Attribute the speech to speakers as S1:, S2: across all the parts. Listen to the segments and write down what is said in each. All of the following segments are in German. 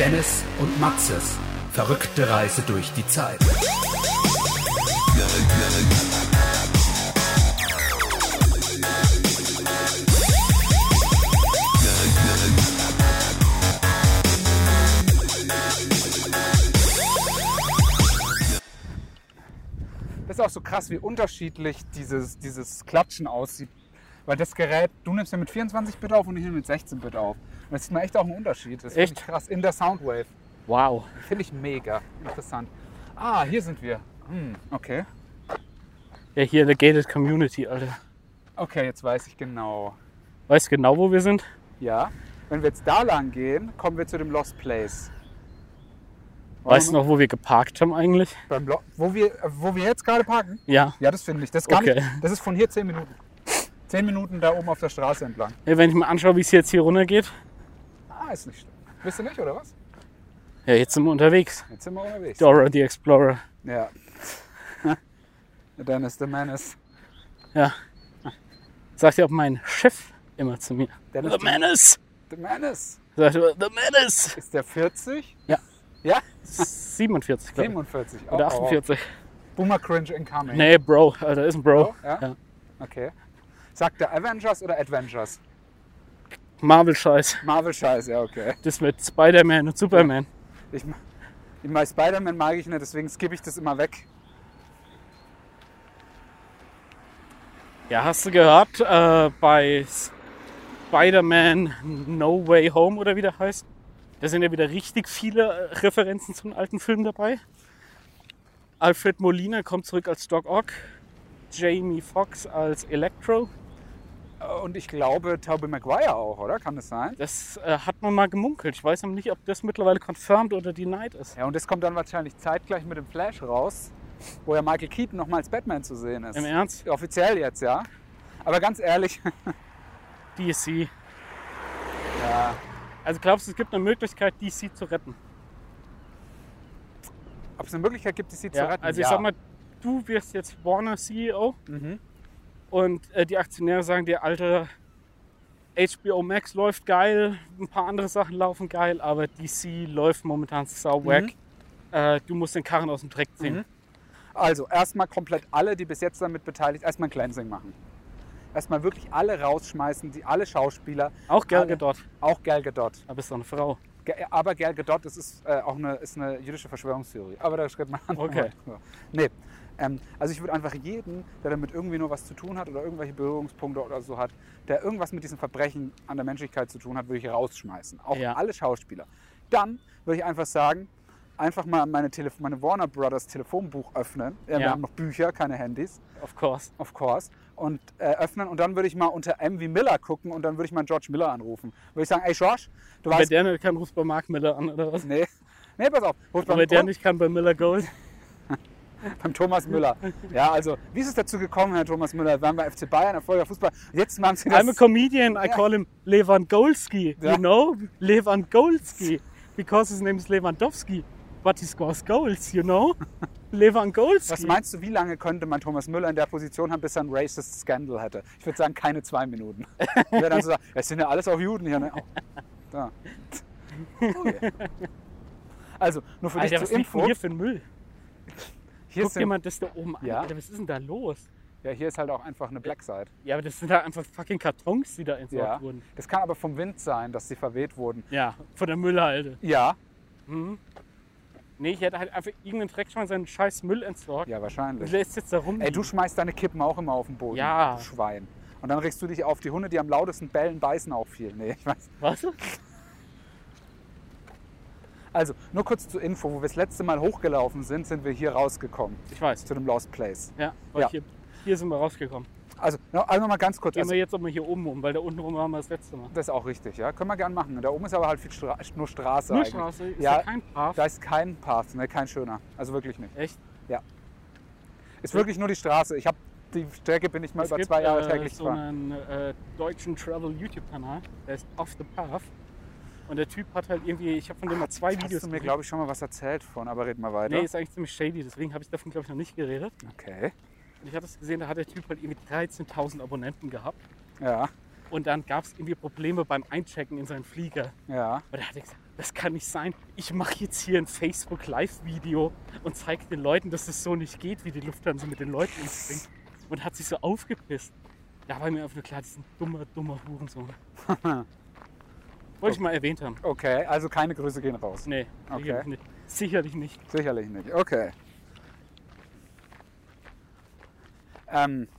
S1: Dennis und Maxes verrückte Reise durch die Zeit.
S2: Das ist auch so krass, wie unterschiedlich dieses, dieses Klatschen aussieht. Weil das Gerät, du nimmst ja mit 24 Bit auf und ich nehme mit 16 Bit auf. Und das sieht man echt auch einen Unterschied. Das finde
S3: Echt?
S2: ich krass. In der Soundwave.
S3: Wow.
S2: Finde ich mega interessant. Ah, hier sind wir. Hm, okay.
S3: Ja, hier in der Gated Community, Alter.
S2: Okay, jetzt weiß ich genau.
S3: Weißt genau, wo wir sind?
S2: Ja. Wenn wir jetzt da lang gehen, kommen wir zu dem Lost Place.
S3: Weißt du noch, wo wir geparkt haben eigentlich?
S2: Beim Lo wo, wir, wo wir jetzt gerade parken?
S3: Ja.
S2: Ja, das finde ich. Das, ist gar
S3: Okay.
S2: nicht, das ist von hier 10 Minuten. 10 Minuten da oben auf der Straße entlang.
S3: ja wenn ich mir anschaue, wie es jetzt hier runter geht.
S2: Ah, ist nicht schlimm. Wisst ihr nicht, oder was?
S3: Ja, jetzt sind wir unterwegs.
S2: Jetzt sind wir unterwegs.
S3: Dora the Explorer.
S2: Ja. Dann ist der Menace.
S3: Ja. Sagt ja auch mein Chef immer zu mir.
S2: Der
S3: The
S2: ist-
S3: Menace.
S2: Der Menace.
S3: Sagt er, The Menace.
S2: Ist der 40?
S3: Ja.
S2: Ja?
S3: 47, glaub ich.
S2: 47.
S3: Oder
S2: Oh, oh.
S3: 48.
S2: Boomer Cringe incoming.
S3: Nee, Bro. Alter, ist ein Bro.
S2: Ja?
S3: Ja.
S2: Okay. Sagt der Avengers oder Adventures?
S3: Marvel-Scheiß.
S2: Marvel-Scheiß, ja, okay.
S3: Das mit Spider-Man und Superman.
S2: Ich, ich mein, Spider-Man mag ich nicht, deswegen skippe ich das immer weg.
S3: Ja, hast du gehört, äh, bei Spider-Man No Way Home oder wie der heißt? Da sind ja wieder richtig viele äh, Referenzen zum alten Film dabei. Alfred Molina kommt zurück als Doc Ock, Jamie Foxx als Electro.
S2: Äh, Und ich glaube, Tobey Maguire auch, oder? Kann das sein?
S3: Das äh, hat man mal gemunkelt. Ich weiß aber nicht, ob das mittlerweile confirmed oder denied ist.
S2: Ja, und das kommt dann wahrscheinlich zeitgleich mit dem Flash raus, wo ja Michael Keaton nochmal als Batman zu sehen ist.
S3: Im Ernst?
S2: Offiziell jetzt, ja. Aber ganz ehrlich,
S3: DC.
S2: ja,
S3: Also glaubst du, es gibt eine Möglichkeit, DC zu retten?
S2: ob es eine Möglichkeit gibt, sie zu retten?
S3: Also
S2: ja.
S3: ich sag mal, du wirst jetzt Warner CEO.
S2: Mhm.
S3: Und äh, die Aktionäre sagen dir, Alter, HBO Max läuft geil, ein paar andere Sachen laufen geil, aber DC läuft momentan sauwack. Äh, du musst den Karren aus dem Dreck ziehen.
S2: Mhm. Also erstmal komplett alle, die bis jetzt damit beteiligt, erstmal ein Cleansing machen. Erstmal wirklich alle rausschmeißen, die alle Schauspieler,
S3: Auch Gal
S2: Alle.
S3: Gadot,
S2: auch Gal Gadot.
S3: aber ist doch eine Frau.
S2: Ge- Aber Gal Gadot das ist äh, auch eine, ist eine jüdische Verschwörungstheorie. Aber da schreibt man andere
S3: Okay.
S2: Mal drüber. Nee. Ähm, also ich würde einfach jeden, der damit irgendwie nur was zu tun hat oder irgendwelche Berührungspunkte oder so hat, der irgendwas mit diesem Verbrechen an der Menschlichkeit zu tun hat, würde ich rausschmeißen. Auch
S3: Ja.
S2: alle Schauspieler. Dann würde ich einfach sagen, einfach mal meine, Telef meine Warner Brothers Telefonbuch öffnen. Äh, Wir
S3: Ja.
S2: haben noch Bücher, keine Handys
S3: Of course.
S2: of course, und äh, öffnen. Und dann würde ich mal unter M wie Miller gucken und dann würde ich mal George Miller anrufen. Würde ich sagen, ey George, du
S3: Wenn
S2: weißt.
S3: der nicht kann, ruft bei Mark Miller an oder was?
S2: Nee. Nee, pass auf, ruf
S3: Und
S2: beim,
S3: wenn der nicht kann, bei Miller Gold.
S2: beim Thomas Müller. Ja, also, wie ist es dazu gekommen, Herr Thomas Müller? Wir waren bei FC Bayern, Erfolger Fußball. Jetzt machen Sie das.
S3: I'm a comedian,
S2: Ja.
S3: I call him Lewandowski.
S2: Ja.
S3: You know? Lewandowski. Because his name is Lewandowski. But he scores goals, you know? Lewandowski.
S2: Was meinst du, wie lange könnte man Thomas Müller in der Position haben, bis er einen racist Scandal hätte? Ich würde sagen, keine zwei Minuten. Ich würde dann so sagen, es sind ja alles auch Juden hier. Ne? Oh. Da. Ui. Also, nur für
S3: Alter,
S2: dich
S3: was
S2: zur
S3: liegt denn
S2: Info.
S3: hier für ein Müll?
S2: Hier
S3: Guck dir
S2: sind,
S3: mal das da oben an.
S2: Ja.
S3: Alter, was ist denn da los?
S2: ja, hier ist halt auch einfach eine Black Side.
S3: Ja, aber das sind da einfach fucking Kartons, die da entsorgt
S2: Ja.
S3: wurden.
S2: Das kann aber vom Wind sein, dass sie verweht wurden.
S3: Ja, von der Müllhalde.
S2: Ja.
S3: Mhm. Nee, ich hätte halt einfach irgendeinen Dreckschwein seinen scheiß Müll entsorgt.
S2: Ja,
S3: Und
S2: wahrscheinlich.
S3: lässt jetzt da rum.
S2: Ey, du schmeißt deine Kippen auch immer auf den Boden.
S3: Ja.
S2: Du Schwein. Und dann regst du dich auf. Die Hunde, die am lautesten bellen, beißen auch viel. Nee, ich weiß.
S3: Was?
S2: Also, nur kurz zur Info. Wo wir das letzte Mal hochgelaufen sind, sind wir hier rausgekommen.
S3: Ich weiß.
S2: Zu dem Lost Place.
S3: Ja, weil
S2: Ja.
S3: Hier, hier sind wir rausgekommen.
S2: Also, noch, also noch mal ganz kurz.
S3: Gehen
S2: Also,
S3: wir jetzt auch mal hier oben um, weil da unten rum waren wir das letzte Mal.
S2: das ist auch richtig, ja. Können wir gern machen. Da oben ist aber halt viel Stra nur Straße
S3: Nur
S2: eigentlich.
S3: Straße, ist
S2: Ja.
S3: ja kein Park.
S2: Da ist kein Path, ne? kein schöner. Also wirklich nicht.
S3: Echt?
S2: Ist wirklich nur die Straße. Ich habe die Strecke bin ich mal
S3: es
S2: über
S3: gibt,
S2: zwei Jahre
S3: äh,
S2: täglich
S3: so
S2: gefahren.
S3: einen äh, deutschen Travel-YouTube-Kanal, der ist Off the Path. Und der Typ hat halt irgendwie, ich habe von dem mal zwei Videos
S2: Hast du mir, ne?
S3: gesehen.
S2: glaube ich, schon mal was erzählt von, aber red mal weiter.
S3: Nee, ist eigentlich ziemlich shady, deswegen habe ich davon, glaube ich, noch nicht geredet.
S2: Okay.
S3: Und ich hatte es gesehen, da hat der Typ halt irgendwie 13.000 Abonnenten gehabt.
S2: Ja,
S3: Und dann gab es irgendwie Probleme beim Einchecken in seinen Flieger.
S2: ja.
S3: Und da hat er gesagt, das kann nicht sein. Ich mache jetzt hier ein Facebook-Live-Video und zeige den Leuten, dass es so nicht geht, wie die Lufthansa mit den Leuten umspringt. Und hat sich so aufgepisst. Da war mir einfach nur klar, das ist ein dummer, dummer Hurensohn. Wollte ich mal erwähnt haben.
S2: Okay, also keine Grüße gehen raus.
S3: Nee,
S2: Okay.
S3: sicherlich nicht. Sicherlich nicht.
S2: Sicherlich nicht. Okay. Ähm,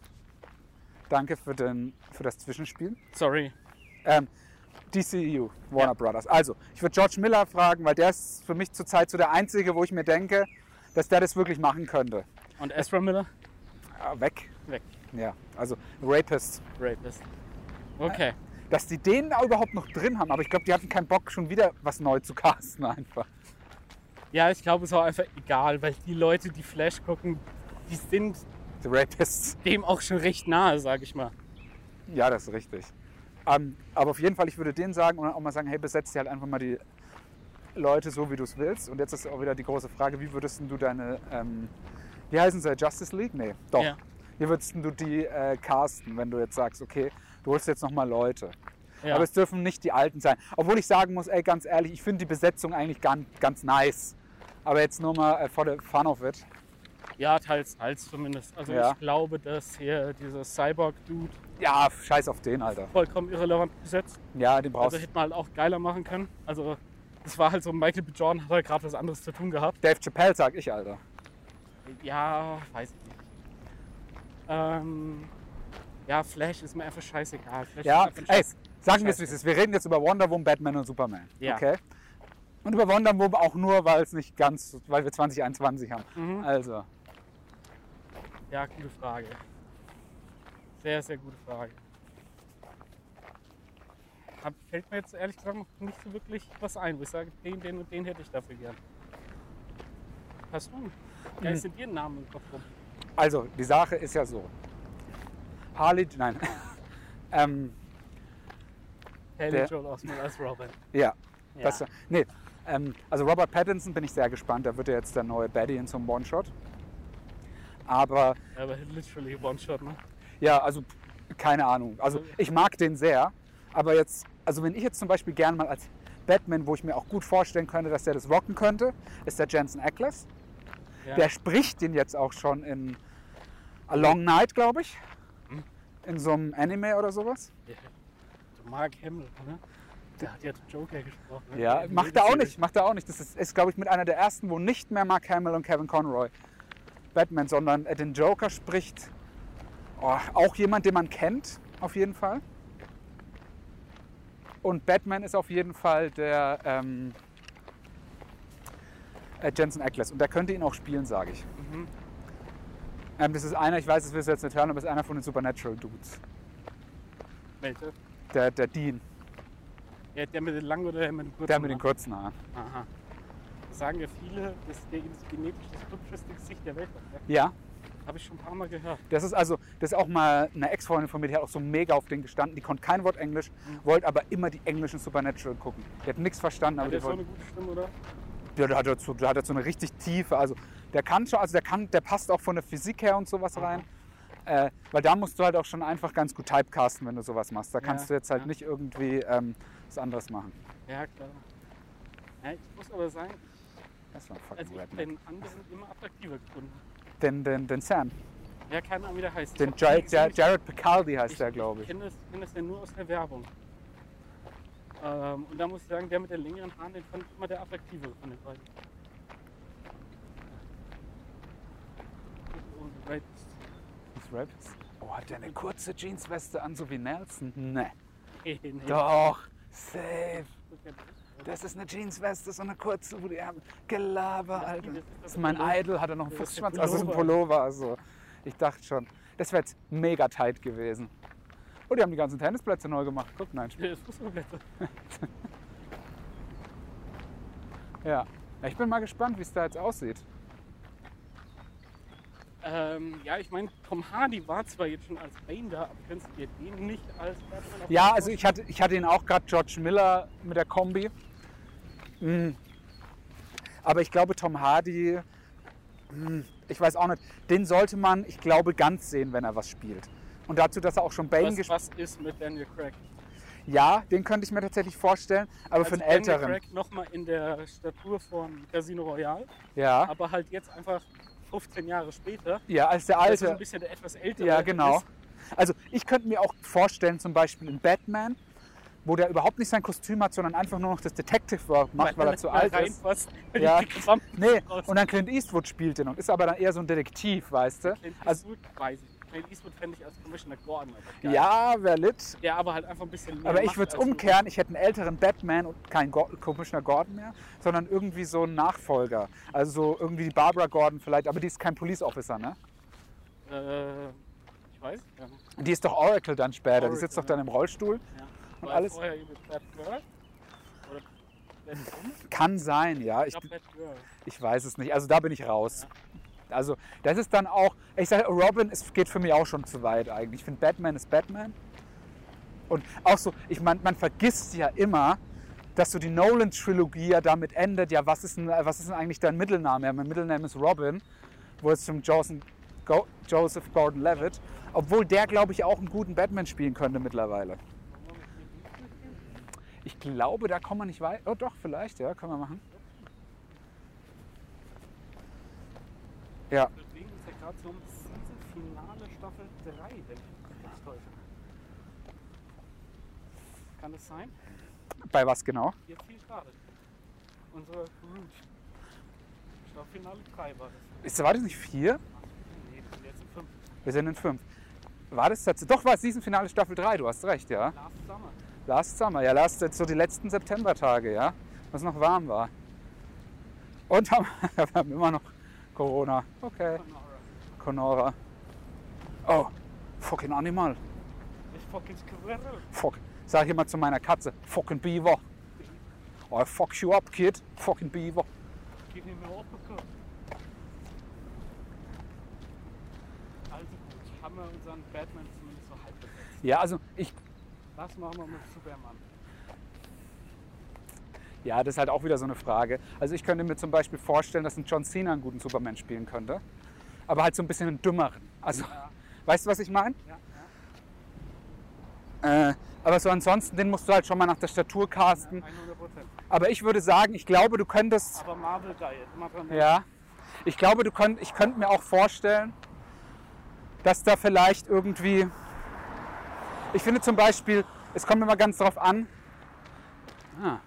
S2: danke für, den, für das Zwischenspiel.
S3: Sorry.
S2: Ähm, DCU, Warner Brothers. Also, ich würde George Miller fragen, weil der ist für mich zurzeit so der Einzige, wo ich mir denke, dass der das wirklich machen könnte.
S3: Und Ezra Miller?
S2: Ah, weg.
S3: Weg.
S2: Ja, also Rapist.
S3: Rapist. Okay.
S2: Dass die den da überhaupt noch drin haben, aber ich glaube, die hatten keinen Bock, schon wieder was neu zu casten einfach.
S3: Ja, ich glaube, es ist auch einfach egal, weil die Leute, die Flash gucken, die sind
S2: The Rapists.
S3: dem auch schon recht nahe, sag ich mal.
S2: Ja, das ist richtig. Ähm, aber auf jeden Fall, ich würde denen sagen und auch mal sagen, hey, besetzt dir halt einfach mal die Leute so, wie du es willst. Und jetzt ist auch wieder die große Frage, wie würdest denn du deine, ähm, wie heißen sie, Justice League? Nee, doch.
S3: Ja.
S2: Wie würdest denn du die äh, casten, wenn du jetzt sagst, okay, du holst jetzt nochmal Leute.
S3: Ja.
S2: Aber es dürfen nicht die Alten sein. Obwohl ich sagen muss, ey, ganz ehrlich, ich finde die Besetzung eigentlich ganz, ganz nice. Aber jetzt nur mal äh, for the fun of it.
S3: Ja, teils, teils zumindest. Also
S2: Ja.
S3: ich glaube, dass hier dieser Cyborg-Dude
S2: Ja, scheiß auf den, Alter.
S3: vollkommen irrelevant besetzt.
S2: Ja, den brauchst
S3: Also
S2: du.
S3: hätte man halt auch geiler machen können. Also das war halt so, Michael B. Jordan hat halt gerade was anderes zu tun gehabt.
S2: Dave Chappelle, sag ich, Alter.
S3: Ja, weiß ich nicht. Ähm, ja, Flash ist mir einfach scheißegal. Flash
S2: Ja,
S3: ist einfach
S2: ey,
S3: scheiß-
S2: sagen wir es,
S3: Scheiße.
S2: wie es ist. Wir reden jetzt über Wonder Woman, Batman und Superman.
S3: Ja.
S2: Okay? Und über Wonder Woman auch nur, weil es nicht ganz, weil wir 2021 haben.
S3: Mhm.
S2: Also,
S3: Ja, gute Frage. Sehr, sehr gute Frage. Hab, fällt mir jetzt ehrlich gesagt noch nicht so wirklich was ein, wo ich sage, den, den und den hätte ich dafür gern. Hast du? Ja,
S2: Hm.
S3: ist denn dir ein Name im Kopf rum?
S2: also, die Sache ist ja so. Harley, nein. ähm,
S3: Haley
S2: Der-
S3: Joel Osment als Robin.
S2: ja.
S3: Ja.
S2: Das, nee. Ähm, also Robert Pattinson bin ich sehr gespannt. Der wird ja jetzt der neue Baddy in so einem One-Shot. Aber
S3: Aber literally One-Shot, ne?
S2: Ja, also keine Ahnung. Also ich mag den sehr, aber jetzt, also wenn ich jetzt zum Beispiel gern mal als Batman, wo ich mir auch gut vorstellen könnte, dass der das rocken könnte, ist der Jensen Ackles.
S3: Ja.
S2: Der spricht den jetzt auch schon in A Long Night, glaube ich. In so einem Anime oder sowas.
S3: Mark Hamill, ne? Der hat ja den Joker gesprochen. ne?
S2: Ja,
S3: In
S2: macht
S3: jeder
S2: er auch
S3: Serie.
S2: nicht, macht er auch nicht. Das ist, ist glaube ich, mit einer der ersten, wo nicht mehr Mark Hamill und Kevin Conroy Batman, sondern äh, den Joker spricht. Oh, auch jemand, den man kennt, auf jeden Fall. Und Batman ist auf jeden Fall der ähm, äh, Jensen Ackles. Und der könnte ihn auch spielen, sage ich. Ähm, das ist einer, ich weiß, das willst du jetzt nicht hören, aber es ist einer von den Supernatural Dudes.
S3: Welcher?
S2: Der, der Dean,
S3: Ja, der mit den langen oder der mit den kurzen?
S2: der mit den
S3: Haaren?
S2: kurzen Haaren.
S3: Aha. Das sagen ja viele, dass der das genetisch das hübscheste Gesicht der Welt hat.
S2: Ja,
S3: Habe ich schon ein paar Mal gehört.
S2: Das ist also, das ist auch mal eine Ex-Freundin von mir, die hat auch so mega auf den gestanden. Die konnte kein Wort Englisch, wollte aber immer die englischen Supernatural gucken. Die hat nichts verstanden, aber
S3: Hat der
S2: die
S3: so eine
S2: wollte,
S3: gute Stimme, oder?
S2: ja, der, hat dazu, der hat dazu eine richtig tiefe. Also der kann schon, also der kann, der passt auch von der Physik her und sowas rein. Äh, weil da musst du halt auch schon einfach ganz gut typecasten, wenn du sowas machst. Da
S3: Ja,
S2: kannst du jetzt halt
S3: ja.
S2: nicht irgendwie ähm, was anderes machen.
S3: Ja, klar. Ja, ich muss aber sagen,
S2: Das war ein
S3: also
S2: fucking
S3: ich habe
S2: Redneck.
S3: den anderen immer attraktiver gefunden.
S2: Den, den, den Sam,
S3: Ja, keine Ahnung, wie der heißt.
S2: den
S3: Ich hab
S2: Jared,
S3: nie gesehen.
S2: Jared Picaldi heißt
S3: Ich-
S2: der, glaube
S3: Ich
S2: ich.
S3: kenne das, kenn das ja nur aus der Werbung. Ähm, und da muss ich sagen, der mit den längeren Haaren, den fand ich immer der attraktivere von den beiden. Und weit-
S2: Oh, hat der eine kurze Jeansweste an, so wie Nelson? Nee.
S3: Nee, nee.
S2: Doch, safe.
S3: Das
S2: Das ist eine Jeansweste, so eine kurze, wo die haben. Gelaber, Alter.
S3: das ist
S2: Das ist mein
S3: Pullover.
S2: Idol, hat er noch einen
S3: Das ist der
S2: Fuchsschwanz. Also ist ein Pullover, also. Ich dachte schon. Das wäre jetzt mega tight gewesen. Oh, die haben die ganzen Tennisplätze neu gemacht. Guck, nein, Spaß.
S3: ist Fußballblätter.
S2: Ja. ja. Ich bin mal gespannt, wie es da jetzt aussieht.
S3: Ähm, ja, ich meine, Tom Hardy war zwar jetzt schon als Bane da, aber könntest du dir den nicht als Batman auf
S2: Ja, also ich hatte, ich hatte ihn auch gerade, George Miller mit der Kombi. Mm. Aber ich glaube, Tom Hardy, mm, ich weiß auch nicht, den sollte man, ich glaube, ganz sehen, wenn er was spielt. Und dazu, dass er auch schon Bane
S3: was,
S2: gespielt
S3: was ist mit Daniel Craig? Also
S2: Ja, den könnte ich mir tatsächlich vorstellen, aber für einen älteren.
S3: Nochmal in der Statur von Casino Royale,
S2: Ja,
S3: aber halt jetzt einfach 15 Jahre später.
S2: ja, als der
S3: Das ist
S2: alte.
S3: ein bisschen der etwas ältere.
S2: Ja, genau.
S3: Ist.
S2: Also ich könnte mir auch vorstellen, zum Beispiel in Batman, wo der überhaupt nicht sein Kostüm hat, sondern einfach nur noch das Detective Work macht, weil er zu alt ist.
S3: Reinpasst, weil
S2: Ja.
S3: die gesamten
S2: Nee,
S3: raus-
S2: und dann Clint Eastwood spielt den und ist aber dann eher so ein Detektiv, weißt du?
S3: Clint
S2: Also,
S3: Eastwood, weiß ich. nicht. Clint Eastwood fände ich als Commissioner Gordon. aber geil.
S2: ja, wer lit.
S3: Der aber halt einfach ein bisschen mehr
S2: Aber ich
S3: macht
S2: würde es
S3: als nur-
S2: umkehren, ich hätte einen älteren Batman und keinen Go Commissioner Gordon mehr, sondern irgendwie so einen Nachfolger. Also so irgendwie die Barbara Gordon vielleicht, aber die ist kein Police Officer, ne?
S3: Äh, ich weiß es gar nicht.
S2: Die ist doch Oracle dann später, die sitzt
S3: Oracle,
S2: doch dann im Rollstuhl.
S3: Ja.
S2: Und
S3: War
S2: alles-
S3: Vorher mit Bad Girl? Oder Bad Girl?
S2: Kann sein, ja.
S3: Ich
S2: Ich,
S3: glaube Bad Girl.
S2: ich weiß es nicht. Also da bin ich raus. Also das ist dann auch, ich sage, Robin es geht für mich auch schon zu weit eigentlich. Ich finde, Batman ist Batman. Und auch so, ich meine, man vergisst ja immer, dass so die Nolan-Trilogie ja damit endet, ja, was ist denn, was ist denn eigentlich dein Mittelname? Ja, mein Mittelname ist Robin, wo es zum Joseph, Go Joseph Gordon-Levitt, obwohl der, glaube ich, auch einen guten Batman spielen könnte mittlerweile. Ich glaube, da kommen wir nicht weit. Oh doch, vielleicht, ja, können wir machen. Ja,
S3: Deswegen ist ja gerade so ein Season Finale Staffel 3, wenn ich mich nicht täusche. Kann das sein?
S2: bei was genau?
S3: Jetzt hier gerade. Unsere Route. Staffelfinale 3 war das.
S2: Ist, war das nicht vier?
S3: Nee, wir sind jetzt im 5.
S2: Wir sind in fünf. War das tatsächlich? Doch, war es diesen Finale Staffel 3, du hast recht, ja.
S3: Last Summer.
S2: Last Summer, ja, last, so die letzten Septembertage, ja, was noch warm war. Und haben, wir haben immer noch Corona. Okay,
S3: Conora.
S2: Conora. Oh, fucking Animal.
S3: Ich fucking Squirrel.
S2: Fuck, sag ich immer zu meiner Katze, fucking Beaver. I fuck you up, kid. Fucking Beaver.
S3: Gib mir mehr Uppercut. Also gut, haben wir unseren Batman zumindest so halb besetzt.
S2: Ja, also ich,
S3: Was machen wir mit Superman?
S2: ja, das ist halt auch wieder so eine Frage. Also ich könnte mir zum Beispiel vorstellen, dass ein John Cena einen guten Superman spielen könnte. Aber halt so ein bisschen einen dümmeren. Also, weißt du, was ich meine?
S3: Ja, ja.
S2: Äh, aber so ansonsten, den musst du halt schon mal nach der Statur casten.
S3: 100 Prozent.
S2: Aber ich würde sagen, ich glaube, du könntest.
S3: Aber Marvel Diet, immer dran denken.
S2: Ja. Ich glaube, du könnt, ich könnte mir auch vorstellen, dass da vielleicht irgendwie. Ich finde zum Beispiel, es kommt immer ganz drauf an. Ah,
S3: Aha.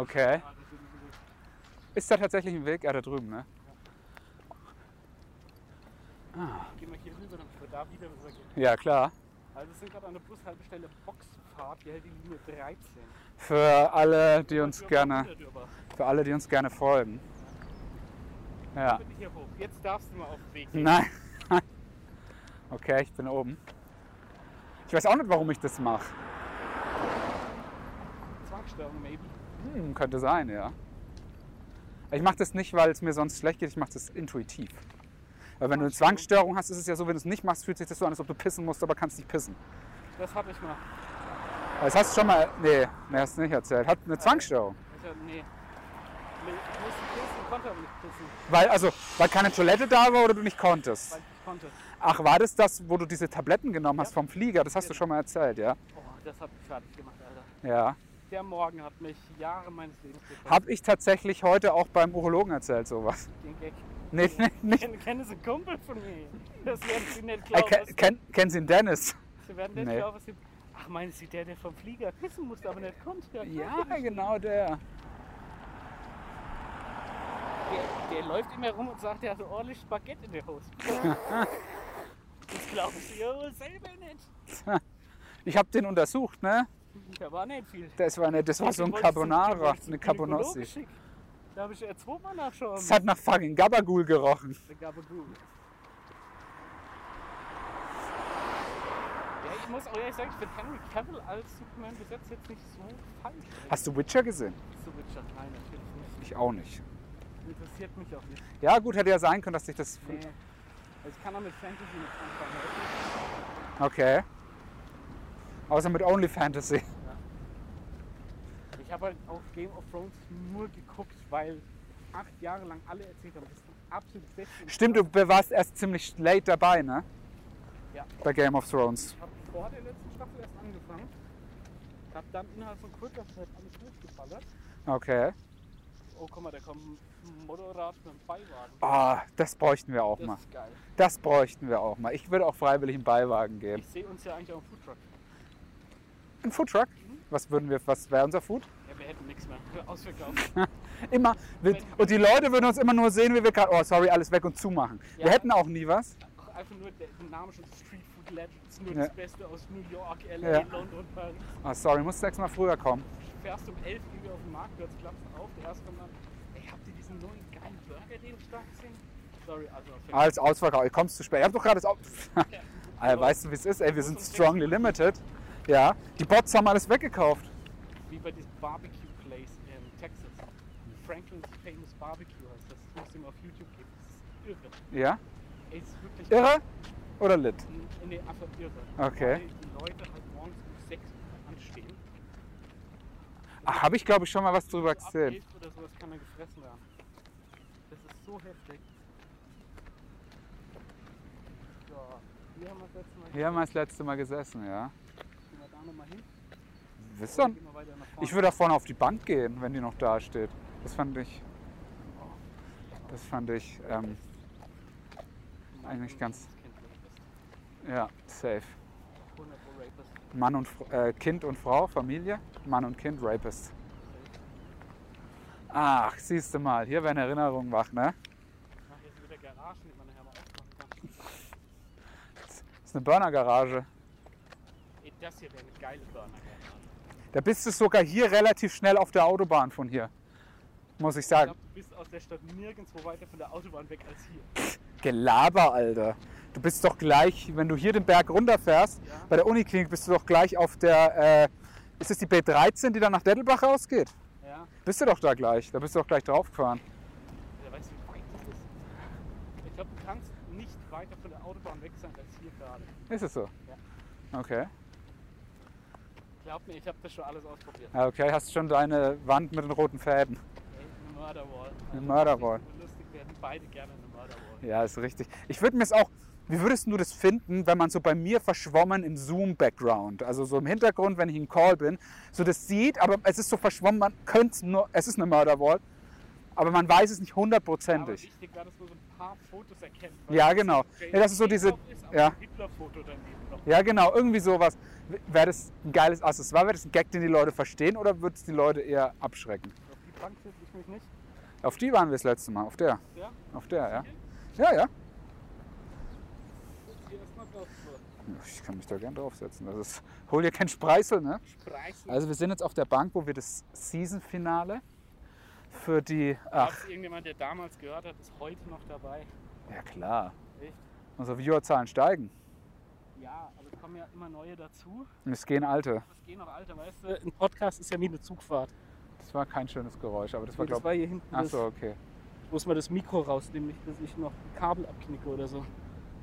S2: Okay.
S3: Ah, das ist gut.
S2: ist da tatsächlich ein Weg? Ja, da drüben, ne?
S3: Gehen wir hier rüber, damit wir da wieder rüber gehen.
S2: Ja, klar.
S3: Also wir sind gerade an der Bushaltestelle Boxfahrt, hier hält die Linie 13.
S2: Für alle, die uns
S3: Dürber,
S2: gerne,
S3: wieder Dürber.
S2: für alle, die uns gerne folgen. Ja.
S3: Bitte hier hoch. Jetzt darfst du mal auf den Weg gehen.
S2: Nein. Okay, ich bin oben. Ich weiß auch nicht, warum ich das mache.
S3: Zwangsstörung, maybe.
S2: Hm, könnte sein, ja. Ich mache das nicht, weil es mir sonst schlecht geht, ich mache das intuitiv. Weil wenn du eine Zwangsstörung hast, ist es ja so, wenn du es nicht machst, fühlt sich das so an, als ob du pissen musst, aber kannst nicht pissen.
S3: Das hab ich mal.
S2: Das hast du schon mal, nee, nee, hast du nicht erzählt. Hat eine Zwangsstörung.
S3: Ich hab, Also, nee. Nee, Ich musste pissen, konnte aber nicht pissen,
S2: Weil, also, weil keine Toilette da war oder du nicht konntest.
S3: weil ich nicht konnte.
S2: Ach, war das das, wo du diese Tabletten genommen hast vom Flieger? Das hast du schon mal erzählt, ja?
S3: Oh, das hat mich fertig gemacht, Alter.
S2: Genau. Ja.
S3: Der Morgen hat mich Jahre meines Lebens gekostet.
S2: Hab ich tatsächlich heute auch beim Urologen erzählt, sowas.
S3: den Gag.
S2: Nee, nee, nee.
S3: Ken- Ken ist ein Kumpel von mir. Das werden sie nicht
S2: Äh,
S3: glauben.
S2: ken,
S3: was-
S2: ken, kennen Sie den Dennis?
S3: Sie werden nicht
S2: Nee.
S3: glauben, was sie... Ach, meinst du, der, der vom Flieger küssen musste, aber nicht konnte?
S2: Ja, genau der.
S3: Der, der läuft immer rum und sagt, er hat ordentlich Baguette in der Hose. das glaube ich dir wohl selber nicht.
S2: Ich habe den untersucht, ne?
S3: Da war nicht viel.
S2: Das war, eine, das war so ein
S3: Ich wollte zum- ich
S2: Carbonara,
S3: wollte zum
S2: eine
S3: Gynäkologen
S2: Carbonossi.
S3: schicken. Da habe ich ja zweimal nachschauen.
S2: Es hat nach fucking Gabagool gerochen.
S3: müssen. Gabagool. Ja, ich muss auch ehrlich sagen, ich finde Henry Cavill als Superman besetzt jetzt nicht so falsch.
S2: Hast du Witcher gesehen?
S3: So Witcher, nein, natürlich
S2: Ich auch nicht.
S3: nicht. Interessiert mich auch nicht.
S2: Ja, gut, hätte ja sein können, dass ich das.
S3: Nee. Also ich kann auch mit Fantasy nicht anfangen.
S2: Okay. Außer mit Only Fantasy.
S3: Ich habe halt auch Game of Thrones nur geguckt, weil acht Jahre lang alle erzählt haben, das ist absolut 16.
S2: Stimmt, du warst erst ziemlich late dabei, ne?
S3: Ja.
S2: Bei Game of Thrones.
S3: Ich habe vor der letzten Staffel erst angefangen habe dann innerhalb von kurzer Zeit alles durchgeballert.
S2: Okay.
S3: Oh, guck mal, da kommt ein Motorrad mit einem Beiwagen.
S2: Ah, das bräuchten wir auch mal.
S3: Das ist geil.
S2: Das bräuchten wir auch mal. Ich würde auch freiwillig einen Beiwagen geben.
S3: Ich sehe uns ja eigentlich auch im Foodtruck.
S2: Ein Foodtruck?
S3: Mhm.
S2: Was würden wir, was wäre unser Food?
S3: Ja, wir hätten nichts mehr. Ausverkauft.
S2: Immer. Wird, und die Leute würden uns immer nur sehen, wie wir gerade, oh sorry, alles weg und zumachen.
S3: Ja.
S2: Wir hätten auch nie was.
S3: Einfach nur der Name schon Street Food Legends. Nur
S2: Ja.
S3: das Beste aus New York, LA,
S2: Ja.
S3: London, Paris.
S2: Oh sorry, musst sechs Mal früher kommen.
S3: Fährst um 11 Uhr wieder auf den Marktplatz, klappst auf. Der erste kommt dann, ey, habt ihr diesen neuen geilen Burger, den ich da gesehen? Sorry, also.
S2: Alles ausverkauft, kommst zu spät. Ich hab doch gerade das Au- Alter, weißt du, wie es ist? Ey, wir sind strongly limited. Ja, die Bots haben alles weggekauft.
S3: Wie bei diesem Barbecue Place in Texas. Franklin's Famous Barbecue heißt das. Das musst du mal auf YouTube geben. Das ist irre.
S2: Ja?
S3: Ey, es ist wirklich
S2: Irre oder lit?
S3: N- Nee, einfach irre.
S2: Okay.
S3: Weil die Leute halt morgens um 6 Uhr anstehen.
S2: Habe ich, glaube ich, schon mal was drüber
S3: So ab
S2: gesehen.
S3: 11 oder sowas kann er gefressen werden. Das ist so heftig. So, hier haben wir das letzte Mal.
S2: Hier haben wir das letzte Mal gesessen, ja.
S3: Gehen wir da nochmal hin.
S2: Wisst
S3: Dann
S2: ihr?
S3: gehen wir weiter nach vorne.
S2: Ich würde da vorne auf die Bank gehen, wenn die noch da steht. Das fand ich. Das fand ich. Ähm, eigentlich ganz- ja, safe. Mann und Fr- äh, Kind und Frau, Familie. Mann und Kind, Rapist. Ach, siehst du mal, hier werden Erinnerungen wach, ne?
S3: Ach, hier sind wieder Garagen, die man nachher mal aufmachen kann.
S2: Das ist eine Burner-Garage.
S3: Ey, das hier wäre eine geile Burner.
S2: Da bist du sogar hier relativ schnell auf der Autobahn von hier. Muss ich
S3: Ich
S2: sagen.
S3: glaube, du bist aus der Stadt nirgendwo weiter von der Autobahn weg als hier.
S2: Gelaber, Alter. Du bist doch gleich, wenn du hier den Berg runterfährst,
S3: Ja.
S2: bei der Uniklinik bist du doch gleich auf der, äh, ist es die B13, die dann nach Dettelbach rausgeht?
S3: Ja,
S2: Bist du doch da gleich, da bist du doch gleich draufgefahren.
S3: ja weißt du, wie weit das ist? Ich glaube, du kannst nicht weiter von der Autobahn weg sein als hier gerade.
S2: Ist es so? Okay.
S3: Glaub mir, ich habe das schon alles ausprobiert.
S2: Ah, Okay, hast schon deine Wand mit den roten Fäden.
S3: Ey, eine Murderwall.
S2: Eine Murderwall.
S3: das ist Lustig, wir hätten beide gerne eine Murderwall.
S2: Ja, ist richtig. Ich würde mir es auch, wie würdest du das finden, wenn man so bei mir verschwommen im Zoom-Background, also so im Hintergrund, wenn ich im Call bin, so das sieht, aber es ist so verschwommen, man könnte es nur, es ist eine Murderwall, aber man weiß es nicht
S3: Aber
S2: hundertprozentig.
S3: wichtig wäre, dass man so ein paar Fotos erkennt.
S2: Ja, genau. Ja, das ist so diese-
S3: ja.
S2: ja.
S3: Hitler-Foto daneben noch.
S2: Ja, genau, irgendwie sowas. Wäre das ein geiles Accessoire? Wäre das ein Gag, den die Leute verstehen oder würde es die Leute eher abschrecken?
S3: Auf die Bank setze ich mich nicht.
S2: Auf die waren wir das letzte Mal, auf der.
S3: Ja,
S2: Auf der, ja. Ja, ja.
S3: hier ist noch drauf. so.
S2: Ich kann mich da gern draufsetzen. Das ist, hol dir keinen Spreißel, ne?
S3: Spreißen.
S2: Also wir sind jetzt auf der Bank, wo wir das Season-Finale für die... Ach,
S3: Ach. Irgendjemand, der damals gehört hat, ist heute noch dabei.
S2: ja klar.
S3: Echt?
S2: Unsere Viewerzahlen steigen.
S3: Ja, aber es kommen ja immer neue dazu.
S2: Und es gehen alte.
S3: Es gehen noch alte, weißt du? Ein Podcast ist ja wie eine Zugfahrt.
S2: Das war kein schönes Geräusch, aber das war,
S3: das
S2: glaube
S3: war
S2: ich...
S3: hier hinten.
S2: Ach
S3: das-
S2: so, okay.
S3: muss man das Mikro rausnehmen, nicht, dass ich noch ein Kabel abknicke oder so.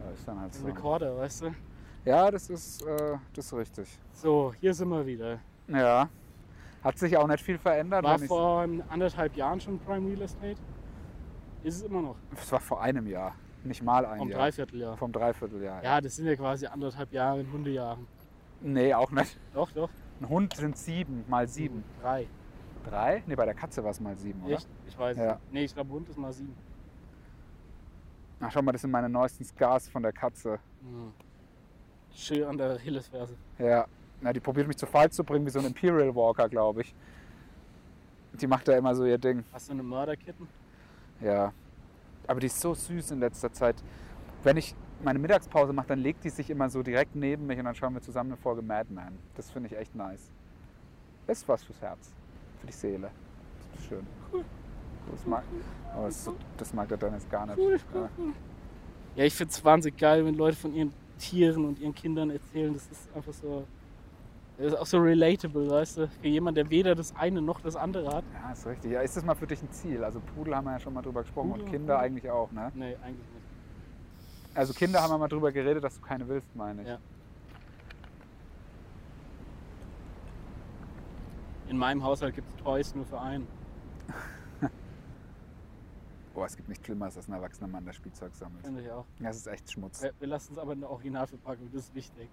S2: Ja, ist dann halt
S3: Ein
S2: so.
S3: Recorder, weißt du?
S2: Ja, das ist, äh, das ist richtig.
S3: So, hier sind wir wieder.
S2: Ja. Hat sich auch nicht viel verändert.
S3: War
S2: wenn ich-
S3: vor anderthalb Jahren schon Prime Real Estate. Ist es immer noch.
S2: Es war vor einem Jahr, nicht mal ein
S3: Vom
S2: Jahr.
S3: Dreivierteljahr.
S2: Vom Dreivierteljahr.
S3: Um Ja, das sind ja quasi anderthalb Jahre in Hundejahren.
S2: Nee, auch nicht.
S3: Doch, doch.
S2: Ein Hund sind sieben, mal sieben.
S3: Drei.
S2: Drei? Nee, bei der Katze war es mal sieben, oder?
S3: Echt? Ich weiß
S2: Ja.
S3: nicht. Nee, ich glaube, Hund ist mal sieben.
S2: Ach, schau mal, das sind meine neuesten Scars von der Katze.
S3: Hm. Schön an der Achillesferse.
S2: Ja. Na, die probiert mich zu Fall zu bringen, wie so ein Imperial Walker, glaube ich. Die macht da immer so ihr Ding.
S3: Hast du eine Mörderkitten?
S2: Ja. Aber die ist so süß in letzter Zeit. Wenn ich meine Mittagspause mache, dann legt die sich immer so direkt neben mich und dann schauen wir zusammen eine Folge Mad Men. Das finde ich echt nice. Ist was fürs Herz, für die Seele. Das ist schön. Das mag, aber das, das mag der Dennis gar nicht. Ja.
S3: Ja, ich finde es wahnsinnig geil, wenn Leute von ihren Tieren und ihren Kindern erzählen. Das ist einfach so. Das ist auch so relatable, weißt du? Für jemanden, der weder das eine noch das andere hat.
S2: ja, ist richtig. Ja, ist das mal für dich ein Ziel? Also Pudel haben wir ja schon mal drüber gesprochen
S3: Pudel,
S2: und Kinder
S3: Pudel.
S2: eigentlich auch, ne?
S3: Nee, eigentlich nicht.
S2: Also Kinder haben wir mal drüber geredet, dass du keine willst, meine ich.
S3: Ja. In meinem Haushalt gibt es Toys nur für einen.
S2: Boah, es gibt nichts Schlimmeres, als ein erwachsener Mann, der Spielzeug sammelt.
S3: Finde ich auch.
S2: Das ist echt Schmutz.
S3: Wir, wir lassen es aber in der Originalverpackung, das ist wichtig.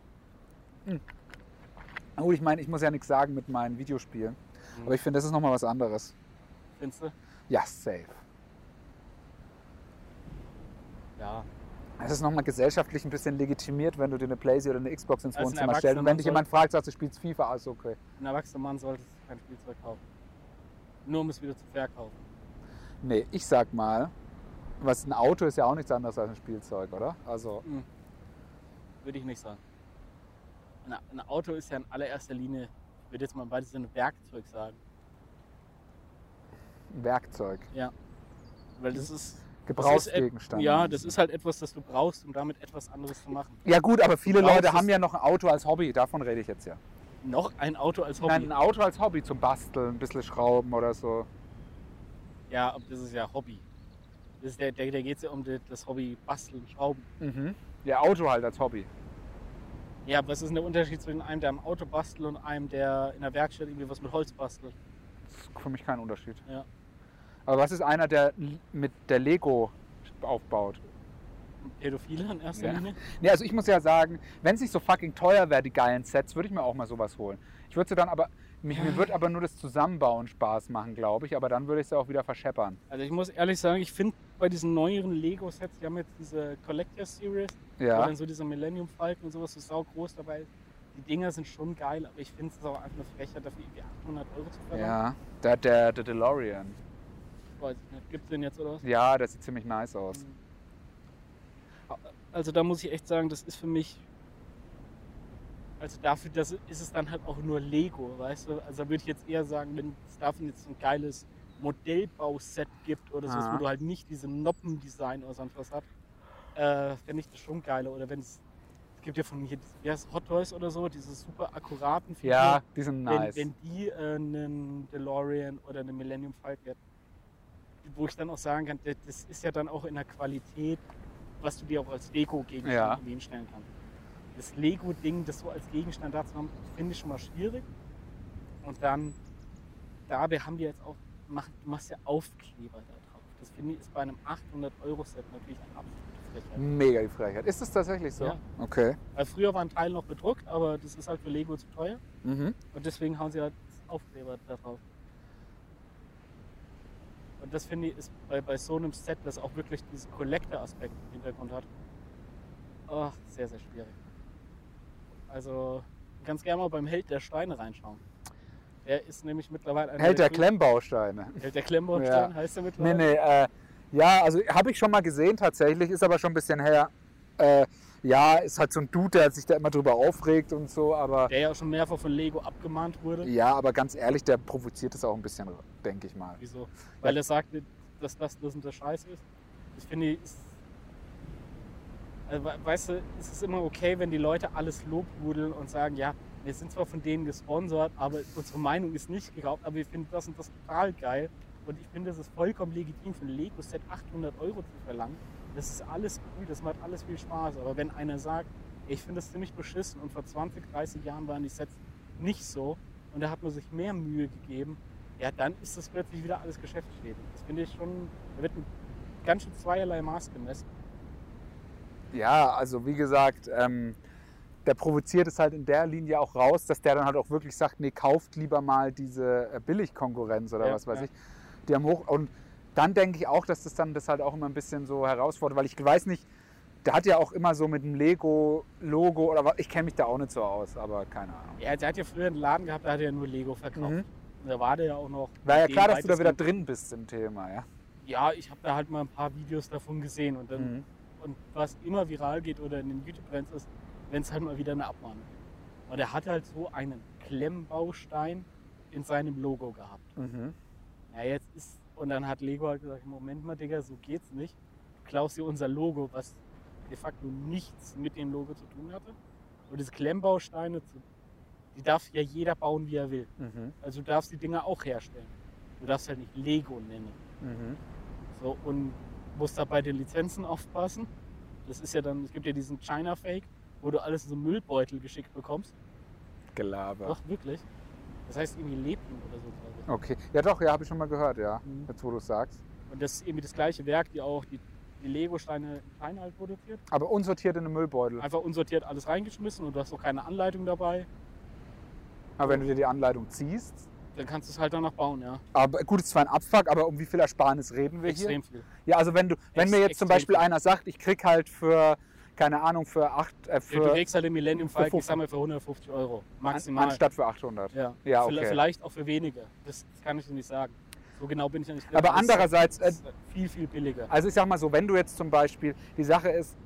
S2: Oh, ich meine, ich muss ja nichts sagen mit meinen Videospielen.
S3: Mhm.
S2: Aber ich finde, das ist nochmal was anderes.
S3: Findest du?
S2: Ja, safe.
S3: Ja.
S2: Es ist nochmal gesellschaftlich ein bisschen legitimiert, wenn du dir eine Playsee oder eine Xbox ins
S3: Als ein
S2: Wohnzimmer stellst. Und wenn dich
S3: Erwachsener
S2: jemand fragt, sagst du, spielst FIFA, alles okay.
S3: Ein erwachsener Mann sollte sich kein Spielzeug kaufen. Nur um es wieder zu verkaufen.
S2: Nee, ich sag mal, was ein Auto ist ja auch nichts anderes als ein Spielzeug, oder? Also,
S3: Würde ich nicht sagen. Ein- Ein Auto ist ja in allererster Linie, ich würde jetzt mal im weitesten Sinne Werkzeug sagen.
S2: ein Werkzeug.
S3: Weil das ist. Das
S2: Gebrauchsgegenstand.
S3: ist, et- ja, das ist halt etwas, das du brauchst, um damit etwas anderes zu machen.
S2: Ja gut, aber viele
S3: Gebrauchs
S2: Leute
S3: ist-
S2: haben ja noch ein Auto als Hobby, davon rede ich jetzt ja.
S3: Noch ein Auto als Hobby.
S2: Nein, ein Auto als Hobby zum Basteln, ein bisschen Schrauben oder so.
S3: Ja, aber das ist ja Hobby. Das ist der, der, der geht es ja um das- das Hobby Basteln, Schrauben.
S2: Mhm. Ja, Auto halt als Hobby.
S3: Ja, aber was ist denn der Unterschied zwischen einem, der am Auto bastelt und einem, der in der Werkstatt irgendwie was mit Holz bastelt?
S2: Das ist für mich kein Unterschied.
S3: Ja.
S2: Aber was ist einer, der l- mit der Lego aufbaut?
S3: Pädophile in erster
S2: Ja.
S3: Linie?
S2: Nee, also ich muss ja sagen, wenn es nicht so fucking teuer wäre, die geilen Sets, würde ich mir auch mal sowas holen. Ich würde sie dann aber, mir, mir würde aber nur das Zusammenbauen Spaß machen, glaube ich, aber dann würde ich sie auch wieder verscheppern.
S3: Also ich muss ehrlich sagen, ich finde bei diesen neueren Lego-Sets, die haben jetzt diese Collector Series, wo
S2: Ja.
S3: dann so dieser Millennium Falcon und sowas so saugroß dabei ist. Die Dinger sind schon geil, aber ich finde es auch einfach eine Frechheit, dafür irgendwie 800 Euro zu verlangen.
S2: Ja. Der, der, der DeLorean.
S3: Weiß ich nicht, gibt's den jetzt oder was?
S2: Ja, der sieht ziemlich nice aus.
S3: Also da muss ich echt sagen, das ist für mich. Also dafür das ist es dann halt auch nur Lego, weißt du? Also da würde ich jetzt eher sagen, wenn es davon jetzt so ein geiles Modellbauset gibt oder so,
S2: Ah.
S3: wo du halt nicht diese Noppendesign oder sonst was hast, äh, fände ich das schon geiler. Oder wenn es. Es gibt ja von hier, wie heißt es, Hot Toys oder so, diese super akkuraten Figuren.
S2: Ja, die sind nice.
S3: Wenn, wenn die äh, einen DeLorean oder einen Millennium Falcon hätten, wo ich dann auch sagen kann, das- das ist ja dann auch in der Qualität, was du dir auch als Lego-Gegenstand
S2: Ja.
S3: irgendwie hinstellen kannst. Das Lego-Ding, das so als Gegenstand da zu haben, finde ich schon mal schwierig. Und dann, dabei haben wir jetzt auch, mach, du machst ja Aufkleber da drauf. Das finde ich ist bei einem 800-Euro-Set natürlich eine absolute Frechheit.
S2: Mega die Frechheit. Ist das tatsächlich so?
S3: Ja.
S2: Okay.
S3: Weil früher waren Teile noch bedruckt, aber das ist halt für Lego zu teuer.
S2: Mhm.
S3: Und deswegen haben sie halt Aufkleber da drauf. Und das finde ich ist bei, bei so einem Set, das auch wirklich diesen Collector-Aspekt im Hintergrund hat, ach, sehr, sehr schwierig. Also ganz gerne mal beim Held der Steine reinschauen. Der ist nämlich mittlerweile einer
S2: Hält der
S3: coolsten-
S2: Klemmbausteine.
S3: Held der Klemmbausteine
S2: Ja.
S3: heißt er
S2: Nee,
S3: mittlerweile.
S2: nee, äh, ja, also habe ich schon mal gesehen tatsächlich, ist aber schon ein bisschen her. Äh, ja, ist halt so ein Dude, der sich da immer drüber aufregt und so, aber
S3: Der ja schon mehrfach von Lego abgemahnt wurde.
S2: ja, aber ganz ehrlich, der provoziert es auch ein bisschen, denke ich mal.
S3: Wieso? Weil er sagte, dass das das und das Scheiße ist. Ich finde, es- also, we- weißt du, es ist immer okay, wenn die Leute alles lobhudeln und sagen, ja, wir sind zwar von denen gesponsert, aber unsere Meinung ist nicht geraubt, aber wir finden das und das total geil. Und ich finde, es ist vollkommen legitim, für ein Lego-Set 800 Euro zu verlangen. Das ist alles cool, das macht alles viel Spaß. Aber wenn einer sagt, ey, ich finde das ziemlich beschissen und vor 20, 30 Jahren waren die Sets nicht so und da hat man sich mehr Mühe gegeben, ja, dann ist das plötzlich wieder alles geschäftsschädigend. Das finde ich schon, da wird ein ganz schön zweierlei Maß gemessen.
S2: Ja, also wie gesagt, ähm, der provoziert es halt in der Linie auch raus, dass der dann halt auch wirklich sagt, nee, kauft lieber mal diese äh, Billigkonkurrenz oder
S3: Ja,
S2: was weiß
S3: ja.
S2: ich. Die haben hoch und dann denke ich auch, dass das dann das halt auch immer ein bisschen so herausfordert, weil ich weiß nicht, der hat ja auch immer so mit dem Lego Logo oder was, ich kenne mich da auch nicht so aus, aber keine Ahnung.
S3: Ja, der hat ja früher einen Laden gehabt, da hat er ja nur Lego verkauft.
S2: Mhm.
S3: Da war der ja auch noch.
S2: War ja
S3: dem
S2: klar, dass du da wieder
S3: weitesten-
S2: drin bist im Thema, ja.
S3: Ja, ich habe da halt mal ein paar Videos davon gesehen und dann,
S2: Mhm.
S3: und was immer viral geht oder in den YouTube-Trends ist, wenn es halt mal wieder eine Abmahnung gibt. Und er hat halt so einen Klemmbaustein in seinem Logo gehabt.
S2: Mhm.
S3: Ja, jetzt ist. Und dann hat Lego halt gesagt: Moment mal, Digga, so geht's nicht. Du klaust dir unser Logo, was de facto nichts mit dem Logo zu tun hatte. Und diese Klemmbausteine, zu- die darf ja jeder bauen, wie er will.
S2: Mhm.
S3: Also du darfst die Dinger auch herstellen. Du darfst halt nicht Lego nennen.
S2: Mhm.
S3: So, und musst da bei den Lizenzen aufpassen. Das ist ja dann, es gibt ja diesen China-Fake, wo du alles in so einen Müllbeutel geschickt bekommst.
S2: Gelaber.
S3: Doch, wirklich. Das heißt irgendwie Leben oder so, glaube ich.
S2: Okay. Ja doch, ja, habe ich schon mal gehört, ja.
S3: Mhm.
S2: Jetzt wo du es sagst.
S3: Und das ist irgendwie das gleiche Werk, die auch die, die Lego-Steine in China halt produziert.
S2: Aber unsortiert in einem Müllbeutel.
S3: Einfach unsortiert alles reingeschmissen und du hast auch keine Anleitung dabei.
S2: Aber wenn du dir die Anleitung ziehst,
S3: Dann kannst du es halt danach bauen, ja.
S2: aber gut, es ist zwar ein Abfuck, aber um wie viel Ersparnis reden wir hier?
S3: Extrem viel.
S2: Ja, also wenn du, wenn
S3: Ex-
S2: mir jetzt zum
S3: extrem
S2: Beispiel
S3: viel.
S2: einer sagt, ich krieg halt für, keine Ahnung, für 8, äh,
S3: Ja, du
S2: für,
S3: kriegst halt den Millennium Falcon, ich
S2: 50.
S3: sag mal, für 150 Euro.
S2: an,
S3: Maximal.
S2: anstatt für 800.
S3: ja.
S2: Ja,
S3: Vielleicht-
S2: okay.
S3: Vielleicht auch für weniger. Das kann ich dir nicht sagen. So genau bin ich ja nicht drin.
S2: Aber
S3: Das ist-
S2: andererseits, äh,
S3: das ist viel, viel billiger.
S2: Also ich sag mal so, wenn du jetzt zum Beispiel, die Sache ist,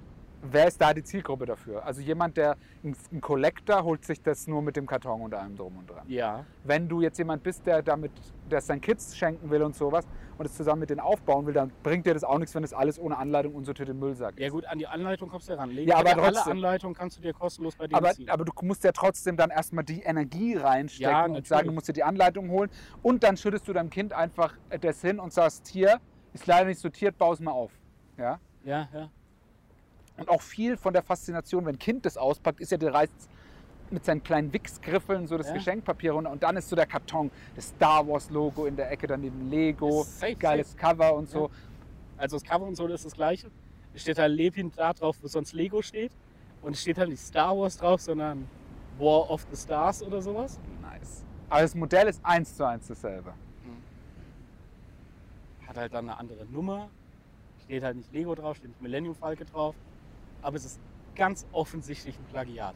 S2: wer ist da die Zielgruppe dafür? Also jemand, der, ein, ein Collector holt sich das nur mit dem Karton und allem drum und dran.
S3: Ja.
S2: Wenn du jetzt jemand bist, der damit, der es seinen Kids schenken will und sowas und es zusammen mit denen aufbauen will, dann bringt dir das auch nichts, wenn es alles ohne Anleitung unsortiert in den Müllsack
S3: Ja gut, an die Anleitung kommst du ja ran. Legen
S2: Ja,
S3: kann
S2: aber
S3: Alle
S2: trotzdem.
S3: Anleitungen kannst du dir kostenlos bei dir
S2: Aber,
S3: ziehen.
S2: aber du musst ja trotzdem dann erstmal die Energie reinstecken
S3: Ja,
S2: und
S3: natürlich.
S2: sagen, du musst dir die Anleitung holen. Und dann schüttest du deinem Kind einfach das hin und sagst, hier, ist leider nicht sortiert, baue es mal auf. Ja?
S3: ja, ja.
S2: Und auch viel von der Faszination, wenn ein Kind das auspackt, ist ja der Reiz mit seinen kleinen Wichsgriffeln so das
S3: Ja.
S2: Geschenkpapier runter. Und dann ist so der Karton, das Star Wars Logo in der Ecke, daneben Lego,
S3: Ist safe,
S2: geiles Cover und so.
S3: Also das Cover und so das ist das gleiche. Es steht halt Levin da drauf, wo sonst Lego steht. Und es steht halt nicht Star Wars drauf, sondern War of the Stars oder sowas.
S2: Nice. Aber das Modell ist eins zu eins dasselbe.
S3: Hat halt dann eine andere Nummer. Steht halt nicht Lego drauf, steht nicht Millennium Falke drauf. Aber es ist ganz offensichtlich ein Plagiat.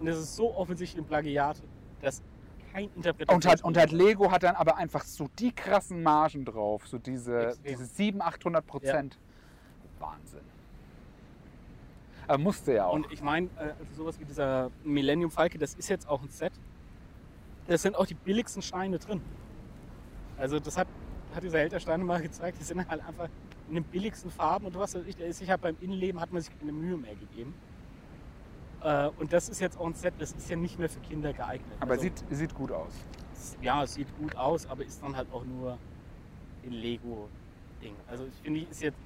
S3: Und es ist so offensichtlich ein Plagiat, dass kein Interpretation.
S2: Und hat, und halt hat Lego hat dann aber einfach so die krassen Margen drauf, so diese,
S3: Extrem.
S2: diese 700, 800 Prozent. Wahnsinn. Aber musste ja auch.
S3: Und ich meine, äh, also sowas wie dieser Millennium Falke, das ist jetzt auch ein Set. Das sind auch die billigsten Steine drin. Also das hat, hat dieser Held der Steine mal gezeigt, die sind halt einfach in den billigsten Farben und was weiß ich, der ist sicher beim Innenleben hat man sich keine Mühe mehr gegeben. Äh, und das ist jetzt auch ein Set, das ist ja nicht mehr für Kinder geeignet.
S2: aber
S3: Also,
S2: sieht, sieht gut aus.
S3: es- ja, es sieht gut aus, aber ist dann halt auch nur ein Lego-Ding. Also ich finde, ist jetzt.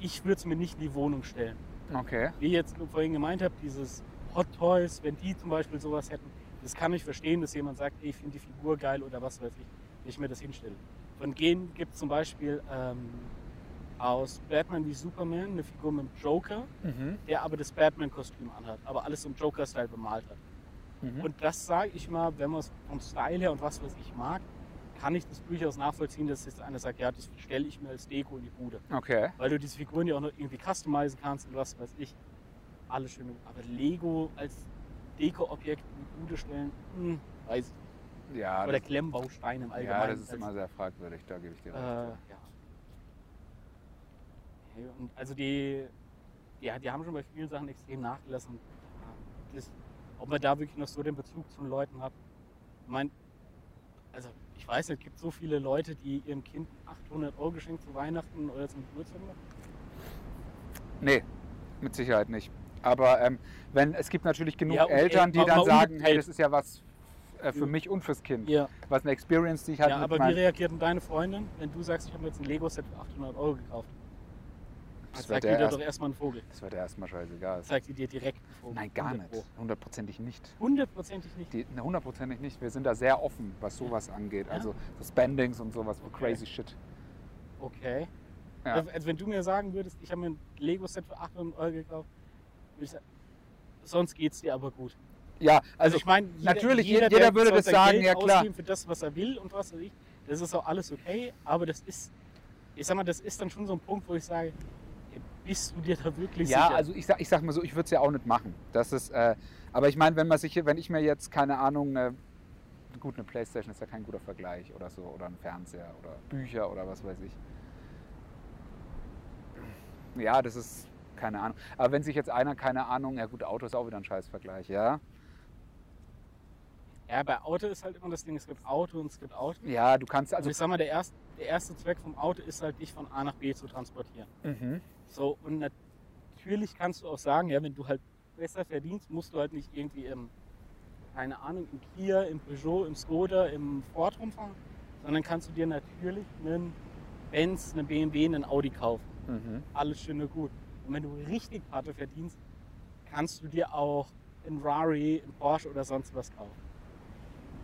S3: Ich würde es mir nicht in die Wohnung stellen
S2: Okay.
S3: wie ich jetzt vorhin gemeint habe, dieses Hot Toys, wenn die zum Beispiel sowas hätten, das kann ich verstehen, dass jemand sagt, ey, ich finde die Figur geil oder was weiß ich, wenn ich mir das hinstelle. Von Gen gibt es zum Beispiel ähm, aus Batman wie Superman eine Figur mit dem Joker,
S2: Mhm.
S3: der aber das Batman-Kostüm anhat, aber alles im Joker-Style bemalt hat.
S2: Mhm.
S3: Und das sage ich mal, wenn man es vom Style her und was weiß ich mag, kann ich das durchaus nachvollziehen, dass jetzt einer sagt, ja, das stelle ich mir als Deko in die Bude
S2: Okay.
S3: weil du diese Figuren ja auch noch irgendwie customizen kannst und was weiß ich. Alles schön. Aber Lego als Deko-Objekt in die Bude stellen, hm, weiß ich. nicht.
S2: Ja,
S3: Oder
S2: das,
S3: Klemmbausteine im Allgemeinen.
S2: ja, das ist
S3: als,
S2: immer sehr fragwürdig, da gebe ich dir
S3: äh,
S2: recht.
S3: ja. Hey, und also die, ja, die haben schon bei vielen Sachen extrem nachgelassen. Äh, Das, ob man da wirklich noch so den Bezug zu den Leuten hat. Ich meine, also ich weiß nicht, es gibt so viele Leute, die ihrem Kind 800 Euro geschenkt zu Weihnachten oder zum Geburtstag machen. Äh.
S2: Nee, mit Sicherheit nicht. Aber ähm, wenn, es gibt natürlich genug
S3: Ja, und
S2: Eltern, die
S3: ey, mal- Mhm.
S2: dann
S3: mal
S2: sagen, hey,
S3: umgedreht.
S2: das ist ja was äh, für mich und fürs Kind.
S3: Ja,
S2: Was eine Experience, die ich halt
S3: ja,
S2: mit
S3: aber wie
S2: meinem...
S3: reagiert denn deine Freundin, wenn du sagst, ich habe jetzt ein Lego-Set für 800 Euro gekauft?
S2: Das wird
S3: Das sagt die
S2: der
S3: dir
S2: erst-
S3: doch erstmal einen Vogel.
S2: Das wird ja erstmal scheißegal.
S3: Sagt die dir direkt einen Vogel.
S2: Nein, gar
S3: 100
S2: nicht.
S3: Pro.
S2: Hundertprozentig nicht.
S3: Hundertprozentig nicht.
S2: Die, ne, hundertprozentig nicht. Wir sind da sehr offen, was sowas angeht.
S3: Ja.
S2: Also so Spendings und sowas,
S3: Okay.
S2: crazy shit.
S3: Okay.
S2: Ja.
S3: Also, also wenn du mir sagen würdest, ich habe mir ein Lego-Set für 800 Euro gekauft, würde ich sagen, sonst geht's dir aber gut.
S2: Ja,
S3: Also
S2: also,
S3: ich meine, jeder,
S2: natürlich, jeder
S3: der
S2: würde
S3: soll
S2: das
S3: sein
S2: sagen,
S3: Geld
S2: ja klar.
S3: ausgeben Für das, was er will und was weiß ich, das ist auch alles okay, aber das ist, ich sag mal, das ist dann schon so ein Punkt, wo ich sage, bist du dir da wirklich
S2: ja,
S3: sicher?
S2: also ich sag, ich sag mal so, ich würde es ja auch nicht machen. Das ist, äh, aber ich meine, wenn man sich, hier- wenn ich mir jetzt, keine Ahnung, eine, gut, eine Playstation ist ja kein guter Vergleich oder so, oder ein Fernseher oder Bücher oder was weiß ich. Ja, das ist, keine Ahnung. Aber wenn sich jetzt einer, keine Ahnung, ja gut, Auto ist auch wieder ein Scheißvergleich, ja.
S3: Ja, bei Auto ist halt immer das Ding, es gibt Auto und es gibt Auto.
S2: Ja, du kannst
S3: Also
S2: also.
S3: ich sag mal, der erste, der erste Zweck vom Auto ist halt, dich von A nach B zu transportieren.
S2: Mhm.
S3: So, und natürlich kannst du auch sagen, ja, wenn du halt besser verdienst, musst du halt nicht irgendwie im, keine Ahnung, im Kia, im Peugeot, im Skoda, im Ford rumfahren, sondern kannst du dir natürlich einen Benz, einen BMW, einen Audi kaufen.
S2: Mhm.
S3: Alles schön und gut. Und wenn du richtig Pate verdienst, kannst du dir auch einen Rari, einen Porsche oder sonst was kaufen.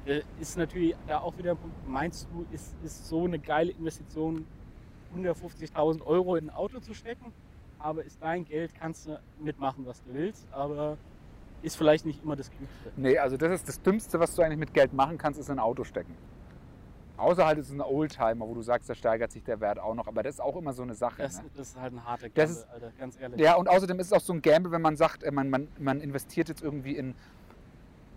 S3: Äh, Ist natürlich da auch wieder ein Punkt, meinst du, ist, ist so eine geile Investition, 150.000 Euro in ein Auto zu stecken? Aber ist dein Geld, kannst du mitmachen, was du willst. Aber ist vielleicht nicht immer das Klügste.
S2: Nee, also das ist das Dümmste, was du eigentlich mit Geld machen kannst, ist in ein Auto stecken. Außer halt es ist ein Oldtimer, wo du sagst, da steigert sich der Wert auch noch. Aber das ist auch immer so eine Sache.
S3: Das,
S2: ne?
S3: das ist halt ein harter
S2: Das
S3: Gamble,
S2: ist-
S3: Alter, ganz ehrlich.
S2: Ja, und außerdem ist es auch so ein Gamble, wenn man sagt, äh, man, man, man investiert jetzt irgendwie in,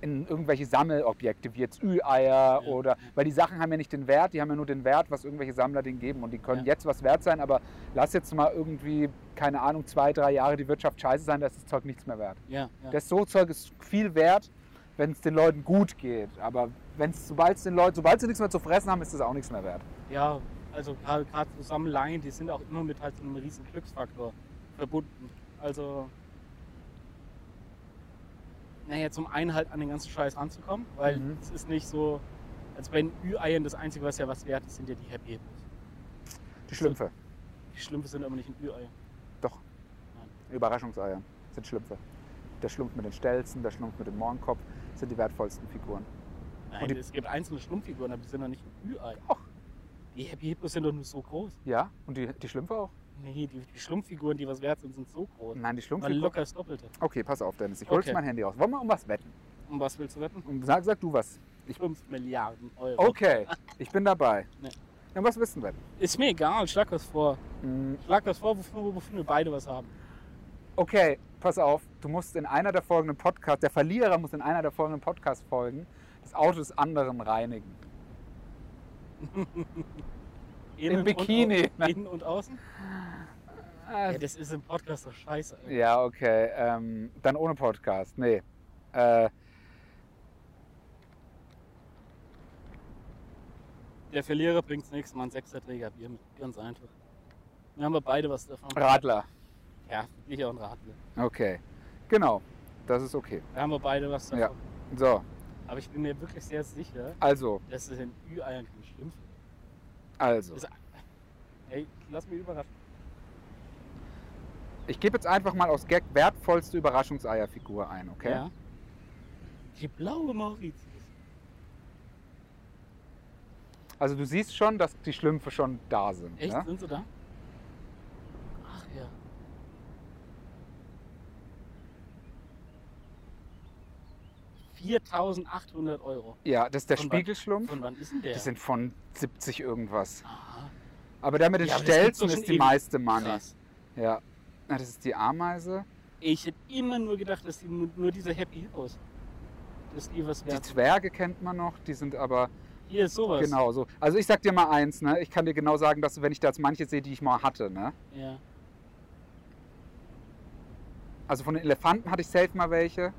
S2: in irgendwelche Sammelobjekte, wie jetzt Ü-Eier
S3: Ja.
S2: oder. Weil die Sachen haben ja nicht den Wert, die haben ja nur den Wert, was irgendwelche Sammler denen geben. Und die können
S3: Ja.
S2: jetzt was wert sein, aber lass jetzt mal irgendwie, keine Ahnung, zwei, drei Jahre die Wirtschaft scheiße sein, da ist das Zeug nichts mehr wert.
S3: Ja, ja.
S2: Das so Zeug ist viel wert, wenn es den Leuten gut geht. Aber wenn es, sobald es den Leuten, sobald sie nichts mehr zu fressen haben, ist das auch nichts mehr wert.
S3: ja also gerade gerade so Sammeleien, die sind auch immer mit halt so einem riesen Glücksfaktor verbunden. Also, naja, zum einen halt an den ganzen Scheiß ranzukommen, weil
S2: Mhm.
S3: es ist nicht so, als wenn Ü-Eiern das Einzige, was ja was wert ist, sind ja die Happy Hippos.
S2: Die Schlümpfe.
S3: Die Schlümpfe sind aber nicht ein Ü-Ei.
S2: Doch. Überraschungseier sind Schlümpfe. Der Schlumpf mit den Stelzen, der Schlumpf mit dem Mohrenkopf sind die wertvollsten Figuren.
S3: Nein,
S2: Und die-
S3: es gibt einzelne Schlumpffiguren, aber die sind doch nicht ein Ü-Ei.
S2: Doch.
S3: Die Happy Hippos sind doch nur so groß.
S2: Ja? Und die, die Schlümpfe auch?
S3: Nee, die, die Schlumpffiguren, die was wert sind, sind so groß.
S2: Nein, die
S3: Man
S2: Schlumpfe.
S3: locker das Doppelte.
S2: Okay, pass auf, Dennis. Ich hol jetzt
S3: Okay.
S2: mein Handy raus. Wollen wir um was wetten?
S3: Um was willst du wetten?
S2: Und Sag, sag du was.
S3: 5 Milliarden Euro.
S2: Okay, ich bin dabei.
S3: Nee.
S2: Ja, um was wissen wir?
S3: Ist mir egal, schlag was vor.
S2: Hm,
S3: Schlag was vor, wofür, wofür wir beide was haben.
S2: Okay, pass auf. Du musst in einer der folgenden Podcasts, der Verlierer muss in einer der folgenden Podcast-Folgen das Auto des anderen reinigen.
S3: Innen
S2: Bikini. Ah.
S3: Und, au- innen und außen? Ja, das ist im Podcast doch scheiße. Ey.
S2: Ja, okay. Ähm, dann ohne Podcast. Nee. Äh,
S3: Der Verlierer bringt das nächste Mal einen Sechserträger Bier mit. Ganz einfach. Dann haben wir beide was davon.
S2: Radler.
S3: Ja, ich auch ein Radler.
S2: Okay. Genau. Das ist okay.
S3: Da haben wir beide was davon.
S2: Ja. So,
S3: Aber ich bin mir wirklich sehr sicher,
S2: also,
S3: dass es in Ü-Eiern kein Schlümpfe
S2: also.
S3: ist. Ey, lass mich überraschen.
S2: Ich gebe jetzt einfach mal aus Gag wertvollste Überraschungseierfigur ein, okay?
S3: Ja. Die blaue Mauritius.
S2: Also du siehst schon, dass die Schlümpfe schon da sind.
S3: Echt?
S2: Ne?
S3: Sind sie da? Ach ja. ...4.800 Euro.
S2: Ja, das ist der
S3: Von wann-
S2: Spiegelschlumpf.
S3: Von wann ist denn der?
S2: Die sind von 70 irgendwas.
S3: Aha,
S2: Aber der mit den
S3: Ja, aber das gibt's
S2: Stelzen
S3: doch schon
S2: ist die
S3: ewig.
S2: meiste Money.
S3: krass.
S2: Ja. Na, das ist die Ameise.
S3: Ich hätte immer nur gedacht, dass die nur, nur diese Happy Heroes... ...dass die was
S2: Die
S3: wert sind.
S2: Zwerge kennt man noch, die sind aber
S3: Hier ist sowas.
S2: genau so. Also ich sag dir mal eins, ne? Ich kann dir genau sagen, dass du, wenn ich da jetzt manche sehe, die ich mal hatte, ne?
S3: Ja.
S2: Also von den Elefanten hatte ich safe mal welche.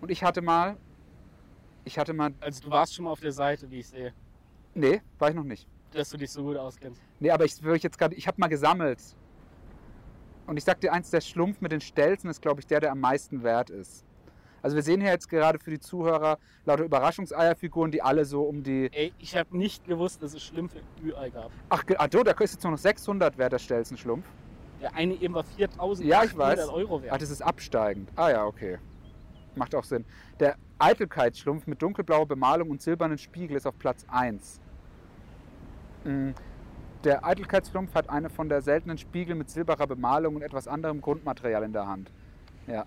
S2: Und ich hatte mal. Ich hatte mal.
S3: Also du warst schon mal auf der Seite, wie ich sehe.
S2: Nee, war ich noch nicht.
S3: Dass du dich so gut auskennst.
S2: Nee, aber ich würde jetzt gerade. Ich habe mal gesammelt. Und ich sag dir eins, der Schlumpf mit den Stelzen ist, glaube ich, der, der am meisten wert ist. Also wir sehen hier jetzt gerade für die Zuhörer lauter Überraschungseierfiguren, die alle so um die.
S3: Ey, ich habe nicht gewusst, dass es Schlümpfe im Ü-Ei gab.
S2: Ach, ge- ah, do, da ist jetzt nur noch 600 wert der Stelzenschlumpf.
S3: Der eine eben war 4.800
S2: Ja, ich weiß.
S3: Euro wert.
S2: Ah, das ist absteigend. Ah ja, okay. Macht auch Sinn. Der Eitelkeitsschlumpf mit dunkelblauer Bemalung und silbernen Spiegel ist auf Platz 1. Der Eitelkeitsschlumpf hat eine von der seltenen Spiegel mit silberer Bemalung und etwas anderem Grundmaterial in der Hand. Ja.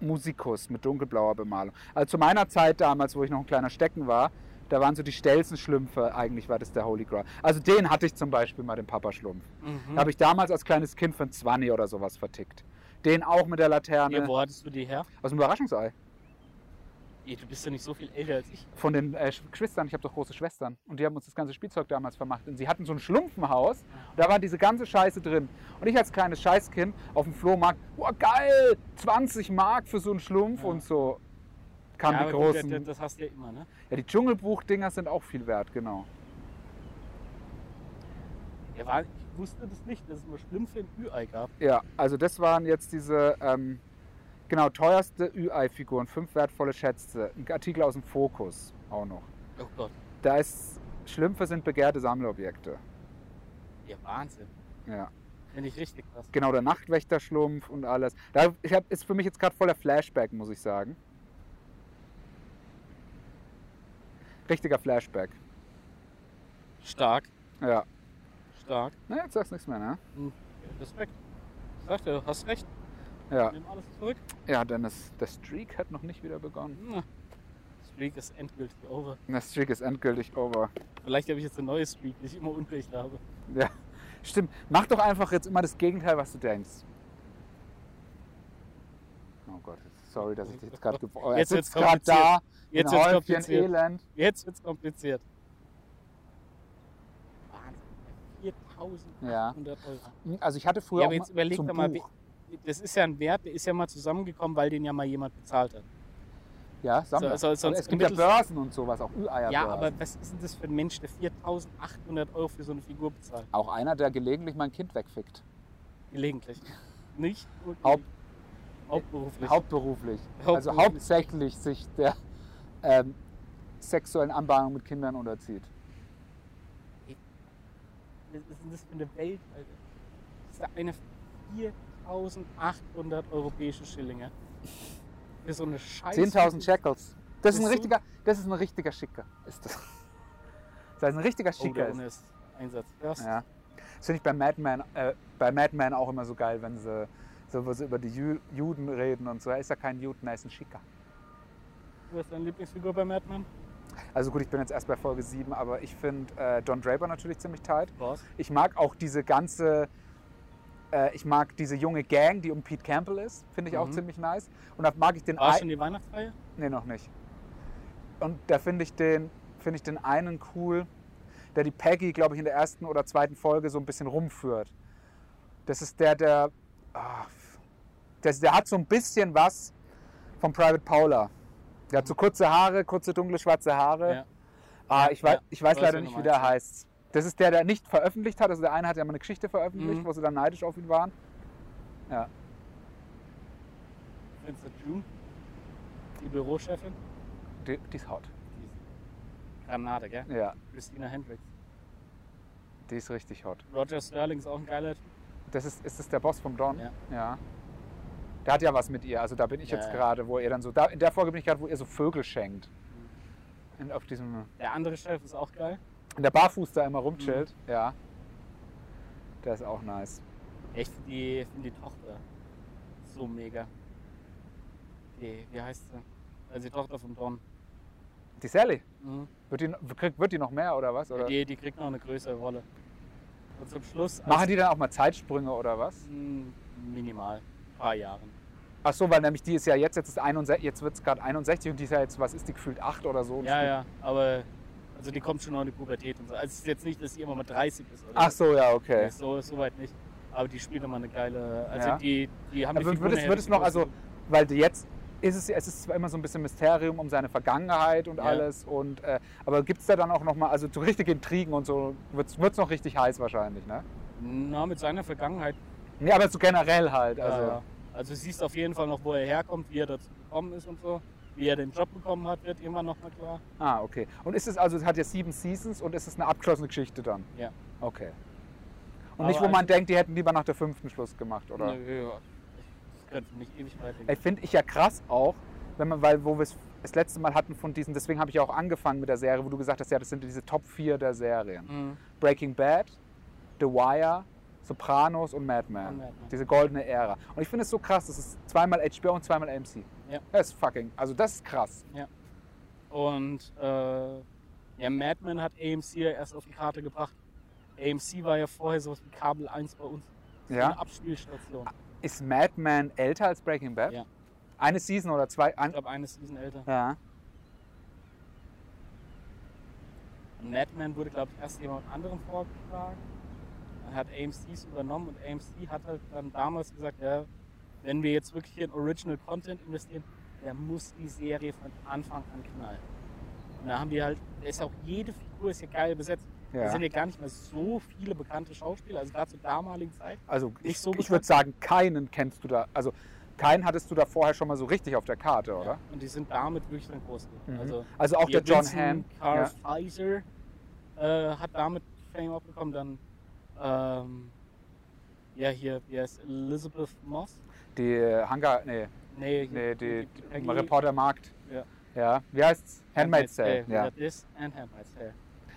S2: Musikus mit dunkelblauer Bemalung. Also zu meiner Zeit damals, wo ich noch ein kleiner Stecken war, da waren so die Stelzenschlümpfe, eigentlich war das der Holy Grail. Also den hatte ich zum Beispiel mal, den Papaschlumpf.
S3: Mhm.
S2: Mhm. Habe ich damals als kleines Kind von 20 oder sowas vertickt. Den auch mit der Laterne.
S3: Ja, wo hattest du die her?
S2: Aus dem Überraschungsei.
S3: Ey, du bist ja nicht so viel älter als ich.
S2: Von den äh, Sch- Geschwistern. Ich habe doch große Schwestern. Und die haben uns das ganze Spielzeug damals vermacht. Und sie hatten so ein Schlumpfenhaus. Und da war diese ganze Scheiße drin. Und ich als kleines Scheißkind auf dem Flohmarkt. Boah, geil! 20 Mark für so einen Schlumpf
S3: Ja.
S2: und so. Kamen
S3: ja,
S2: die
S3: aber gut,
S2: großen.
S3: das, das hast du ja immer, ne?
S2: ja, die Dschungelbuch-Dinger sind auch viel wert, genau.
S3: Ja, war, ich wusste das nicht, dass es nur Schlümpfe im Ü-Ei gab.
S2: Ja, also das waren jetzt diese ähm, genau teuerste UI-Figuren. Fünf wertvolle Schätze. Ein Artikel aus dem Fokus auch noch.
S3: Oh Gott.
S2: Da ist Schlümpfe sind begehrte Sammlerobjekte.
S3: Ja, Wahnsinn.
S2: Ja.
S3: Finde ich richtig krass.
S2: Genau, der Nachtwächterschlumpf und alles. Da ich hab, ist für mich jetzt gerade voller Flashback, muss ich sagen. Richtiger Flashback.
S3: Stark,
S2: Ja.
S3: stark.
S2: Na, jetzt sagst du nichts mehr, ne?
S3: Respekt. Ich sagte, hast recht.
S2: Ja.
S3: Nimm alles zurück.
S2: Ja, denn das, der Streak hat noch nicht wieder begonnen.
S3: Ja. Streak ist endgültig over.
S2: Der Streak ist endgültig over.
S3: Vielleicht habe ich jetzt eine neue Streak, die ich immer unrecht habe.
S2: Ja, stimmt. Mach doch einfach jetzt immer das Gegenteil, was du denkst. Oh Gott, sorry, dass ich dich jetzt gerade ge oh, er
S3: Jetzt wird's
S2: sitzt gerade da.
S3: Jetzt
S2: in
S3: wird's
S2: Häufchen
S3: kompliziert.
S2: Genau, Elend.
S3: Jetzt wird's kompliziert. Wahnsinn. 4.800 Euro.
S2: Also ich hatte früher
S3: Ja,
S2: auch
S3: aber jetzt
S2: mal
S3: überleg
S2: zum
S3: doch mal, wie-
S2: Buch.
S3: das ist ja ein Wert, der ist ja mal zusammengekommen, weil den ja mal jemand bezahlt hat.
S2: Ja, Sammler.
S3: so- sonst
S2: Aber es gibt ja
S3: ermittelst-
S2: Börsen und sowas, auch
S3: Ja,
S2: Ü-Eier.
S3: aber was ist denn das für ein Mensch, der 4.800 Euro für so eine Figur bezahlt?
S2: auch einer, der gelegentlich mein Kind wegfickt.
S3: Gelegentlich. Nicht?
S2: Haupt-
S3: Hauptberuflich.
S2: Hauptberuflich. Also
S3: Hauptberuflich.
S2: hauptsächlich sich der ähm, sexuellen Anbahnung mit Kindern unterzieht.
S3: Was ist denn das für eine Welt, Alter? Das ist eine 4800 europäische Schillinge. Für so eine Scheiße.
S2: 10.000 Shekels. Das ist
S3: Bist
S2: ein
S3: du-
S2: richtiger, das ist ein richtiger Schicker. Ist das. Das ist ein richtiger
S3: Oh,
S2: Schicker.
S3: da
S2: ist.
S3: ohne ist Einsatz. First.
S2: Ja. Das finde ich bei Madman, äh, bei Madman auch immer so geil, wenn sie so, wo sie über die Ju Juden reden und so. Er ist ja kein Juden, er ist ein Schicker.
S3: Was ist deine Lieblingsfigur bei Madman?
S2: Also gut, ich bin jetzt erst bei Folge 7, aber ich finde äh, Don Draper natürlich ziemlich tight.
S3: Was?
S2: Ich mag auch diese ganze, äh, ich mag diese junge Gang, die um Pete Campbell ist, finde ich auch
S3: Mhm.
S2: ziemlich nice. Und da mag ich den
S3: War
S2: ein-
S3: schon die Weihnachtsfeier?
S2: Nee, noch nicht. Und da finde ich, den, finde ich den einen cool, der die Peggy, glaube ich, in der ersten oder zweiten Folge so ein bisschen rumführt. Das ist der, der. ah, der, der hat so ein bisschen was von Private Paula. Der hat so kurze Haare, kurze dunkle schwarze Haare.
S3: Ja.
S2: Ah,
S3: Ja,
S2: ich weiß,
S3: ja.
S2: ich weiß
S3: Weiß,
S2: leider
S3: wen du
S2: nicht, wie der heißt. Das ist der, der nicht veröffentlicht hat. Also der eine hat ja mal eine Geschichte veröffentlicht,
S3: Mhm.
S2: wo sie dann neidisch auf ihn waren.
S3: Fenster June. Die Bürochefin.
S2: Die, die ist hot.
S3: Die ist Granate, gell?
S2: Ja,
S3: Christina Hendricks.
S2: die ist richtig hot.
S3: Roger Sterling ist auch ein geiler Typ.
S2: Das ist, ist das der Boss vom Don?
S3: Ja.
S2: Der hat ja was mit ihr. Also da bin ich
S3: Ja,
S2: jetzt
S3: ja.
S2: gerade, wo ihr dann so, da, in der Folge bin ich gerade, wo ihr so Vögel schenkt. Und auf diesem,
S3: Der andere Chef ist auch geil.
S2: in der Barfuß da immer rumchillt.
S3: Mhm.
S2: Ja. Der ist auch nice.
S3: Echt, die, find die Tochter so mega. Die, wie heißt sie? Also die Tochter von Don.
S2: Die Sally, wird die, kriegt, wird die noch mehr oder was? Mhm. Oder
S3: Die, die kriegt noch eine größere Rolle. Und zum Schluss. als-
S2: machen die dann auch mal Zeitsprünge oder was?
S3: Hm, Minimal. Ein paar Jahren.
S2: Ach so, weil nämlich die ist ja jetzt, jetzt, ist 61, jetzt wird es gerade 61 und die ist ja jetzt, was ist die, gefühlt 8 oder so. und
S3: Ja,
S2: spielt-
S3: ja, aber. Also die kommt schon noch in die Pubertät und so. Also es ist jetzt nicht, dass sie immer mal 30 ist oder
S2: Ach so, ja,
S3: so.
S2: okay.
S3: so. So weit nicht. Aber die spielt immer eine geile. Also
S2: Ja.
S3: die, die haben die
S2: Aber wird,
S3: Figur
S2: es,
S3: nachher
S2: wird es noch,
S3: groß-
S2: also, weil die jetzt ist es, es ist zwar immer so ein bisschen Mysterium um seine Vergangenheit und
S3: Ja.
S2: alles, und, äh, aber gibt es da dann auch nochmal, also so richtige Intrigen und so, wird es noch richtig heiß wahrscheinlich, ne?
S3: Na, mit seiner Vergangenheit.
S2: Nee, aber so generell halt, also,
S3: Also, also du siehst auf jeden Fall noch, wo er herkommt, wie er dazu gekommen ist und so. Wie er den Job bekommen hat, wird irgendwann nochmal klar.
S2: ah, okay. Und ist es, also es hat jetzt sieben Seasons und ist es eine abgeschlossene Geschichte dann?
S3: Ja.
S2: Okay. Und
S3: Aber
S2: nicht, wo man
S3: also-
S2: denkt, die hätten lieber nach der fünften Schluss gemacht, oder?
S3: Nö, ja. Das könnte nicht ewig weit gehen.
S2: Ey, finde ich ja krass auch, wenn man, weil wo wir es das letzte Mal hatten von diesen, deswegen habe ich ja auch angefangen mit der Serie, wo du gesagt hast, ja, das sind diese Top 4 der Serien.
S3: Mhm.
S2: Breaking Bad, The Wire, Sopranos und Mad Men.
S3: Und Mad Men.
S2: Diese goldene Ära. Und ich finde es so krass, das ist zweimal HBO und zweimal AMC.
S3: Ja.
S2: Das ist fucking, also das ist krass.
S3: Und äh, ja, Mad Men hat AMC ja erst auf die Karte gebracht. AMC war ja vorher sowas wie Kabel 1 bei uns. So Eine
S2: Ja.
S3: Abspielstation.
S2: Ist Mad Men älter als Breaking Bad?
S3: Ja.
S2: Eine Season oder zwei?
S3: Ich
S2: Ein,
S3: glaube, eine Season älter.
S2: ja.
S3: Und Mad Men wurde, glaube ich, erst jemand anderem vorgeschlagen. Dann hat AMC es übernommen und AMC hat halt dann damals gesagt, ja, wenn wir jetzt wirklich hier in Original Content investieren, dann muss die Serie von Anfang an knallen. Und da haben die halt, da ist auch jede Figur ist ja geil besetzt. Da
S2: ja.
S3: sind ja gar nicht mehr so viele bekannte Schauspieler, also gerade zur damaligen Zeit.
S2: Also ich,
S3: Nicht so
S2: ich
S3: bekannt.
S2: würde sagen, keinen kennst du da, also keinen hattest du da vorher schon mal so richtig auf der Karte, oder?
S3: Und die sind damit wirklich dann groß geworden.
S2: Mhm.
S3: Also,
S2: Also auch
S3: hier
S2: der John
S3: Vincent
S2: Hamm. Ja.
S3: Carl Pfizer äh, hat damit Fame abbekommen. Dann, ähm, ja, hier, wie heißt Elizabeth Moss?
S2: Die Hangar, nee,
S3: Nee,
S2: nee
S3: hier,
S2: die,
S3: Peggy-
S2: Reportermarkt.
S3: Ja.
S2: ja. Wie heißt's? Handmaid's Tale.
S3: Handmaid's
S2: Ja.
S3: That is and Handmaid's Tale.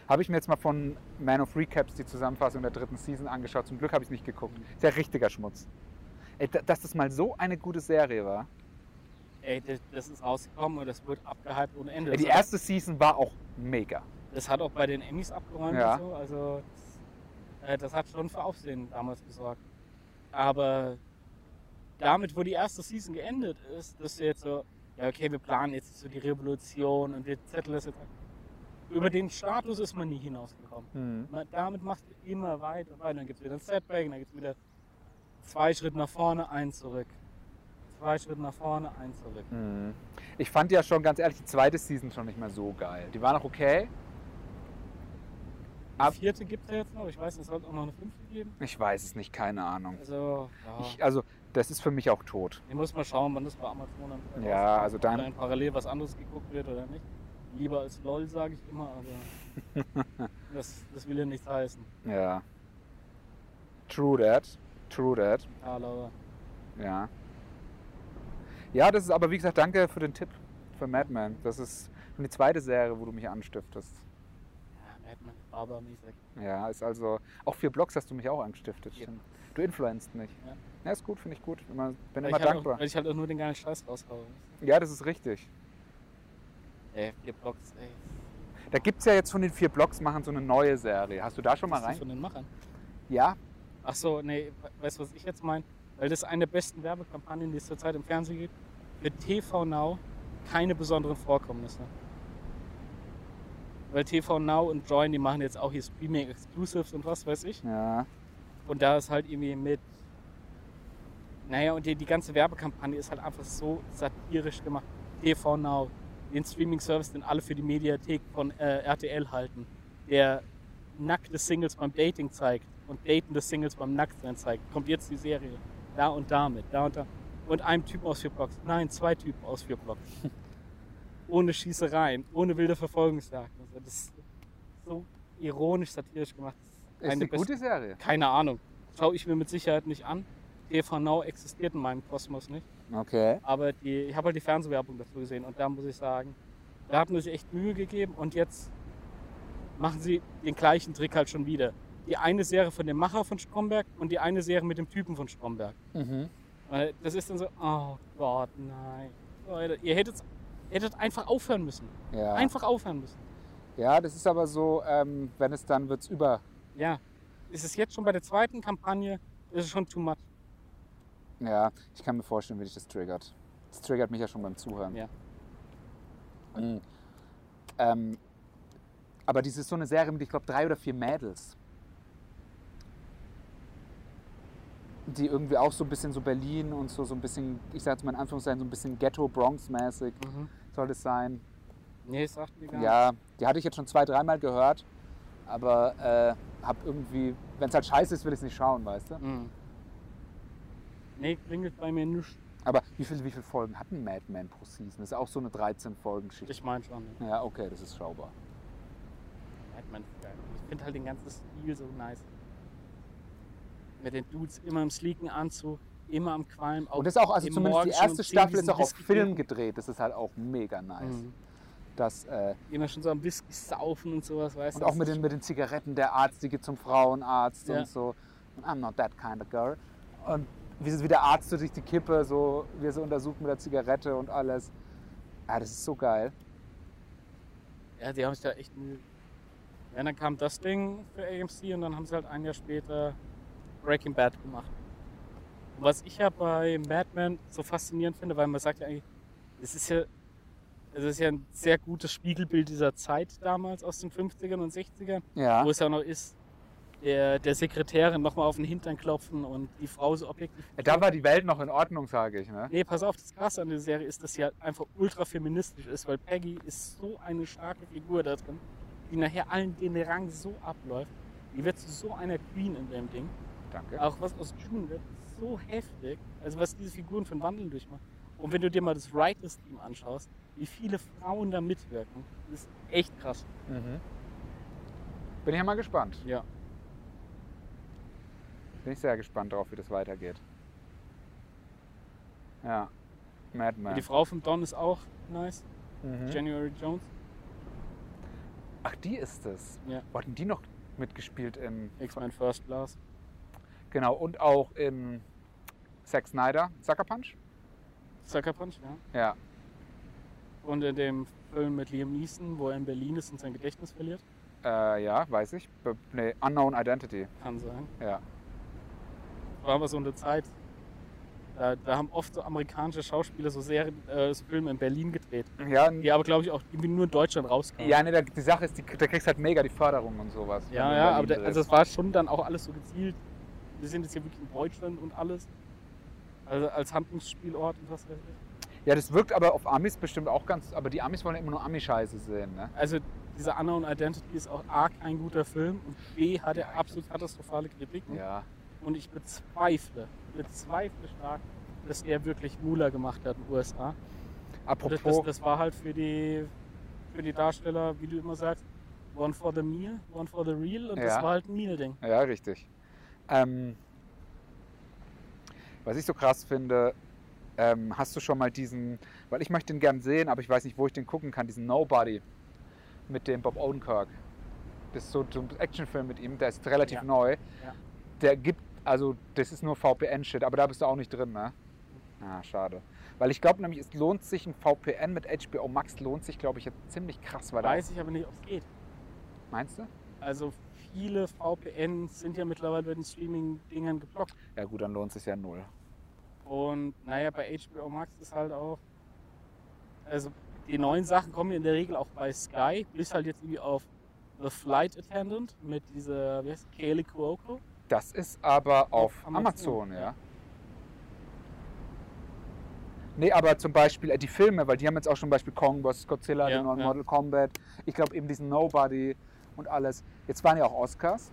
S2: Habe ich mir jetzt mal von Man of Recaps die Zusammenfassung der dritten Season angeschaut. Zum Glück habe ich es nicht geguckt. Ist ja richtiger Schmutz. Ey, da- dass das mal so eine gute Serie war.
S3: Ey, das, das ist rausgekommen und das wird abgehypt ohne Ende.
S2: Ey, die
S3: Das hat-
S2: erste Season war auch mega.
S3: Das hat auch bei den Emmys abgeräumt
S2: Ja.
S3: und so. Also das, äh, das hat schon für Aufsehen damals gesorgt. Aber damit, wo die erste Season geendet ist, dass du jetzt so, ja okay, wir planen jetzt so die Revolution und wir zetteln das jetzt ab. Über den Status ist man nie hinausgekommen. Man, damit macht ihr immer weiter und weiter. Dann gibt es wieder ein Setback, und dann gibt es wieder zwei Schritte nach vorne, ein zurück. Zwei Schritte nach vorne, ein zurück.
S2: Mhm. Ich fand ja schon, ganz ehrlich, die zweite Season schon nicht mehr so geil. Die war noch okay. Ab-
S3: Die vierte gibt es ja jetzt noch, ich weiß, es soll auch noch eine fünfte geben.
S2: Ich weiß es nicht, keine Ahnung.
S3: Also, ja.
S2: Ich, also, das ist für mich auch tot.
S3: Ich muss mal schauen, wann das bei Amazon dann
S2: Ja,
S3: rauskommt,
S2: also
S3: ob
S2: dann-
S3: dann parallel was anderes geguckt wird oder nicht. Lieber als LOL, sage ich immer, aber das, das will ja nichts heißen.
S2: Ja. True that. True that.
S3: Ja, Laura.
S2: Ja. Ja, das ist aber, wie gesagt, danke für den Tipp für Madman. Das ist schon die zweite Serie, wo du mich anstiftest.
S3: Ja, Madman, Barber-mäßig.
S2: Ja, ist also, auch für Blogs hast du mich auch angestiftet.
S3: Ja.
S2: stimmt. Du influenzt mich.
S3: Ja.
S2: Ja, ist gut, finde ich gut. Immer, bin
S3: Weil,
S2: immer
S3: ich halt auch-
S2: dankbar.
S3: weil ich halt auch nur den geilen Scheiß raushaue.
S2: Ja, das ist richtig.
S3: Ey, vier Blocks, ey.
S2: Da gibt es ja jetzt von den vier Blogs machen so eine neue Serie. Hast du da schon mal
S3: Was ist das
S2: rein?
S3: von den Machern?
S2: Ja.
S3: Ach so, nee, we- weißt du, was ich jetzt meine? Weil das ist eine der besten Werbekampagnen, die es zurzeit im Fernsehen gibt. Für TV Now keine besonderen Vorkommnisse. Weil TV Now und Join, die machen jetzt auch hier Streaming Exclusives und was weiß ich.
S2: Ja.
S3: Und da ist halt irgendwie mit. Naja, und die, die ganze Werbekampagne ist halt einfach so satirisch gemacht. TV Now, den Streaming-Service, den alle für die Mediathek von äh, RTL halten, der nackte Singles beim Dating zeigt und datende Singles beim Nacktsein zeigt. Kommt jetzt die Serie. Da und damit, da und da. Und einem Typen aus vier Blocks. Nein, zwei Typen aus vier Blocks. ohne Schießereien, ohne wilde Verfolgungsjagden. Also das ist so ironisch, satirisch gemacht.
S2: Ist
S3: Eine
S2: eine gute Serie.
S3: keine Ahnung. Schaue ich mir mit Sicherheit nicht an. TV Now existiert in meinem Kosmos nicht.
S2: Okay.
S3: Aber die, ich habe halt die Fernsehwerbung dazu gesehen und da muss ich sagen, da haben sie sich echt Mühe gegeben und jetzt machen sie den gleichen Trick halt schon wieder. Die eine Serie von dem Macher von Stromberg und die eine Serie mit dem Typen von Stromberg.
S2: Mhm.
S3: Weil Das ist dann so, oh Gott, nein. Leute, ihr hättet, hättet einfach aufhören müssen.
S2: Ja.
S3: Einfach aufhören müssen.
S2: ja, das ist aber so, ähm, wenn es dann wird's über.
S3: Ja. Ist es jetzt schon bei der zweiten Kampagne, ist es schon too much.
S2: Ja, ich kann mir vorstellen, wie dich das triggert. Das triggert mich ja schon beim Zuhören.
S3: Ja.
S2: Mhm. Ähm, aber das ist so eine Serie mit, ich glaube, drei oder vier Mädels. Die irgendwie auch so ein bisschen so Berlin und so, so ein bisschen, ich sage jetzt mal in Anführungszeichen, so ein bisschen Ghetto-Bronx-mäßig
S3: Mhm.
S2: soll das sein.
S3: Nee, das sagt mir gar nicht.
S2: Ja, die hatte ich jetzt schon zwei, dreimal gehört, aber äh, hab irgendwie, wenn es halt scheiße ist, will ich es nicht schauen, weißt du?
S3: Mhm. Nee, klingelt bei mir nicht.
S2: Aber wie viele wie viel Folgen hatten Mad Men pro Season? Das ist auch so eine 13-Folgen-Geschichte.
S3: Ich meine schon. ne?
S2: Ja, okay, das ist schaubar.
S3: Hat man- Ich finde halt den ganzen Stil so nice. Mit den Dudes immer im sleeken Anzug, immer am Qualm.
S2: Und das ist auch, also
S3: im
S2: zumindest die
S3: Morgen schon um
S2: erste
S3: 10
S2: Staffel ist
S3: diesen
S2: auch auf
S3: Whisky
S2: Film
S3: trinken.
S2: gedreht. Das ist halt auch mega nice.
S3: Mhm.
S2: Das, äh,
S3: Immer schon so am Whisky saufen und sowas, weißt
S2: und
S3: du.
S2: auch mit den, mit den Zigaretten, der Arzt, die geht zum Frauenarzt
S3: Ja.
S2: und so. Und I'm not that kind of girl. Und wie, sie- wie der Arzt so durch die Kippe, so, wie er sie untersucht mit der Zigarette und alles. Ah, das ist so geil.
S3: Ja, die haben sich da echt Mühe. Ja, dann kam das Ding für AMC und dann haben sie halt ein Jahr später Breaking Bad gemacht. Und was ich ja bei Mad Men so faszinierend finde, weil man sagt ja eigentlich, es ist ja, es ist ja ein sehr gutes Spiegelbild dieser Zeit damals aus den 50ern und 60ern,
S2: Ja.
S3: wo es ja noch ist, der, der Sekretärin nochmal auf den Hintern klopfen und die Frau so objektiv.
S2: Da war die Welt noch in Ordnung, sage ich. Ne?
S3: Nee, pass auf, das Krasse an der Serie ist, dass sie halt einfach ultra feministisch ist, weil Peggy ist so eine starke Figur da drin, die nachher allen den Rang so abläuft. Die wird zu so einer Queen in dem Ding.
S2: Danke.
S3: Auch was aus June wird, ist so heftig. Also was diese Figuren für einen Wandel durchmachen. Und wenn du dir mal das Writers-Team anschaust, wie viele Frauen da mitwirken, das ist echt krass.
S2: Mhm. Bin ich ja mal gespannt.
S3: Ja.
S2: Bin ich sehr gespannt drauf, wie das weitergeht. Ja. Madman.
S3: Die Frau vom Don ist auch nice.
S2: Mhm.
S3: January Jones.
S2: Ach, die ist es.
S3: Ja.
S2: Wo hatten die noch mitgespielt in.
S3: X-Men First Class.
S2: Genau, und auch in Zack Snyder, Sucker Punch.
S3: Sucker Punch, ja.
S2: Ja.
S3: Und in dem Film mit Liam Neeson, wo er in Berlin ist und sein Gedächtnis verliert.
S2: Äh, ja, weiß ich. Be nee, Unknown Identity.
S3: Kann sein.
S2: Ja.
S3: War aber so eine Zeit. Da, da haben oft so amerikanische Schauspieler so Serien, äh, so Filme in Berlin gedreht.
S2: Ja, n-
S3: Die aber, glaube ich, auch irgendwie nur in Deutschland rauskamen.
S2: ja nee, da, die Sache ist, die, da kriegst halt mega die Förderung und sowas. wenn du
S3: ja,
S2: in
S3: ja
S2: Berlin
S3: aber da,
S2: drehst.
S3: also es war schon dann auch alles so gezielt. Wir sind jetzt hier wirklich in Deutschland und alles. Also als Handlungsspielort und was weiß ich.
S2: ja, das wirkt aber auf Amis bestimmt auch ganz. Aber die Amis wollen ja immer nur Ami-Scheiße sehen, ne?
S3: Also diese Unknown Identity ist auch A, kein guter Film und B, hat er absolut katastrophale Kritiken.
S2: Ja.
S3: Und ich bezweifle, bezweifle stark, dass er wirklich Mula gemacht hat in den USA. Das, das,
S2: Apropos.
S3: das war halt für die, für die Darsteller, wie du immer sagst, one for the meal, one for the real und das
S2: Ja.
S3: war halt ein Meal-Ding.
S2: Ja, richtig. Ähm, was ich so krass finde, ähm, hast du schon mal diesen, weil ich möchte den gern sehen, aber ich weiß nicht, wo ich den gucken kann, diesen Nobody mit dem Bob Odenkirk. Das ist so ein Actionfilm mit ihm, der ist relativ
S3: Ja.
S2: neu.
S3: Ja.
S2: Der gibt, also das ist nur VPN-Shit, aber da bist du auch nicht drin, ne? Ah, schade. Weil ich glaube nämlich, es lohnt sich, ein VPN mit HBO Max lohnt sich, glaube ich, jetzt ziemlich krass, weil da,
S3: Weiß ich aber nicht, ob es geht.
S2: meinst du?
S3: Also viele VPNs sind ja mittlerweile bei den Streaming-Dingern geblockt.
S2: Ja gut, dann lohnt es sich ja null.
S3: Und naja, bei HBO Max ist halt auch. Also die neuen Sachen kommen ja in der Regel auch bei Sky, bis halt jetzt irgendwie auf The Flight Attendant mit dieser, wie heißt die, Kaylee Cuoco.
S2: Das ist aber auf
S3: Auf
S2: Amazon,
S3: Amazon,
S2: ja.
S3: ja.
S2: Nee, aber zum Beispiel äh, die Filme, weil die haben jetzt auch schon zum Beispiel Kong vs. Godzilla,
S3: Ja,
S2: den neuen
S3: ja.
S2: Model Combat, ich glaube eben diesen Nobody und alles. Jetzt waren ja auch Oscars.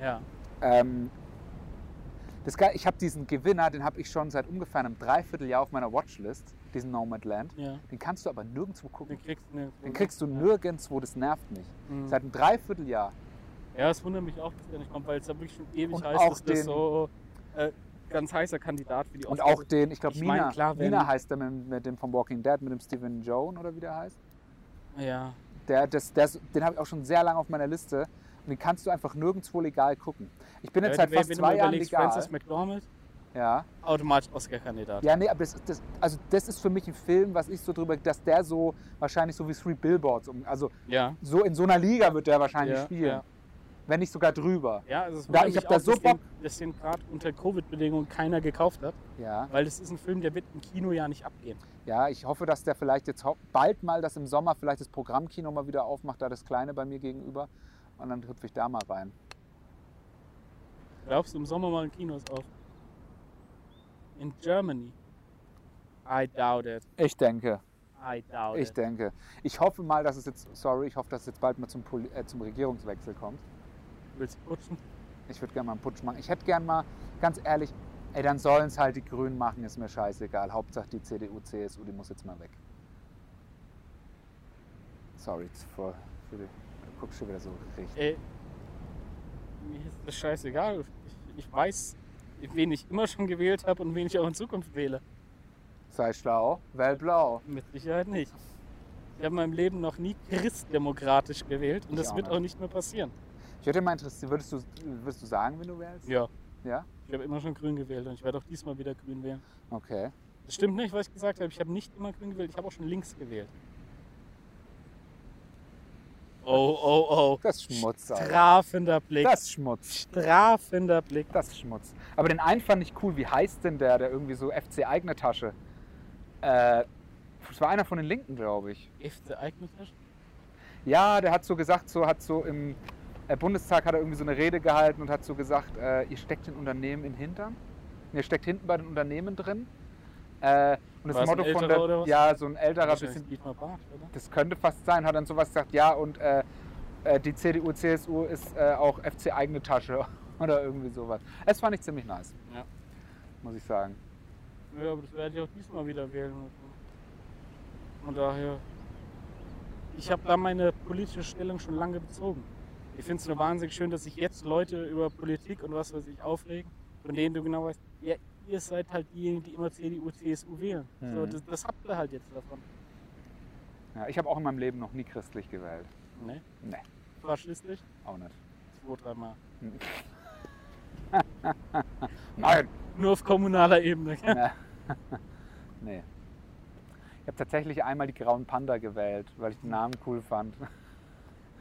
S3: Ja.
S2: Ähm, das Geil, ich habe diesen Gewinner, den habe ich schon seit ungefähr einem Dreivierteljahr auf meiner Watchlist, diesen Nomadland.
S3: Ja.
S2: Den kannst du aber nirgendwo gucken.
S3: Den kriegst du nirgendwo.
S2: Den kriegst du
S3: Ja.
S2: nirgendwo, das nervt mich.
S3: Mhm.
S2: Seit einem Dreivierteljahr.
S3: Ja, es wundert mich auch, dass der nicht kommt, weil es da wirklich schon ewig
S2: Und
S3: heißt,
S2: auch
S3: dass das
S2: den-
S3: so äh, ganz heißer Kandidat für die
S2: Und
S3: Oscars
S2: auch
S3: ist.
S2: den, ich glaube,
S3: Ich meine,
S2: Mina,
S3: klar, wenn-
S2: Mina heißt der mit, mit dem von Walking Dead, mit dem Steven Joan oder wie der heißt.
S3: Ja.
S2: Der, das, der, den habe ich auch schon sehr lange auf meiner Liste. Und den kannst du einfach nirgendwo legal gucken. Ich bin jetzt
S3: ja,
S2: seit
S3: Äh, wenn-
S2: fast
S3: wenn
S2: zwei
S3: du
S2: Jahren
S3: mal überlegst,
S2: legal.
S3: Francis McDormand,
S2: Ja.
S3: automatisch Oscar-Kandidat.
S2: ja, nee, aber das, ist- das, also das ist für mich ein Film, was ich so drüber, dass der so wahrscheinlich so wie Three Billboards, um, also
S3: Ja.
S2: so in so einer Liga wird der wahrscheinlich
S3: Ja,
S2: spielen.
S3: ja.
S2: Wenn nicht sogar drüber.
S3: Ja, also es
S2: Da-
S3: wundert
S2: ich
S3: mich
S2: hab da
S3: auch,
S2: so
S3: dass
S2: Bock-
S3: den, dass den gerade unter Covid-Bedingungen keiner gekauft hat,
S2: Ja.
S3: weil das ist ein Film, der wird im Kino ja nicht abgehen.
S2: Ja, ich hoffe, dass der vielleicht jetzt hau- bald mal das im Sommer, vielleicht das Programmkino mal wieder aufmacht, da das kleine bei mir gegenüber. Und dann hüpfe ich da mal rein.
S3: Glaubst du, im Sommer mal in Kinos auf? In Germany? I doubt it.
S2: Ich denke.
S3: I doubt
S2: Ich
S3: it.
S2: denke. Ich hoffe mal, dass es jetzt, sorry, ich hoffe, dass es jetzt bald mal zum, Poli äh, zum Regierungswechsel kommt.
S3: Willst du putschen?
S2: Ich würde gerne mal einen Putsch machen. Ich hätte gerne mal, ganz ehrlich, ey, dann sollen es halt die Grünen machen, ist mir scheißegal. Hauptsache die CDU, CSU, die muss jetzt mal weg. Sorry, für, für die, du guckst schon wieder so richtig.
S3: Ey, mir ist das scheißegal. Ich, ich weiß, wen ich immer schon gewählt habe und wen ich auch in Zukunft wähle.
S2: Sei schlau, wähl blau.
S3: Mit Sicherheit nicht. Ich habe in meinem Leben noch nie christdemokratisch gewählt und
S2: Ich
S3: das
S2: auch
S3: wird
S2: nicht.
S3: auch nicht mehr passieren.
S2: Ich würde mal interessieren, würdest du, würdest du sagen, wenn du wählst?
S3: Ja,
S2: Ja?
S3: ich habe immer schon grün gewählt und ich werde auch diesmal wieder grün wählen.
S2: Okay.
S3: Das stimmt nicht, was ich gesagt habe. Ich habe nicht immer grün gewählt, ich habe auch schon links gewählt. Oh, oh, oh.
S2: Das ist Schmutz, Alter.
S3: Strafender Blick.
S2: Das ist Schmutz.
S3: Strafender Blick.
S2: Das ist Schmutz. Aber den einen fand ich cool. Wie heißt denn der, der irgendwie so FC eigene Tasche? Äh, das war einer von den Linken, glaube ich.
S3: Gifte eignet sich?
S2: Ja, der hat so gesagt, so hat so im äh, Bundestag hat er irgendwie so eine Rede gehalten und hat so gesagt, äh, ihr steckt den Unternehmen in den Hintern. Ihr steckt hinten bei den Unternehmen drin. Äh, und das
S3: War es ein
S2: Motto von
S3: älterer
S2: der,
S3: oder was?
S2: ja, so ein älterer, bisschen,
S3: Wahrscheinlich Dietmar Barth, oder?
S2: das könnte fast sein, hat dann sowas gesagt, ja und äh, äh, die CDU, CSU ist äh, auch FC eigene Tasche oder irgendwie sowas. Es fand ich ziemlich nice,
S3: Ja.
S2: muss ich sagen.
S3: Ja, aber das werde ich auch diesmal wieder wählen. müssen. Von daher, ich habe da meine politische Stellung schon lange bezogen. Ich finde es nur wahnsinnig schön, dass sich jetzt Leute über Politik und was weiß ich aufregen, von denen du genau weißt, ja, ihr seid halt diejenigen, die immer CDU, CSU wählen. So,
S2: Mhm.
S3: das, das habt ihr halt jetzt davon.
S2: Ja, ich habe auch in meinem Leben noch nie christlich gewählt.
S3: Ne?
S2: Nee.
S3: Faschistisch?
S2: Auch nicht.
S3: Zwei, dreimal.
S2: Nein,
S3: Nur auf kommunaler Ebene. gell?
S2: Nee. Ich habe tatsächlich einmal die grauen Panda gewählt, weil ich den Namen cool fand.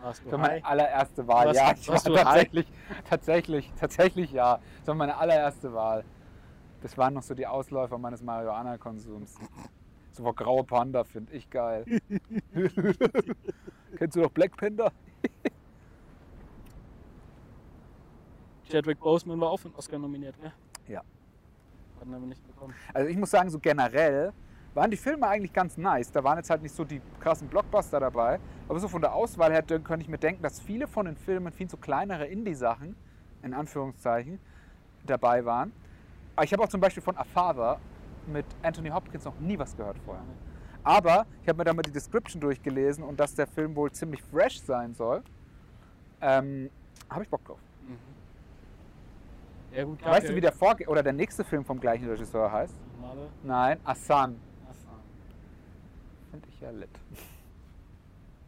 S3: Warst du
S2: Das war meine
S3: high?
S2: allererste Wahl.
S3: Was-
S2: ja, ich war
S3: warst du high?
S2: tatsächlich, tatsächlich, tatsächlich ja. Das war meine allererste Wahl. Das waren noch so die Ausläufer meines Marihuana-Konsums. So war graue Panda, finde ich geil. Kennst du noch Black Panda?
S3: Chadwick Boseman war auch für einen Oscar nominiert, ne?
S2: Ja.
S3: Hat ihn aber nicht bekommen.
S2: Also ich muss sagen, so generell waren die Filme eigentlich ganz nice. Da waren jetzt halt nicht so die krassen Blockbuster dabei. Aber so von der Auswahl her könnte ich mir denken, dass viele von den Filmen viel so kleinere Indie-Sachen, in Anführungszeichen, dabei waren. Aber ich habe auch zum Beispiel von A Father mit Anthony Hopkins noch nie was gehört vorher. Aber ich habe mir dann mal die Description durchgelesen und dass der Film wohl ziemlich fresh sein soll. Ähm, habe ich Bock drauf.
S3: Ja, gut,
S2: Mhm. weißt du, wie der Vorge oder der nächste Film vom gleichen Regisseur heißt?
S3: Normale
S2: Nein, Asan.
S3: Erfahrung.
S2: Finde ich ja lit.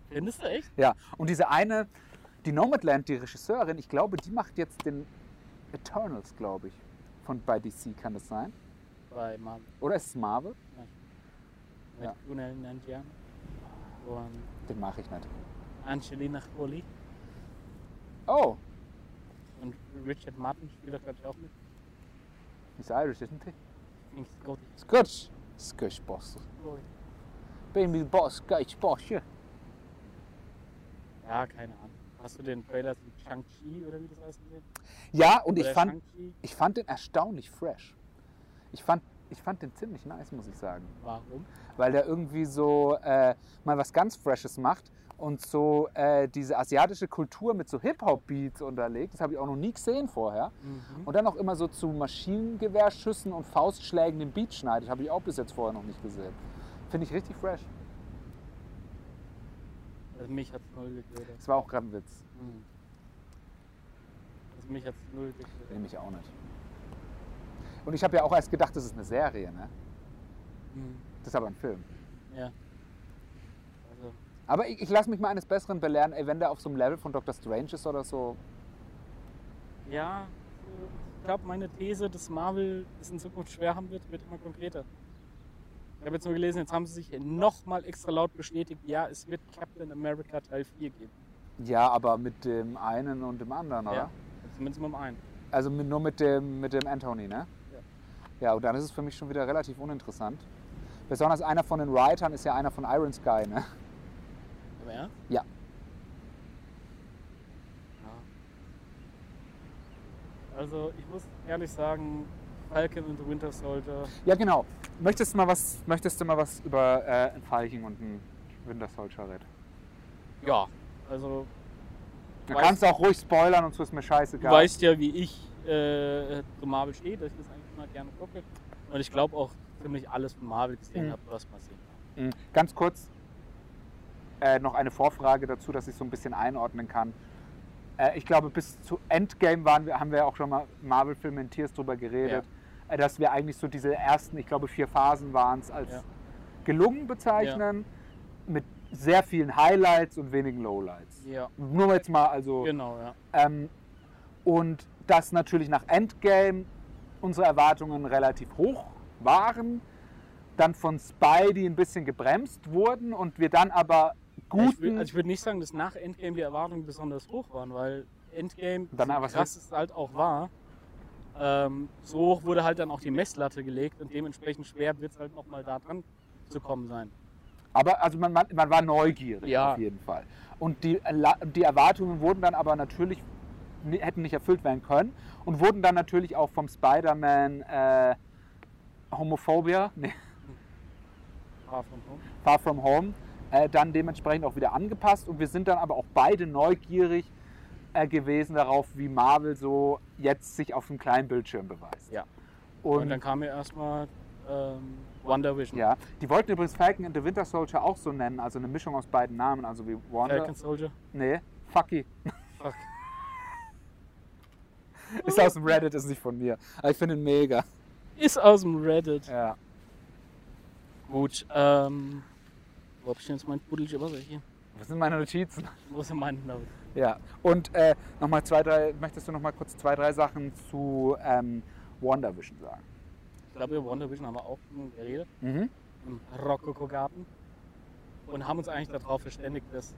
S3: Findest du echt?
S2: Ja, und diese eine, die Nomadland, die Regisseurin, ich glaube, die macht jetzt den Eternals, glaube ich. Von bei DC kann das sein.
S3: Bei Marvel.
S2: Oder ist es Marvel?
S3: Mit
S2: Ja.
S3: Gunnar Nanjian und
S2: Den mache ich nicht.
S3: Angelina Jolie
S2: Oh,
S3: und Richard Martin spielt da, glaube ich, auch mit.
S2: he's Irish, isn't he?
S3: In Scotty.
S2: Scotch. Scotch Boss. Baby Boss, Scotch Boss. ja.
S3: Ja, keine Ahnung. Hast du den Trailer zu Shang-Chi oder wie das heißt gesehen?
S2: Ja, und ich
S3: Oder
S2: fand,
S3: Shang-Chi?
S2: ich fand den erstaunlich fresh. Ich fand, ich fand den ziemlich nice, muss ich sagen.
S3: Warum?
S2: weil der irgendwie so äh, mal was ganz Freshes macht und so äh, diese asiatische Kultur mit so Hip-Hop-Beats unterlegt. Das habe ich auch noch nie gesehen vorher. Und dann auch immer so zu Maschinengewehrschüssen und Faustschlägen den Beat schneidet. Habe ich auch bis jetzt vorher noch nicht gesehen. Finde ich richtig fresh.
S3: Also mich hat's null geködert.
S2: Das war auch gerade ein Witz.
S3: Also mich hat's null geködert.
S2: Nehme ich auch nicht. Und ich habe ja auch erst gedacht, das ist eine Serie, ne? Das ist aber ein Film.
S3: Ja. Also,
S2: Aber ich, ich lasse mich mal eines Besseren belehren, ey, wenn der auf so einem Level von Dr. Strange ist oder so.
S3: ja, ich glaube, meine These, dass Marvel es in Zukunft schwer haben wird, wird immer konkreter. Ich habe jetzt nur gelesen, jetzt haben sie sich nochmal extra laut bestätigt, ja, es wird Captain America Teil 4 geben.
S2: Ja, aber mit dem einen und dem anderen, oder?
S3: Ja. Zumindest mit dem einen.
S2: Also mit, nur mit dem, mit dem Anthony, ne?
S3: Ja.
S2: Ja. und dann ist es für mich schon wieder relativ uninteressant. Besonders einer von den Writern ist ja einer von Iron Sky, ne?
S3: Aber ja?
S2: Ja.
S3: Ja. Also ich muss ehrlich sagen, Falcon und the Winter Soldier.
S2: Ja, genau. Möchtest du mal was, möchtest du mal was über äh, ein Falcon und ein Winter Soldier reden?
S3: Ja. Also
S2: Du
S3: Weiß-
S2: kannst auch ruhig spoilern und so ist mir
S3: du
S2: scheißegal.
S3: weißt ja, wie ich äh, zu Marvel stehe, dass ich das eigentlich immer gerne gucke. Und ich glaube auch ziemlich alles von Marvel gesehen
S2: Mhm.
S3: habe, was man sehen kann.
S2: Mhm. Ganz kurz äh, noch eine Vorfrage dazu, dass ich so ein bisschen einordnen kann. Äh, ich glaube, bis zu Endgame waren wir, haben wir ja auch schon mal Marvel-Filme in Tiers drüber geredet, äh, dass wir eigentlich so diese ersten, ich glaube, vier Phasen waren es, als
S3: Ja.
S2: gelungen bezeichnen, mit sehr vielen Highlights und wenigen Lowlights.
S3: Ja.
S2: Nur jetzt mal, also.
S3: Genau, ja.
S2: Ähm, und dass natürlich nach Endgame unsere Erwartungen relativ hoch waren, dann von Spidey ein bisschen gebremst wurden und wir dann aber
S3: Ich
S2: guten.
S3: würd, also ich würde nicht sagen, dass nach Endgame die Erwartungen besonders hoch waren, weil Endgame,
S2: Danach
S3: so
S2: was
S3: krass es halt auch war, ähm, so hoch wurde halt dann auch die Messlatte gelegt und dementsprechend schwer wird es halt nochmal da dran zu kommen sein.
S2: aber also man, man, man war neugierig
S3: Ja.
S2: auf jeden Fall. Und die, La- die Erwartungen wurden dann aber natürlich ni- hätten nicht erfüllt werden können und wurden dann natürlich auch vom Spider-Man äh, Homophobia, nee,
S3: Far From Home.
S2: Far From Home, äh, dann dementsprechend auch wieder angepasst. Und wir sind dann aber auch beide neugierig äh, gewesen darauf, wie Marvel so jetzt sich auf dem kleinen Bildschirm beweist.
S3: Ja. Und,
S2: Und,
S3: dann kam ja erstmal ähm, Wonder Vision.
S2: ja, die wollten übrigens Falcon and the Winter Soldier auch so nennen, also eine Mischung aus beiden Namen, also wie Wanda.
S3: Falcon Soldier.
S2: Nee, Fucky.
S3: Fuck.
S2: Ist aus dem Reddit, ist nicht von mir. Aber ich finde ihn mega.
S3: Ist aus dem Reddit.
S2: Ja.
S3: Gut, ähm. Wo hab ich denn jetzt mein Pudelige Wasser hier?
S2: Was sind meine Notizen?
S3: Wo ist denn mein Note?
S2: Ja, und äh, nochmal zwei, drei, möchtest du noch mal kurz zwei, drei Sachen zu ähm, WandaVision sagen.
S3: Ich glaube, über WandaVision haben wir auch geredet.
S2: Mhm.
S3: Im Rococo-Garten. Und haben uns eigentlich darauf verständigt, dass.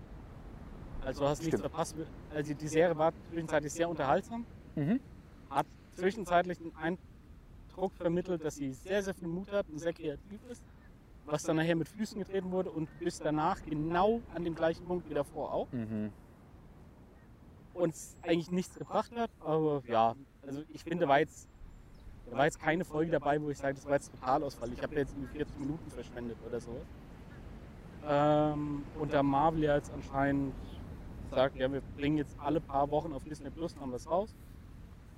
S3: Also, du hast nichts
S2: Stimmt.
S3: verpasst. Also, die Serie war zwischenzeitlich sehr unterhaltsam.
S2: Mhm.
S3: Hat zwischenzeitlich den Eindruck vermittelt, dass sie sehr, sehr viel Mut hat und sehr kreativ ist. Was dann nachher mit Füßen getreten wurde und bis danach genau an dem gleichen Punkt wie davor auch.
S2: Mhm.
S3: uns eigentlich nichts gebracht hat. Aber ja, also ich finde, war jetzt, da war jetzt keine Folge dabei, wo ich sage, das war jetzt Totalausfall. Ich habe jetzt irgendwie 40 Minuten verschwendet oder so. Ähm, und da Marvel ja jetzt anscheinend sagt, ja, wir bringen jetzt alle paar Wochen auf Disney Plus noch was raus.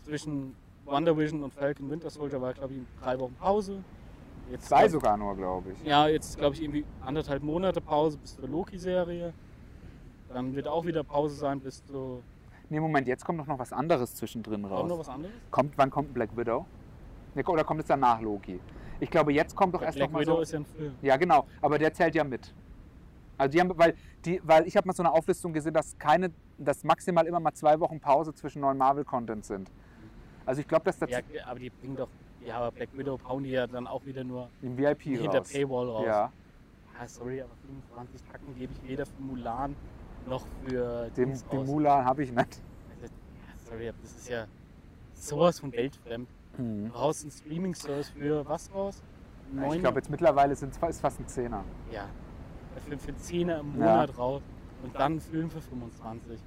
S3: Zwischen Wonder Vision und Falcon Winter Soldier war, glaube ich, drei Wochen Pause. Jetzt
S2: Zwei sogar nur, glaube ich.
S3: ja, jetzt glaube ich irgendwie anderthalb Monate Pause bis zur Loki-Serie. Dann wird auch wieder Pause sein bis zur
S2: Nee, Moment, jetzt kommt doch noch was anderes zwischendrin
S3: Auch
S2: raus.
S3: noch was anderes?
S2: Kommt, wann kommt Black Widow? Ne, Oder kommt es danach Loki? Ich glaube, jetzt kommt doch erst
S3: Black
S2: noch mal
S3: Widow
S2: so.
S3: ist ja ein Film.
S2: Ja, genau. Aber der zählt ja mit. Also die haben, weil, die, weil ich habe mal so eine Auflistung gesehen, dass keine, dass maximal immer mal zwei Wochen Pause zwischen neuen Marvel-Content sind. Also ich glaube, dass das
S3: Ja, aber die bringen doch, ja, aber Black Widow hauen die ja dann auch wieder nur
S2: im VIP
S3: hinter
S2: raus.
S3: Paywall raus.
S2: Ja,
S3: Ah, sorry, aber 25 Tacken gebe ich weder für Mulan noch für
S2: den,
S3: Dings
S2: den
S3: aus.
S2: Mulan habe ich nicht.
S3: Also, ja, sorry, aber das ist ja sowas von weltfremd.
S2: Mhm.
S3: Du haust einen Streaming-Service für was raus?
S2: Ja, Ich
S3: Neun-
S2: glaube, jetzt mittlerweile sind es ist fast ein Zehner.
S3: Ja. Für, für 10 im
S2: Ja.
S3: Monat raus und dann einen Film für 25.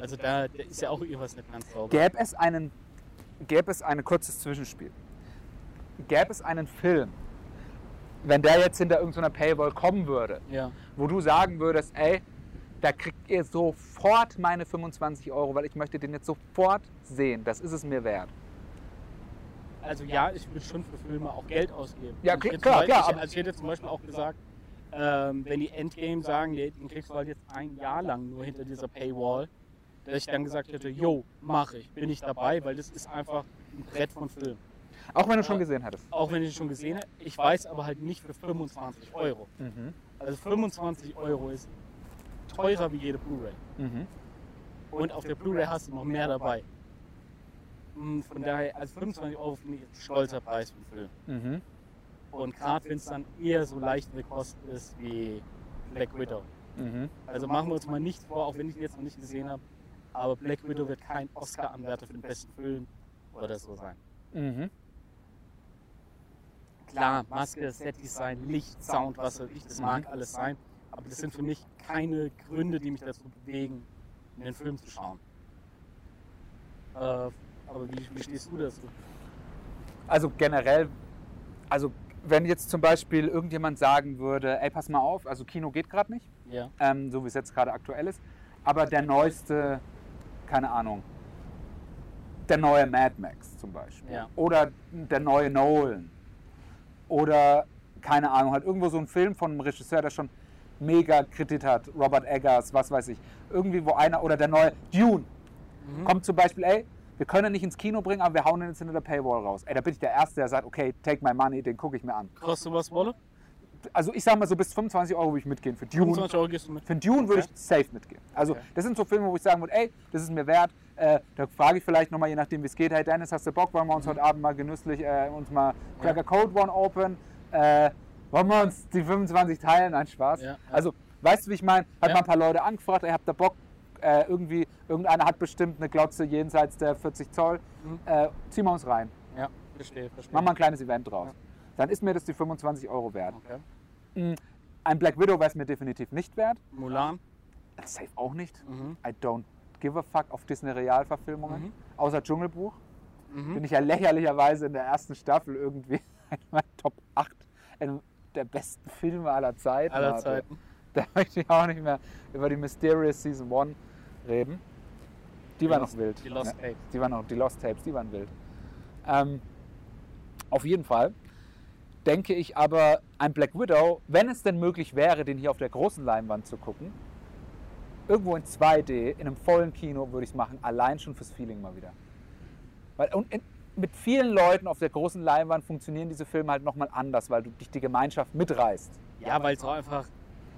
S3: Also da, da ist ja auch irgendwas nicht ganz sauber.
S2: Gäbe es einen, gäbe es ein kurzes Zwischenspiel. Gäbe es einen Film, wenn der jetzt hinter irgendeiner Paywall kommen würde,
S3: Ja.
S2: wo du sagen würdest, ey, da kriegt ihr sofort meine 25 Euro, weil ich möchte den jetzt sofort sehen. Das ist es mir wert.
S3: Also ja, ich würde schon für Filme auch Geld ausgeben.
S2: Ja,
S3: Ich hätte
S2: klar,
S3: zum Beispiel,
S2: klar,
S3: Ich,
S2: aber-
S3: also ich hätte zum Beispiel auch gesagt, ähm, wenn die Endgame sagen, nee, den kriegst du halt jetzt ein Jahr lang nur hinter dieser Paywall, dass ich dann gesagt hätte, yo, mach ich, bin ich dabei, weil das ist einfach ein Brett von Film.
S2: Auch wenn du schon gesehen hattest.
S3: Auch wenn ich ihn schon gesehen habe, ich weiß aber halt nicht für 25 Euro.
S2: Mhm.
S3: Also 25 Euro ist teurer wie jede Blu-ray.
S2: Mhm.
S3: Und auf der Blu-ray hast du noch mehr dabei. Mm, Von daher, also 25 Euro finde ich jetzt ein stolzer Preis für einen Film.
S2: Mhm.
S3: Und gerade wenn es dann eher so leichtere Kost ist wie Black Widow.
S2: Mhm.
S3: Also machen wir uns mal nichts vor, auch wenn ich ihn jetzt noch nicht gesehen habe. Aber Black Widow wird kein Oscar-Anwärter für den besten Film oder so sein.
S2: Mhm.
S3: Klar, Maske, Set-Design, Licht, Sound, was weiß ich, das mag alles sein. Aber das sind für mich keine Gründe, die mich dazu bewegen, in den Film zu schauen. Äh, aber wie, wie stehst du dazu?
S2: Also generell, also wenn jetzt zum Beispiel irgendjemand sagen würde, ey, pass mal auf, also Kino geht gerade nicht,
S3: Ja.
S2: ähm, so wie es jetzt gerade aktuell ist, aber der neueste, keine Ahnung, der neue Mad Max zum Beispiel.
S3: Ja.
S2: Oder der neue Nolan. Oder, keine Ahnung, halt irgendwo so ein Film von einem Regisseur, der schon mega Kredit hat, Robert Eggers, was weiß ich. Irgendwie, wo einer, oder der neue Dune. Kommt zum Beispiel, ey, wir können ihn nicht ins Kino bringen, aber wir hauen ihn jetzt hinter der Paywall raus. Ey, da bin ich der Erste, der sagt, okay, take my money, den gucke ich mir an.
S3: Kostet was Wolle?
S2: Also ich sag mal, so bis 25 Euro würde ich mitgehen für Dune.
S3: 25 Euro gehst du mit.
S2: Für Dune würde
S3: Okay.
S2: ich safe mitgehen. Also
S3: Okay.
S2: das sind so Filme, wo ich sagen würde, ey, das ist mir wert. Äh, da frage ich vielleicht nochmal, je nachdem wie es geht, hey Dennis, hast du Bock, wollen
S3: Mhm.
S2: wir uns heute Abend mal genüsslich äh, uns mal Cracker Code One open? Äh, wollen wir uns die 25 teilen? Nein, Spaß.
S3: Ja, ja.
S2: Also, weißt du, wie ich meine? Hat
S3: Ja.
S2: mal ein paar Leute angefragt, ey, habt ihr Bock? Äh, irgendwie, irgendeiner hat bestimmt eine Glotze jenseits der 40 Zoll.
S3: Mhm.
S2: Äh, ziehen wir uns rein.
S3: Ja, verstehe, verstehe.
S2: Machen wir ein kleines Event draus.
S3: Ja.
S2: Dann ist mir das die 25 Euro wert.
S3: Okay.
S2: Ein Black Widow wäre es mir definitiv nicht wert.
S3: Mulan.
S2: Safe auch nicht.
S3: Mhm.
S2: I don't give a fuck auf Disney-Realverfilmungen.
S3: Mhm.
S2: Außer Dschungelbuch.
S3: Mhm.
S2: Bin ich ja lächerlicherweise in der ersten Staffel irgendwie einmal Top 8 in der besten Filme aller Zeiten.
S3: Aller
S2: hatte.
S3: Zeiten.
S2: Da möchte ich auch nicht mehr über die Mysterious Season 1 reden. Die, war noch wild.
S3: Die Lost
S2: Ja.
S3: Tapes.
S2: Die waren noch, die Lost Tapes, die waren wild. Ähm, auf jeden Fall denke ich aber, ein Black Widow, wenn es denn möglich wäre, den hier auf der großen Leinwand zu gucken, irgendwo in 2D, in einem vollen Kino würde ich es machen, allein schon fürs Feeling mal wieder. Weil, und in, mit vielen Leuten auf der großen Leinwand funktionieren diese Filme halt nochmal anders, weil du dich die Gemeinschaft mitreißt.
S3: Ja, weil es auch einfach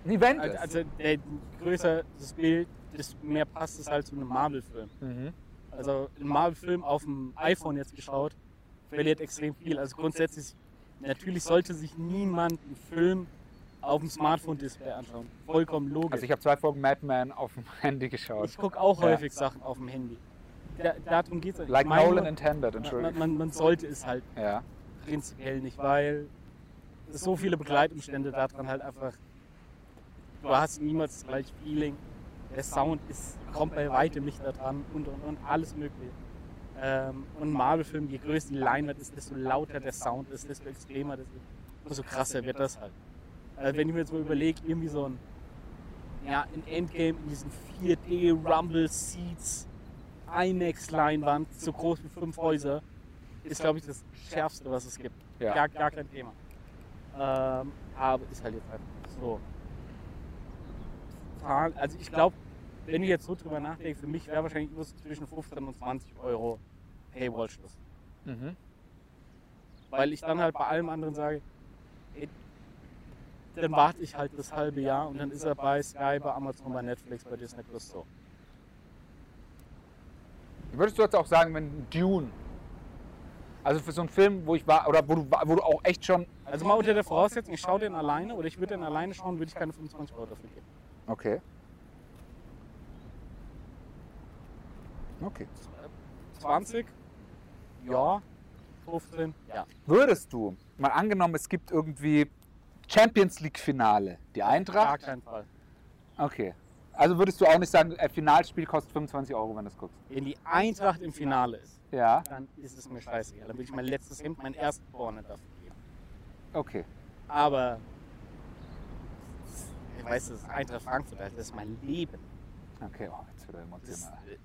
S2: Ein Event
S3: Also,
S2: ist.
S3: also der, größer das Bild, desto mehr passt es halt zu einem Marvel-Film.
S2: mhm.
S3: Also einen Marvel-Film auf dem iPhone jetzt geschaut, verliert extrem viel. Also grundsätzlich, natürlich sollte sich niemand einen Film auf dem Smartphone-Display anschauen. Vollkommen logisch.
S2: Also ich habe zwei Folgen Madman auf dem Handy geschaut.
S3: Ich gucke auch
S2: Ja.
S3: häufig Sachen auf dem Handy. Da, darum geht es eigentlich.
S2: Like
S3: Ich meine,
S2: Nolan intended,
S3: man,
S2: Entschuldigung.
S3: man, man sollte es halt
S2: Ja.
S3: prinzipiell nicht, weil es so viele Begleitumstände daran halt einfach. Du hast niemals das gleiche Feeling. Der Sound ist, kommt bei weitem nicht daran und und und alles mögliche. Ähm, und Marvel-Film, je größer die Leinwand ist, desto lauter der Sound ist, desto extremer das ist, umso krasser wird das halt. Äh, wenn ich mir jetzt mal überlege, irgendwie so ein, ja, ein Endgame in diesen 4D Rumble Seats IMAX-Leinwand, so groß wie fünf Häuser, ist, glaube ich, das Schärfste, was es gibt.
S2: Ja.
S3: Gar, gar kein Thema. Ähm, aber ist halt jetzt einfach so. Fahren- Also ich glaube, wenn ich jetzt so drüber nachdenke, für mich wäre wahrscheinlich irgendwas zwischen 15 und 20 Euro Paywall-Schluss.
S2: Mhm.
S3: Weil ich dann halt bei allem anderen sage, ey, dann warte ich halt das halbe Jahr und dann ist er bei Sky, bei Amazon, bei Netflix, bei Disney Plus so.
S2: Würdest du jetzt auch sagen, wenn Dune, also für so einen Film, wo ich war, oder wo du, wa- wo du auch echt schon,
S3: Also mal unter der Voraussetzung, ich schaue den alleine oder ich würde den alleine schauen, würde ich keine 25 Euro dafür geben.
S2: okay. Okay.
S3: 20? Ja. 15? Ja.
S2: Würdest du, mal angenommen, es gibt irgendwie Champions League Finale, die
S3: Gar
S2: Eintracht?
S3: keinen Fall.
S2: Okay. Also würdest du auch nicht sagen, ein Finalspiel kostet 25 Euro, wenn du es guckst?
S3: Wenn die Eintracht im Finale ist,
S2: Ja,
S3: dann ist es mir scheißegal. Dann würde ich mein letztes Hemd, meinen ersten vorne dafür geben.
S2: okay.
S3: Aber, ich weiß, das ist Eintracht Frankfurt, Alter, das ist mein Leben.
S2: Okay, oh, jetzt wieder
S3: Das ist,
S2: emotional.
S3: äh,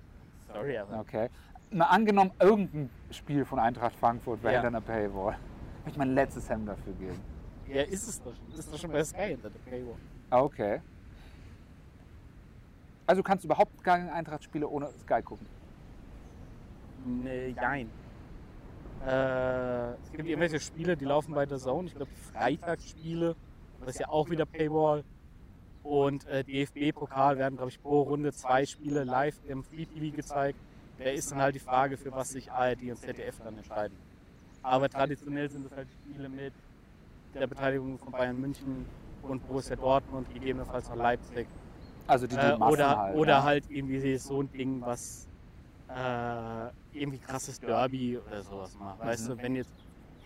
S3: sorry, aber
S2: Okay. Mal angenommen, irgendein Spiel von Eintracht Frankfurt wäre
S3: Ja.
S2: hinter einer Paywall. Würde ich mein letztes Hemd dafür geben.
S3: ja, ist es doch schon. Ist doch schon bei Sky hinter der Paywall.
S2: Ah, Okay. Also du kannst überhaupt keine Eintracht-Spiele ohne Sky gucken.
S3: Nee, nein. Äh, es gibt irgendwelche Spiele, die laufen bei der Zone. Ich glaube, Freitagsspiele, das ist ja auch wieder Paywall. Und äh, DFB-Pokal werden, glaube ich, pro Runde zwei Spiele live im Free TV gezeigt. Da ist dann halt die Frage, für was sich ARD und ZDF dann entscheiden. Aber traditionell sind es halt Spiele mit der Beteiligung von Bayern München und Borussia Dortmund, gegebenenfalls noch Leipzig.
S2: Also die, die
S3: Äh,
S2: Massen
S3: oder
S2: halt.
S3: oder
S2: ja.
S3: halt irgendwie so ein Ding, was äh, irgendwie krasses Derby oder sowas macht. Weißt
S2: Mhm.
S3: du, wenn jetzt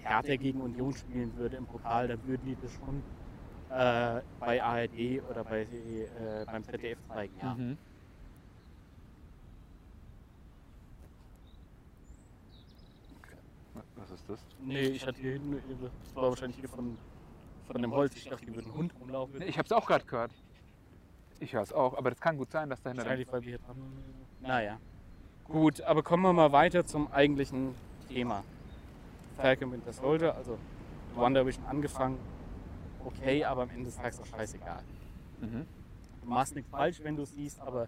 S3: Hertha gegen Union spielen würde im Pokal, dann würden die das schon äh, bei ARD oder bei, äh, beim ZDF zeigen, ja.
S2: Mhm. Was ist das?
S3: Nee, ich hatte hier hinten, das war wahrscheinlich hier von, von dem Holz, ich dachte, die würden Hund rumlaufen.
S2: Ich hab's auch gerade gehört. Ich höre es auch, aber das kann gut sein, dass dahinter.
S3: Wahrscheinlich, weil wir hier dran Naja. Gut, aber kommen wir mal weiter zum eigentlichen Thema. Falcon Winter Soldier, also Wonder Vision angefangen. Okay, aber am Ende des Tages auch scheißegal.
S2: Mhm.
S3: Du machst nichts falsch, wenn du es siehst, aber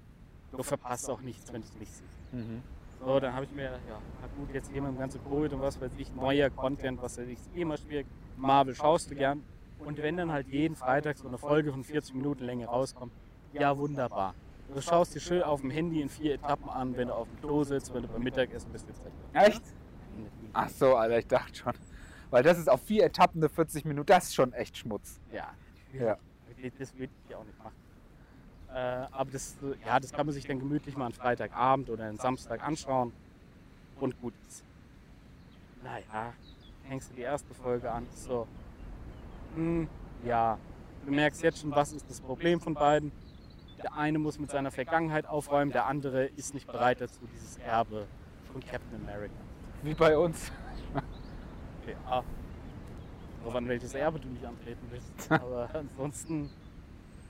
S3: du verpasst auch nichts, wenn du es nicht siehst.
S2: Mhm.
S3: So, dann habe ich mir, gedacht, ja, na gut, jetzt eben im ganzen Covid und was weiß ich, neuer Content, was weiß ich, ist eh immer schwierig. Marvel schaust du gern. Und wenn dann halt jeden Freitag so eine Folge von 40 Minuten Länge rauskommt, ja, wunderbar. Du schaust dir schön auf dem Handy in vier Etappen an, wenn du auf dem Klo sitzt, wenn du beim Mittagessen bist, Ah, etc.
S2: Echt? Ach so, Alter, ich dachte schon. Weil das ist auf vier Etappen eine 40 Minuten, das ist schon echt Schmutz.
S3: Ja.
S2: Ja.
S3: Das würde ich auch nicht machen. Äh, aber das, äh, ja, das kann man sich dann gemütlich mal am Freitagabend oder am Samstag anschauen und gut ist. Naja, hängst du die erste Folge an, ist so. Hm, ja, du merkst jetzt schon, was ist das Problem von beiden. Der eine muss mit seiner Vergangenheit aufräumen, der andere ist nicht bereit dazu, dieses Erbe von Captain America.
S2: Wie bei uns.
S3: Ja. ah. Nur an welches Erbe du nicht antreten willst. Aber ansonsten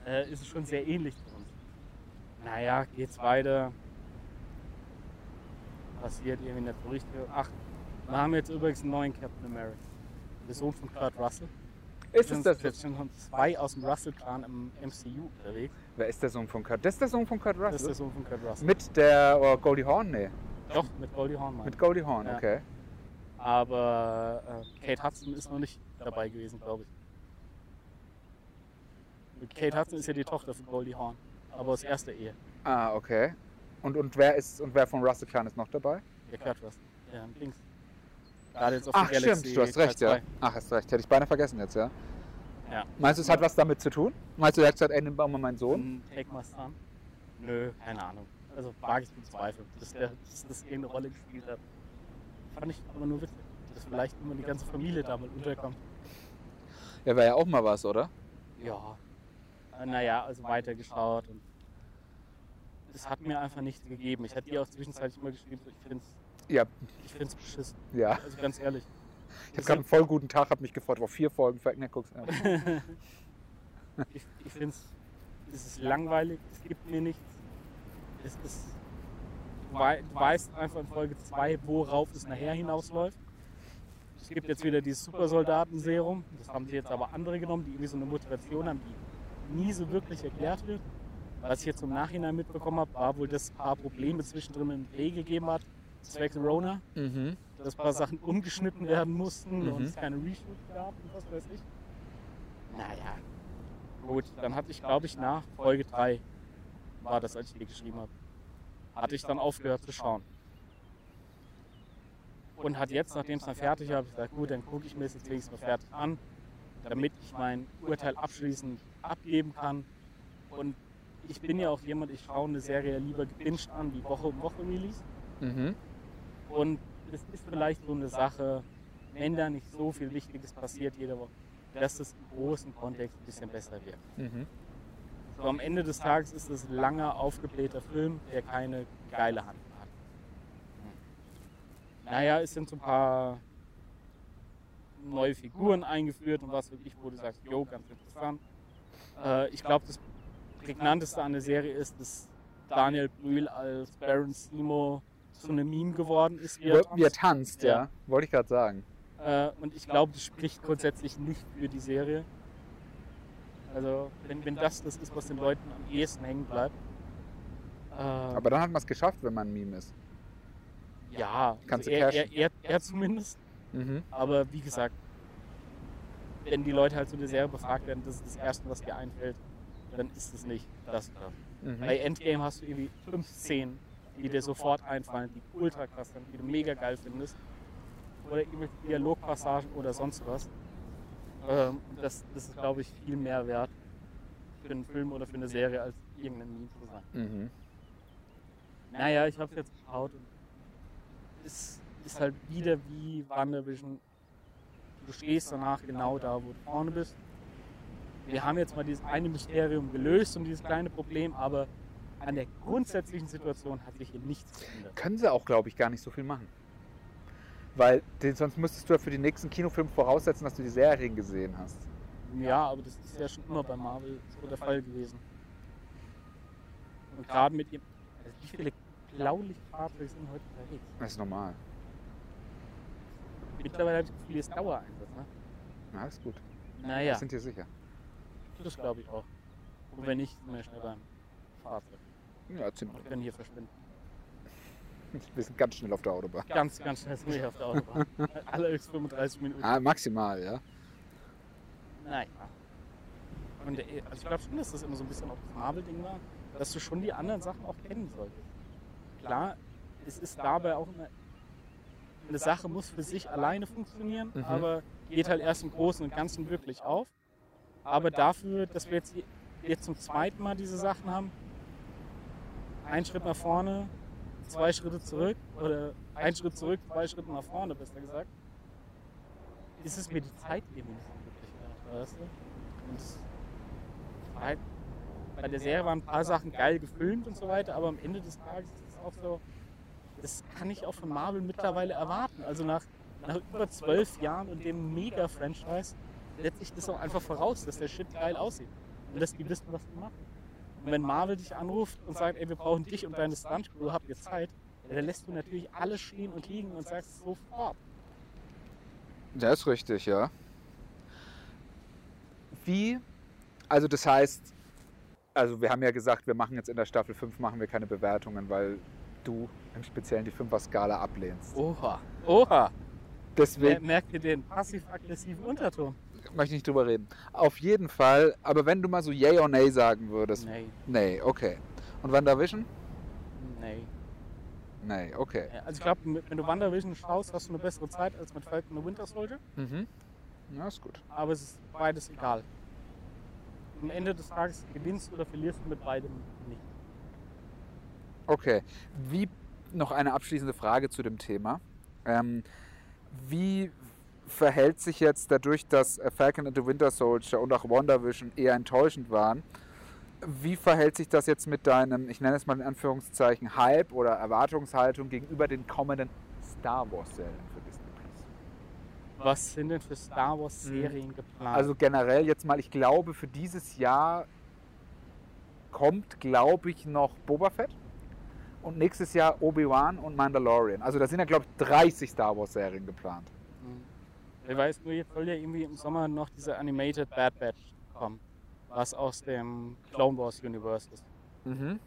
S3: äh, ist es schon sehr ähnlich zu uns. Naja, geht's weiter. Passiert irgendwie nicht so richtig. Ach, wir haben jetzt übrigens einen neuen Captain America. Der Sohn von Kurt Russell.
S2: Ist es das
S3: jetzt
S2: jetzt?
S3: schon schon zwei aus dem Russell-Clan im MCU unterwegs.
S2: Wer ist der Sohn von Kurt? Das ist der Sohn von Kurt
S3: Das ist der
S2: Russell?
S3: Sohn von Kurt Russell.
S2: Mit der oh, Goldie Horn? Nee.
S3: Doch, mit Goldie Hawn, meine
S2: Mit Goldie Horn,
S3: Ja.
S2: okay.
S3: Aber äh, Kate Hudson ist noch nicht dabei gewesen, glaube ich. Kate Hudson ist ja die Tochter von Goldie Hawn, aber aus erster Ehe.
S2: Ah, okay. Und, und wer ist und wer von Russell Clan ist noch dabei?
S3: Der Kurt Russell. Ja, Dings. Gerade jetzt auf
S2: Ach,
S3: die Galaxy.
S2: stimmt, du hast recht, ja.
S3: Quest
S2: Ach, hast recht. Hätte ich beinahe vergessen jetzt, ja.
S3: Ja.
S2: Meinst du, es hat was damit zu tun? Meinst du, er hat gesagt, ey, nimm mal meinen
S3: 2.
S2: Sohn?
S3: Hm, Take Must an? Nö, keine Ahnung. Also wage ich zu bezweifeln, dass, der, dass das irgendeine Rolle gespielt hat. Fand ich aber nur witzig, dass vielleicht immer die ganze Familie damit unterkommt.
S2: Ja, wäre ja auch mal was, oder?
S3: Ja. Äh, Naja, also weitergeschaut und es hat mir einfach nichts gegeben. Ich hatte dir auch zwischenzeitlich immer geschrieben, so, ich finde es
S2: Ja,
S3: ich find's beschissen.
S2: ja.
S3: Also ganz ehrlich.
S2: Ich habe gerade einen voll guten Tag, habe mich gefreut, auf vier Folgen ver- ne, guck's. Ja.
S3: Ich, ich finde es, es ist langweilig, es gibt mir nichts. Es ist, du, wei du weißt einfach in Folge 2, worauf es nachher hinausläuft. Es gibt jetzt wieder dieses Supersoldatenserum, das haben sie jetzt aber andere genommen, die irgendwie so eine Motivation haben, die nie so wirklich erklärt wird. Was ich jetzt im Nachhinein mitbekommen habe, war wohl, dass ein paar Probleme zwischendrin im Dreh gegeben hat, zwecks Rona,
S2: Mhm.
S3: dass ein paar Sachen umgeschnitten werden mussten
S2: Mhm.
S3: und es keine Reshoots gab und was weiß ich. Naja, gut, dann hatte ich, glaube ich, nach Folge 3 war das, als ich dir geschrieben habe, hatte ich dann aufgehört zu schauen. Und hat jetzt, nachdem es dann fertig war, hab ich gesagt, gut, dann gucke ich mir es jetzt wenigstens mal fertig an, damit ich mein Urteil abschließend abgeben kann. Und ich bin ja auch jemand, ich schaue eine Serie lieber gebinged an, die Woche um Woche Release.
S2: Mhm.
S3: Und es ist vielleicht so eine Sache, wenn da nicht so viel Wichtiges passiert jede Woche, dass es im großen Kontext ein bisschen besser wird.
S2: Mhm.
S3: So am Ende des Tages ist es ein langer, aufgeblähter Film, der keine geile Handlung hat. Hm. Naja, es sind so ein paar neue Figuren eingeführt und was wirklich, wo du sagst, jo, ganz interessant. Äh, ich glaube, das Prägnanteste an der Serie ist, dass Daniel Brühl als Baron Simo zu einem Meme geworden ist. wie er
S2: Wie
S3: tanzt.
S2: wie er tanzt, ja.
S3: Ja.
S2: Wollte ich gerade sagen.
S3: Äh, und ich glaube, das spricht grundsätzlich nicht für die Serie. Also, wenn, wenn das das ist, was den Leuten am ehesten hängen bleibt. Äh,
S2: Aber dann hat man es geschafft, wenn man ein Meme ist.
S3: ja,
S2: kannst
S3: also
S2: du
S3: er,
S2: cashen.
S3: er, er, er zumindest.
S2: Mhm.
S3: Aber wie gesagt, wenn die Leute halt zu der Serie befragt werden, das ist das Erste, was dir einfällt, dann ist es nicht das. oder das. Bei
S2: Mhm.
S3: Endgame hast du irgendwie fünf Szenen, die dir sofort einfallen, die ultra krass sind, die du mega geil findest. Oder irgendwelche Dialogpassagen oder sonst was. Ähm, und das, das ist, glaube ich, viel mehr wert für einen Film oder für eine Serie, als irgendein Meme zu sein.
S2: Mhm.
S3: Naja, ich habe jetzt geschaut und es ist halt wieder wie WandaVision. Du stehst danach genau da, wo du vorne bist. Wir haben jetzt mal dieses eine Mysterium gelöst und dieses kleine Problem, aber an der grundsätzlichen Situation hat sich hier nichts geändert.
S2: Können sie auch, glaube ich, gar nicht so viel machen. Weil den, sonst müsstest du ja für den nächsten Kinofilm voraussetzen, dass du die Serien gesehen hast.
S3: Ja, aber das ist ja schon immer bei Marvel so der Fall gewesen. Und gerade mit ihrem. Also wie viele Blaulichtfahrzeuge sind heute unterwegs?
S2: Das ist normal.
S3: Mittlerweile habe ich das Gefühl, hier ist Dauereinsatz, ne?
S2: Na, alles gut. Wir
S3: Naja.
S2: sind dir sicher.
S3: Das glaube ich auch. Und wenn nicht, sind wir schnell beim Fahrzeug.
S2: Ja, ziemlich.
S3: Wir können hier verschwinden.
S2: Wir sind ganz schnell auf der Autobahn.
S3: Ganz, ganz schnell sind wir hier auf der Autobahn. Allerhöchst 35 Minuten.
S2: Ah, maximal, ja.
S3: Nein. Und der, also ich glaube schon, dass das immer so ein bisschen auch das Marvel-Ding war, dass du schon die anderen Sachen auch kennen solltest. Klar, es ist dabei auch eine, eine Sache, muss für sich alleine funktionieren,
S2: Mhm.
S3: aber geht halt erst im Großen und Ganzen wirklich auf. Aber dafür, dass wir jetzt, jetzt zum zweiten Mal diese Sachen haben, ein Schritt nach vorne, zwei Schritte zurück, oder ein Schritt zurück, zwei Schritte nach vorne, besser gesagt, ist es mir die Zeit eben nicht so wirklich wert, weißt du? Und es war halt, bei der Serie waren ein paar Sachen geil gefilmt und so weiter, aber am Ende des Tages ist es auch so, das kann ich auch von Marvel mittlerweile erwarten. Also nach, nach über zwölf Jahren und dem Mega-Franchise setze ich das auch einfach voraus, dass der Shit geil aussieht und dass die wissen, was die machen. Und wenn Marvel dich anruft und sagt, ey, wir brauchen dich und deine Stunt-Crew, habt ihr Zeit, ja, dann lässt du natürlich alles stehen und liegen und sagst sofort.
S2: Das ist richtig, ja. Wie? Also das heißt, also wir haben ja gesagt, wir machen jetzt in der Staffel 5 machen wir keine Bewertungen, weil du im Speziellen die 5er Skala ablehnst.
S3: Oha. Oha. Mer
S2: Deswegen
S3: merkt ihr den passiv-aggressiven Unterton?
S2: möchte ich nicht drüber reden. Auf jeden Fall, aber wenn du mal so Yay or Nay sagen würdest.
S3: Nee,
S2: Nee, okay. Und WandaVision?
S3: nee.
S2: Nee, okay.
S3: Ja, Also ich glaube, mit- wenn du WandaVision schaust, hast du eine bessere Zeit als mit Falcon und Winter Soldier.
S2: Mhm. Na, ist gut.
S3: Aber es ist beides egal. Am Ende des Tages gewinnst oder verlierst du mit beidem nicht.
S2: Okay. Wie noch eine abschließende Frage zu dem Thema. Ähm, wie verhält sich jetzt dadurch, dass äh, Falcon and the Winter Soldier und auch WandaVision eher enttäuschend waren? Wie verhält sich das jetzt mit deinem, ich nenne es mal in Anführungszeichen, Hype oder Erwartungshaltung gegenüber den kommenden Star Wars-Serien für Disney Plus?
S3: Was Mhm. sind denn für Star Wars Serien geplant?
S2: Also generell jetzt mal, ich glaube, für dieses Jahr kommt, glaube ich, noch Boba Fett und nächstes Jahr Obi-Wan und Mandalorian. Also da sind ja, glaube ich, 30 Star Wars-Serien geplant.
S3: ich weiß nur, jetzt soll ja irgendwie im Sommer noch diese Animated Bad Batch kommen, was aus dem Clone Wars Universe ist.
S2: Mhm.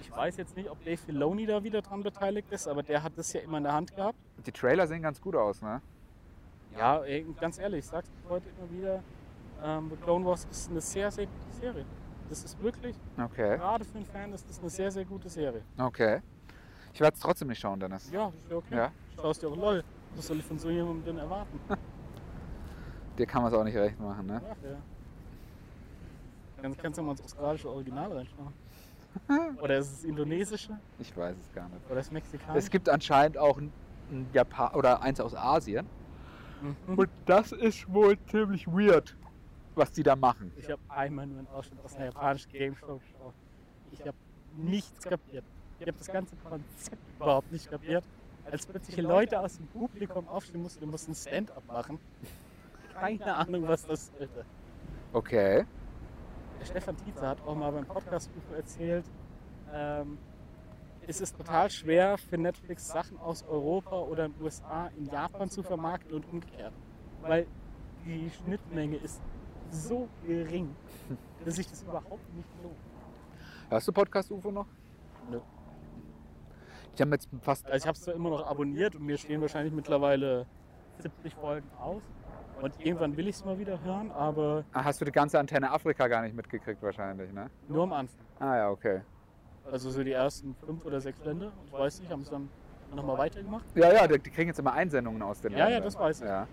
S3: Ich weiß jetzt nicht, ob Dave Filoni da wieder dran beteiligt ist, aber der hat das ja immer in der Hand gehabt.
S2: Die Trailer sehen ganz gut aus, ne?
S3: Ja, ey, ganz ehrlich, ich sag's heute immer wieder, ähm, The Clone Wars ist eine sehr, sehr gute Serie. Das ist wirklich,
S2: Okay,
S3: gerade für einen Fan ist das eine sehr, sehr gute Serie.
S2: okay. Ich werde es trotzdem nicht schauen, Dennis.
S3: Ja, ist ja okay.
S2: Ja.
S3: Schaust dir auch LOL. Was soll ich von so jemandem denn erwarten?
S2: Dir kann man es auch nicht recht machen, ne?
S3: Ach ja. Dann kannst du mal ins australische Original reinschauen. Oder ist es das indonesische?
S2: Ich weiß es gar nicht.
S3: Oder ist es mexikanisch?
S2: Es gibt anscheinend auch ein ein Japan oder eins aus Asien.
S3: Mhm.
S2: Und das ist wohl ziemlich weird, was die da machen.
S3: Ich habe einmal nur einen Ausschnitt aus einer japanischen Game Show geschaut. Ich habe nichts kapiert. Ich habe das ganze Konzept überhaupt nicht kapiert. Als plötzlich Leute aus dem Publikum aufstehen mussten, die mussten Stand-up machen. Keine Ahnung, was das sollte.
S2: Okay.
S3: Der Stefan Tietze hat auch mal beim Podcast erzählt, ähm, es ist total schwer für Netflix Sachen aus Europa oder den USA in Japan zu vermarkten und umgekehrt. Weil die Schnittmenge ist so gering, dass sich das überhaupt nicht lohnt.
S2: Hörst du Podcast UFO noch?
S3: Nö.
S2: Ich habe jetzt fast.
S3: Also ich habe es zwar immer noch abonniert und mir stehen wahrscheinlich mittlerweile 70 Folgen aus. Und irgendwann will ich es mal wieder hören, aber
S2: Ah, Hast du die ganze Antenne Afrika gar nicht mitgekriegt, wahrscheinlich, ne?
S3: nur am Anfang.
S2: Ah, ja, okay.
S3: Also so die ersten fünf oder sechs Länder. Ich weiß nicht, haben es dann nochmal weitergemacht.
S2: Ja, ja, die, die kriegen jetzt immer Einsendungen aus den
S3: Ja,
S2: Ländern.
S3: ja, das weiß ich.
S2: Ja,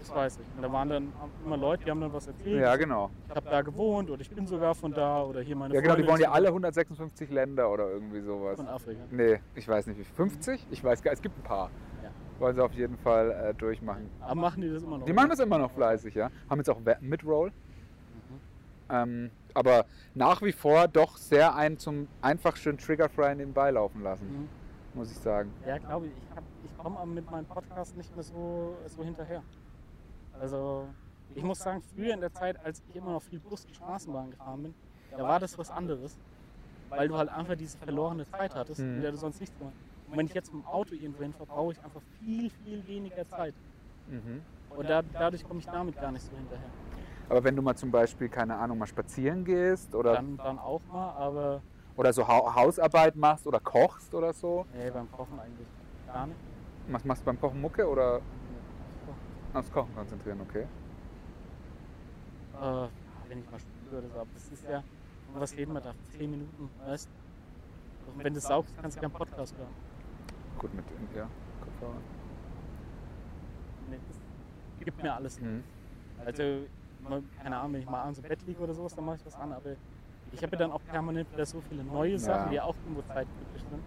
S3: Das weiß ich. Und da waren dann immer Leute, die haben dann was erzählt.
S2: ja genau.
S3: Ich habe da gewohnt oder ich bin sogar von da oder hier meine
S2: Ja, genau, die
S3: Freundin
S2: wollen ja
S3: ist
S2: alle 156 Länder oder irgendwie sowas.
S3: Von Afrika.
S2: Nee, ich weiß nicht, wie. 50? Ich weiß gar es gibt ein paar.
S3: Ja.
S2: Wollen sie auf jeden Fall äh, durchmachen.
S3: Aber machen die das immer noch?
S2: Die machen das immer noch fleißig, ja. Haben jetzt auch We- Midroll. Ähm, aber nach wie vor doch sehr ein zum einfach schön Triggerfry nebenbei laufen lassen,
S3: Mhm.
S2: muss ich sagen.
S3: Ja, glaube ich. Ich, hab- ich komme mit meinem Podcast nicht mehr so, so hinterher. Also, ich muss sagen, früher in der Zeit, als ich immer noch viel Bus und Straßenbahn gefahren bin, da war das was anderes. Weil du halt einfach diese verlorene Zeit hattest,
S2: Mhm.
S3: in der du sonst nichts gemacht hast. Und wenn ich jetzt mit dem Auto irgendwo hin fahre, brauche ich einfach viel, viel weniger Zeit.
S2: Mhm.
S3: Und da, dadurch komme ich damit gar nicht so hinterher.
S2: Aber wenn du mal zum Beispiel, keine Ahnung, mal spazieren gehst oder,
S3: Dann, dann auch mal, aber
S2: oder so ha Hausarbeit machst oder kochst oder so.
S3: nee, beim Kochen eigentlich gar nicht.
S2: Was machst du beim Kochen Mucke oder aufs Kochen konzentrieren, okay?
S3: Äh, wenn ich mal spielen würde, so. aber das ist ja, von was reden wir da? Zehn Minuten, weißt du? Und wenn du saugst, kannst du keinen Podcast hören.
S2: Gut mit dem, ja. Kopfhörer.
S3: Nee, das gibt mir alles.
S2: Mhm.
S3: Also, mal- keine Ahnung, wenn ich mal abends im Bett liege oder sowas, dann mache ich was an, aber ich habe ja dann auch permanent wieder so viele neue Sachen, die auch irgendwo zeitkritisch sind,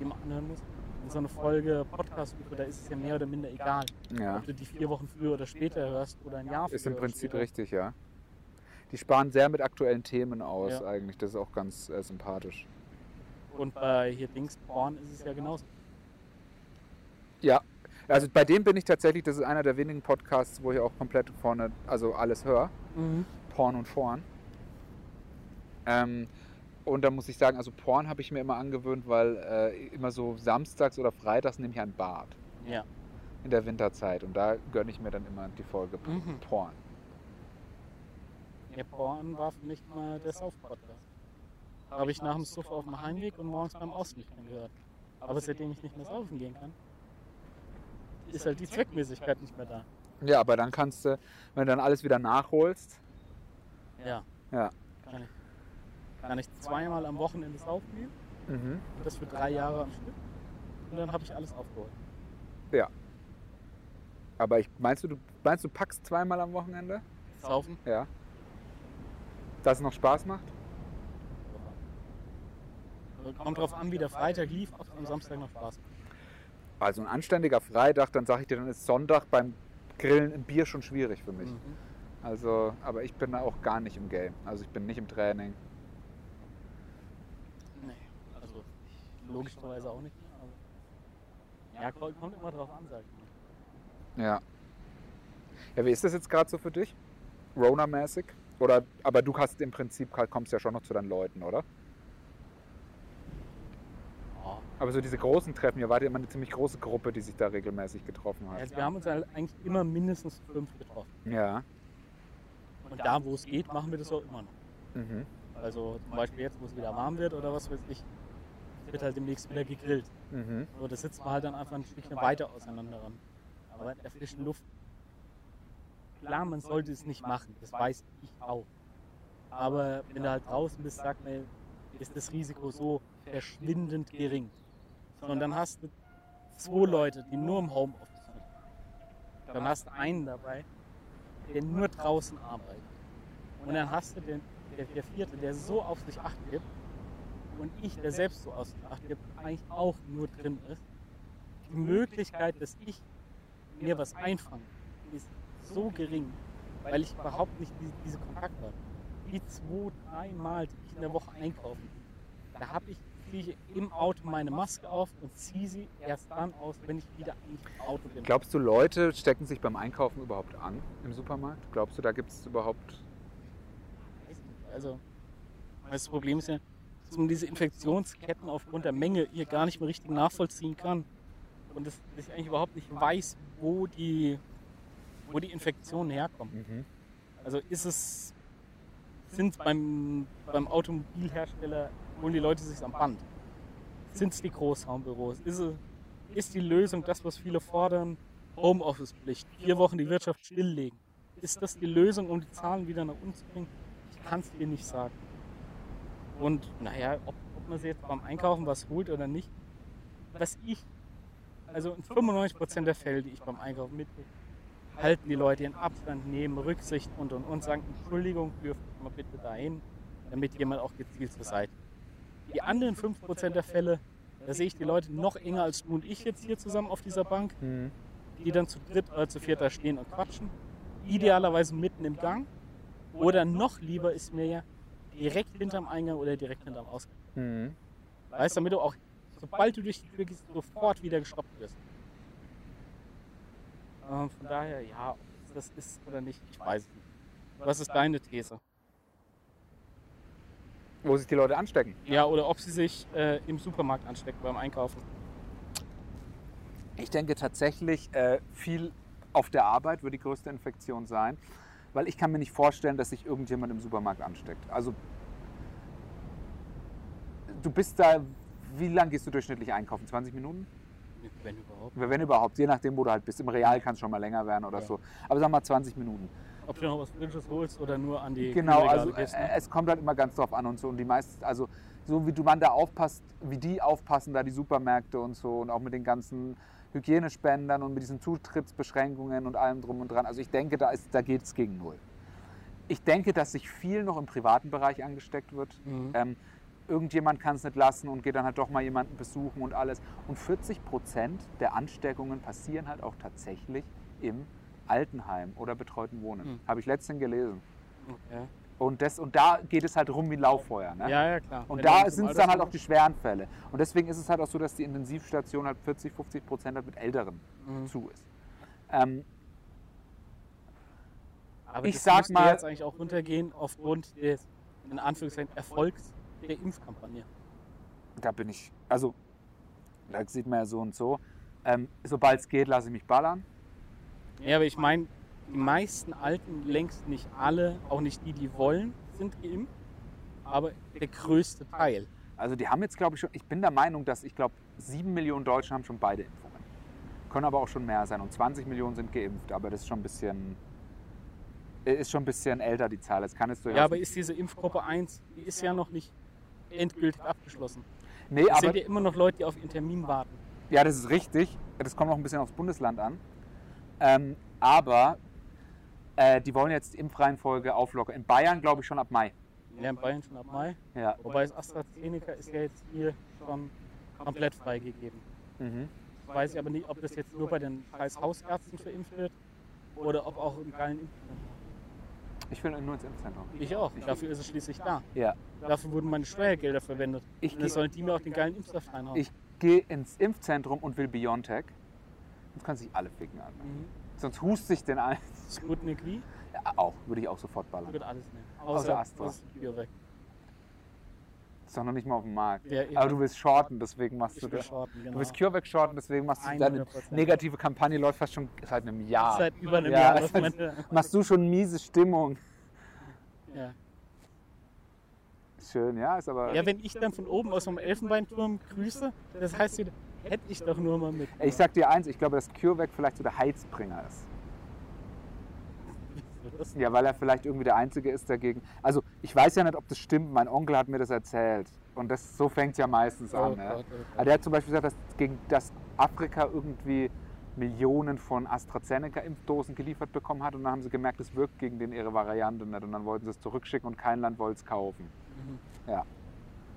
S3: die man anhören muss. In so eine Folge Podcast, da ist es ja mehr oder minder egal,
S2: Ja.
S3: ob du die vier Wochen früher oder später hörst oder ein Jahr früher.
S2: Ist im
S3: oder
S2: Prinzip
S3: später.
S2: richtig, ja. Die sparen sehr mit aktuellen Themen aus
S3: Ja.
S2: eigentlich. Das ist auch ganz äh, sympathisch.
S3: Und bei hier Dings Porn ist es ja genauso.
S2: Ja. Also bei dem bin ich tatsächlich, das ist einer der wenigen Podcasts, wo ich auch komplett vorne, also alles höre. Porn und Porn. Ähm, und da muss ich sagen, also Porn habe ich mir immer angewöhnt, weil äh, immer so samstags oder freitags nehme ich ein Bad
S3: Ja.
S2: in der Winterzeit und da gönne ich mir dann immer die Folge
S3: Mhm.
S2: Porn.
S3: Ja, Porn war für mich mal der Sauf-Podcast. Habe ich nach dem Suff auf dem Heimweg und morgens beim Auslichten gehört. Aber seitdem ich nicht mehr saufen gehen kann, ist halt die Zweckmäßigkeit nicht mehr da.
S2: Ja, aber dann kannst du, wenn du dann alles wieder nachholst,
S3: Ja.
S2: Ja.
S3: Kann ich, kann ich zweimal am Wochenende saufen gehen?
S2: Mhm.
S3: Das für drei Jahre am Stück. Und dann habe ich alles aufgeholt.
S2: Aber ich, meinst, du, du, meinst du, packst zweimal am Wochenende?
S3: Saufen?
S2: Ja. Dass es noch Spaß macht?
S3: Kommt drauf an, wie der Freitag lief, ob es am Samstag noch Spaß macht.
S2: Also ein anständiger Freitag, dann sage ich dir, dann ist Sonntag beim Grillen im Bier schon schwierig für
S3: Mhm.
S2: mich. Also, aber ich bin da auch gar nicht im Game. Also ich bin nicht im Training.
S3: Nee, also logischerweise auch nicht. aber- Ja, ko- kommt immer drauf an, sag ich mal.
S2: Ja. Ja, wie ist das jetzt gerade so für dich? Rona-mäßig? Oder, aber du hast im Prinzip, kommst ja schon noch zu deinen Leuten, oder?
S3: Ja.
S2: Aber so diese großen Treffen, hier war ja immer eine ziemlich große Gruppe, die sich da regelmäßig getroffen hat.
S3: Also wir haben uns halt eigentlich immer mindestens fünf getroffen.
S2: Ja.
S3: Und da, wo es geht, machen wir das auch immer noch.
S2: Mhm.
S3: Also zum Beispiel jetzt, wo es wieder warm wird oder was weiß ich, wird halt demnächst wieder gegrillt.
S2: Mhm.
S3: Nur das sitzt man halt dann einfach ein Stückchen weiter auseinander ran. Aber in der frischen Luft, klar, man sollte es nicht machen, das weiß ich auch. Aber wenn du halt draußen bist, sagt man, ist das Risiko so verschwindend gering. Sondern dann hast du zwei Leute, die nur im Homeoffice sind. Dann hast du einen dabei, der nur draußen arbeitet. Und dann hast du den, der, der vierte, der so auf sich acht gibt. Und ich, der selbst so auf sich acht gibt, eigentlich auch nur drin ist. Die Möglichkeit, dass ich mir was einfange, ist so gering, weil ich überhaupt nicht diese, diese Kontakt habe. Die zwei, dreimal, die ich in der Woche einkaufen, da habe ich ziehe ich im Auto meine Maske auf und ziehe sie erst dann aus, wenn ich wieder eigentlich im Auto bin.
S2: Glaubst du, Leute stecken sich beim Einkaufen überhaupt an im Supermarkt? Glaubst du, da gibt es überhaupt.
S3: Weiß ich nicht. Also, das Problem ist ja, dass man diese Infektionsketten aufgrund der Menge hier gar nicht mehr richtig nachvollziehen kann. Und dass dass ich eigentlich überhaupt nicht weiß, wo die, wo die Infektionen herkommen.
S2: Mhm.
S3: Also ist es, sind beim, beim Automobilhersteller, holen die Leute sich am Band? Sind es die Großraumbüros? Ist, es, ist die Lösung das, was viele fordern? Homeoffice-Pflicht, vier Wochen die Wirtschaft stilllegen. Ist das die Lösung, um die Zahlen wieder nach unten zu bringen? Ich kann es dir nicht sagen. Und naja, ob, ob man sich jetzt beim Einkaufen was holt oder nicht, was ich, also in 95% der Fälle, die ich beim Einkaufen mitkriege, halten die Leute ihren Abstand, nehmen Rücksicht und und und, sagen, Entschuldigung, dürft ihr mal bitte dahin, damit jemand auch gezielt zur Seite. Die anderen 5% der Fälle, da sehe ich die Leute noch enger als du und ich jetzt hier zusammen auf dieser Bank
S2: Mhm.
S3: die dann zu dritt oder zu viert da stehen und quatschen. Idealerweise mitten im Gang. Oder noch lieber ist mir ja direkt hinterm Eingang oder direkt hinterm Ausgang.
S2: Mhm.
S3: Weißt du, damit du auch, sobald du durch die Tür gehst, sofort wieder gestoppt wirst. Ähm, von daher, ja, ob es das ist oder nicht, ich weiß es nicht. Was ist deine These?
S2: Wo sich die Leute anstecken?
S3: Ja, oder ob sie sich äh, im Supermarkt ansteckt beim Einkaufen.
S2: Ich denke tatsächlich, äh, viel auf der Arbeit wird die größte Infektion sein, weil ich kann mir nicht vorstellen, dass sich irgendjemand im Supermarkt ansteckt. Also du bist da, wie lange gehst du durchschnittlich einkaufen? 20 Minuten?
S3: Wenn überhaupt.
S2: Wenn überhaupt, je nachdem, wo du halt bist. Im Real kann es schon mal länger werden oder
S3: Ja.
S2: so. Aber sag mal 20 Minuten.
S3: Ob du noch was Frisches holst oder nur an die
S2: Genau,
S3: Kühlregale
S2: also
S3: gehst,
S2: äh,
S3: ne?
S2: es kommt halt immer ganz drauf an und so. Und die meisten, also so wie du man da aufpasst, wie die aufpassen, da die Supermärkte und so und auch mit den ganzen Hygienespendern und mit diesen Zutrittsbeschränkungen und allem drum und dran. Also ich denke, da, ist- da geht es gegen null. Ich denke, dass sich viel noch im privaten Bereich angesteckt wird.
S3: Mhm.
S2: Ähm, irgendjemand kann es nicht lassen und geht dann halt doch mal jemanden besuchen und alles. Und 40 Prozent der Ansteckungen passieren halt auch tatsächlich im Altenheim oder betreuten Wohnen.
S3: Mhm.
S2: Habe ich letztens gelesen.
S3: Ja.
S2: Und, das, und da geht es halt rum wie ein Lauffeuer. Ne?
S3: ja, genau, ja, klar.
S2: Und
S3: Wenn
S2: da
S3: du
S2: sind
S3: im
S2: es dann halt
S3: Altersheim
S2: auch die schweren Fälle. Und deswegen ist es halt auch so, dass die Intensivstation halt 40, 50 Prozent halt mit Älteren
S3: Mhm.
S2: zu ist. Ähm,
S3: Aber
S2: Ich
S3: das
S2: sag
S3: müsste
S2: mal-
S3: jetzt eigentlich auch runtergehen aufgrund des, in Anführungszeichen, Erfolgs der Impfkampagne.
S2: da bin ich, also da sieht man ja so und so. Ähm, Sobald es geht, lasse ich mich ballern.
S3: Ja, aber ich meine, die meisten Alten, längst nicht alle, auch nicht die, die wollen, sind geimpft, aber der größte Teil.
S2: Also die haben jetzt, glaube ich, schon, ich bin der Meinung, dass ich glaube, sieben Millionen Deutsche haben schon beide Impfungen. Können aber auch schon mehr sein. Und 20 Millionen sind geimpft, aber das ist schon ein bisschen, ist schon ein bisschen älter, die Zahl. Es kann jetzt durchaus
S3: Ja, aber ist diese Impfgruppe 1, die ist ja noch nicht endgültig abgeschlossen.
S2: Nee,
S3: Es sind
S2: aber
S3: ja immer noch Leute, die auf ihren Termin warten.
S2: Ja, das ist richtig. Das kommt noch ein bisschen aufs Bundesland an. Ähm, aber äh, die wollen jetzt Impfreihenfolge auflockern. In Bayern glaube ich schon ab Mai.
S3: Ja, in Bayern schon ab Mai.
S2: Ja.
S3: Wobei das AstraZeneca ist ja jetzt hier schon komplett freigegeben.
S2: Mhm.
S3: Weiß ich aber nicht, ob das jetzt nur bei den scheiß Hausärzten verimpft wird oder ob auch im geilen Impfzentrum.
S2: Ich will nur ins Impfzentrum.
S3: Ich auch. Dafür ist es schließlich da.
S2: Ja.
S3: Dafür wurden meine Steuergelder verwendet.
S2: Ich
S3: Und dann
S2: geh-
S3: sollen die mir auch den geilen Impfstoff reinhauen.
S2: Ich gehe ins Impfzentrum und will Biontech. Sonst können sich alle ficken an.
S3: Mhm.
S2: Sonst hust sich denn ein.
S3: Sputnik V
S2: Ja, auch. Würde ich auch sofort ballern.
S3: wird alles nehmen.
S2: Außer Astra.
S3: außer Biovac.
S2: Ist doch noch nicht mal auf dem Markt.
S3: Der
S2: Aber du willst shorten, deswegen machst du
S3: ich bin
S2: das.
S3: Shorten, genau.
S2: Du willst CureVac shorten, deswegen machst du deine
S3: 100%.
S2: negative Kampagne läuft fast schon seit einem Jahr.
S3: Seit über einem
S2: Ah, Ja,
S3: Jahr.
S2: das
S3: läuft meine-
S2: Machst du schon miese Stimmung.
S3: ja.
S2: Schön, ja, ist aber.
S3: ja, wenn ich dann von oben aus dem Elfenbeinturm grüße, das heißt, wieder, hätte ich doch nur mal mit.
S2: Ich sag dir eins, ich glaube, dass CureVac vielleicht so der Heizbringer ist.
S3: Also das
S2: Ja, weil er vielleicht irgendwie der Einzige ist dagegen. Also, ich weiß ja nicht, ob das stimmt. Mein Onkel hat mir das erzählt. Und das, so fängt ja meistens
S3: Oh
S2: an.
S3: Gott,
S2: ne?
S3: oh Gott.
S2: Aber der hat zum Beispiel gesagt, dass, gegen, dass Afrika irgendwie Millionen von AstraZeneca-Impfdosen geliefert bekommen hat. Und dann haben sie gemerkt, es wirkt gegen den ihre Variante nicht. Und dann wollten sie es zurückschicken und kein Land wollte es kaufen.
S3: Mhm.
S2: Ja.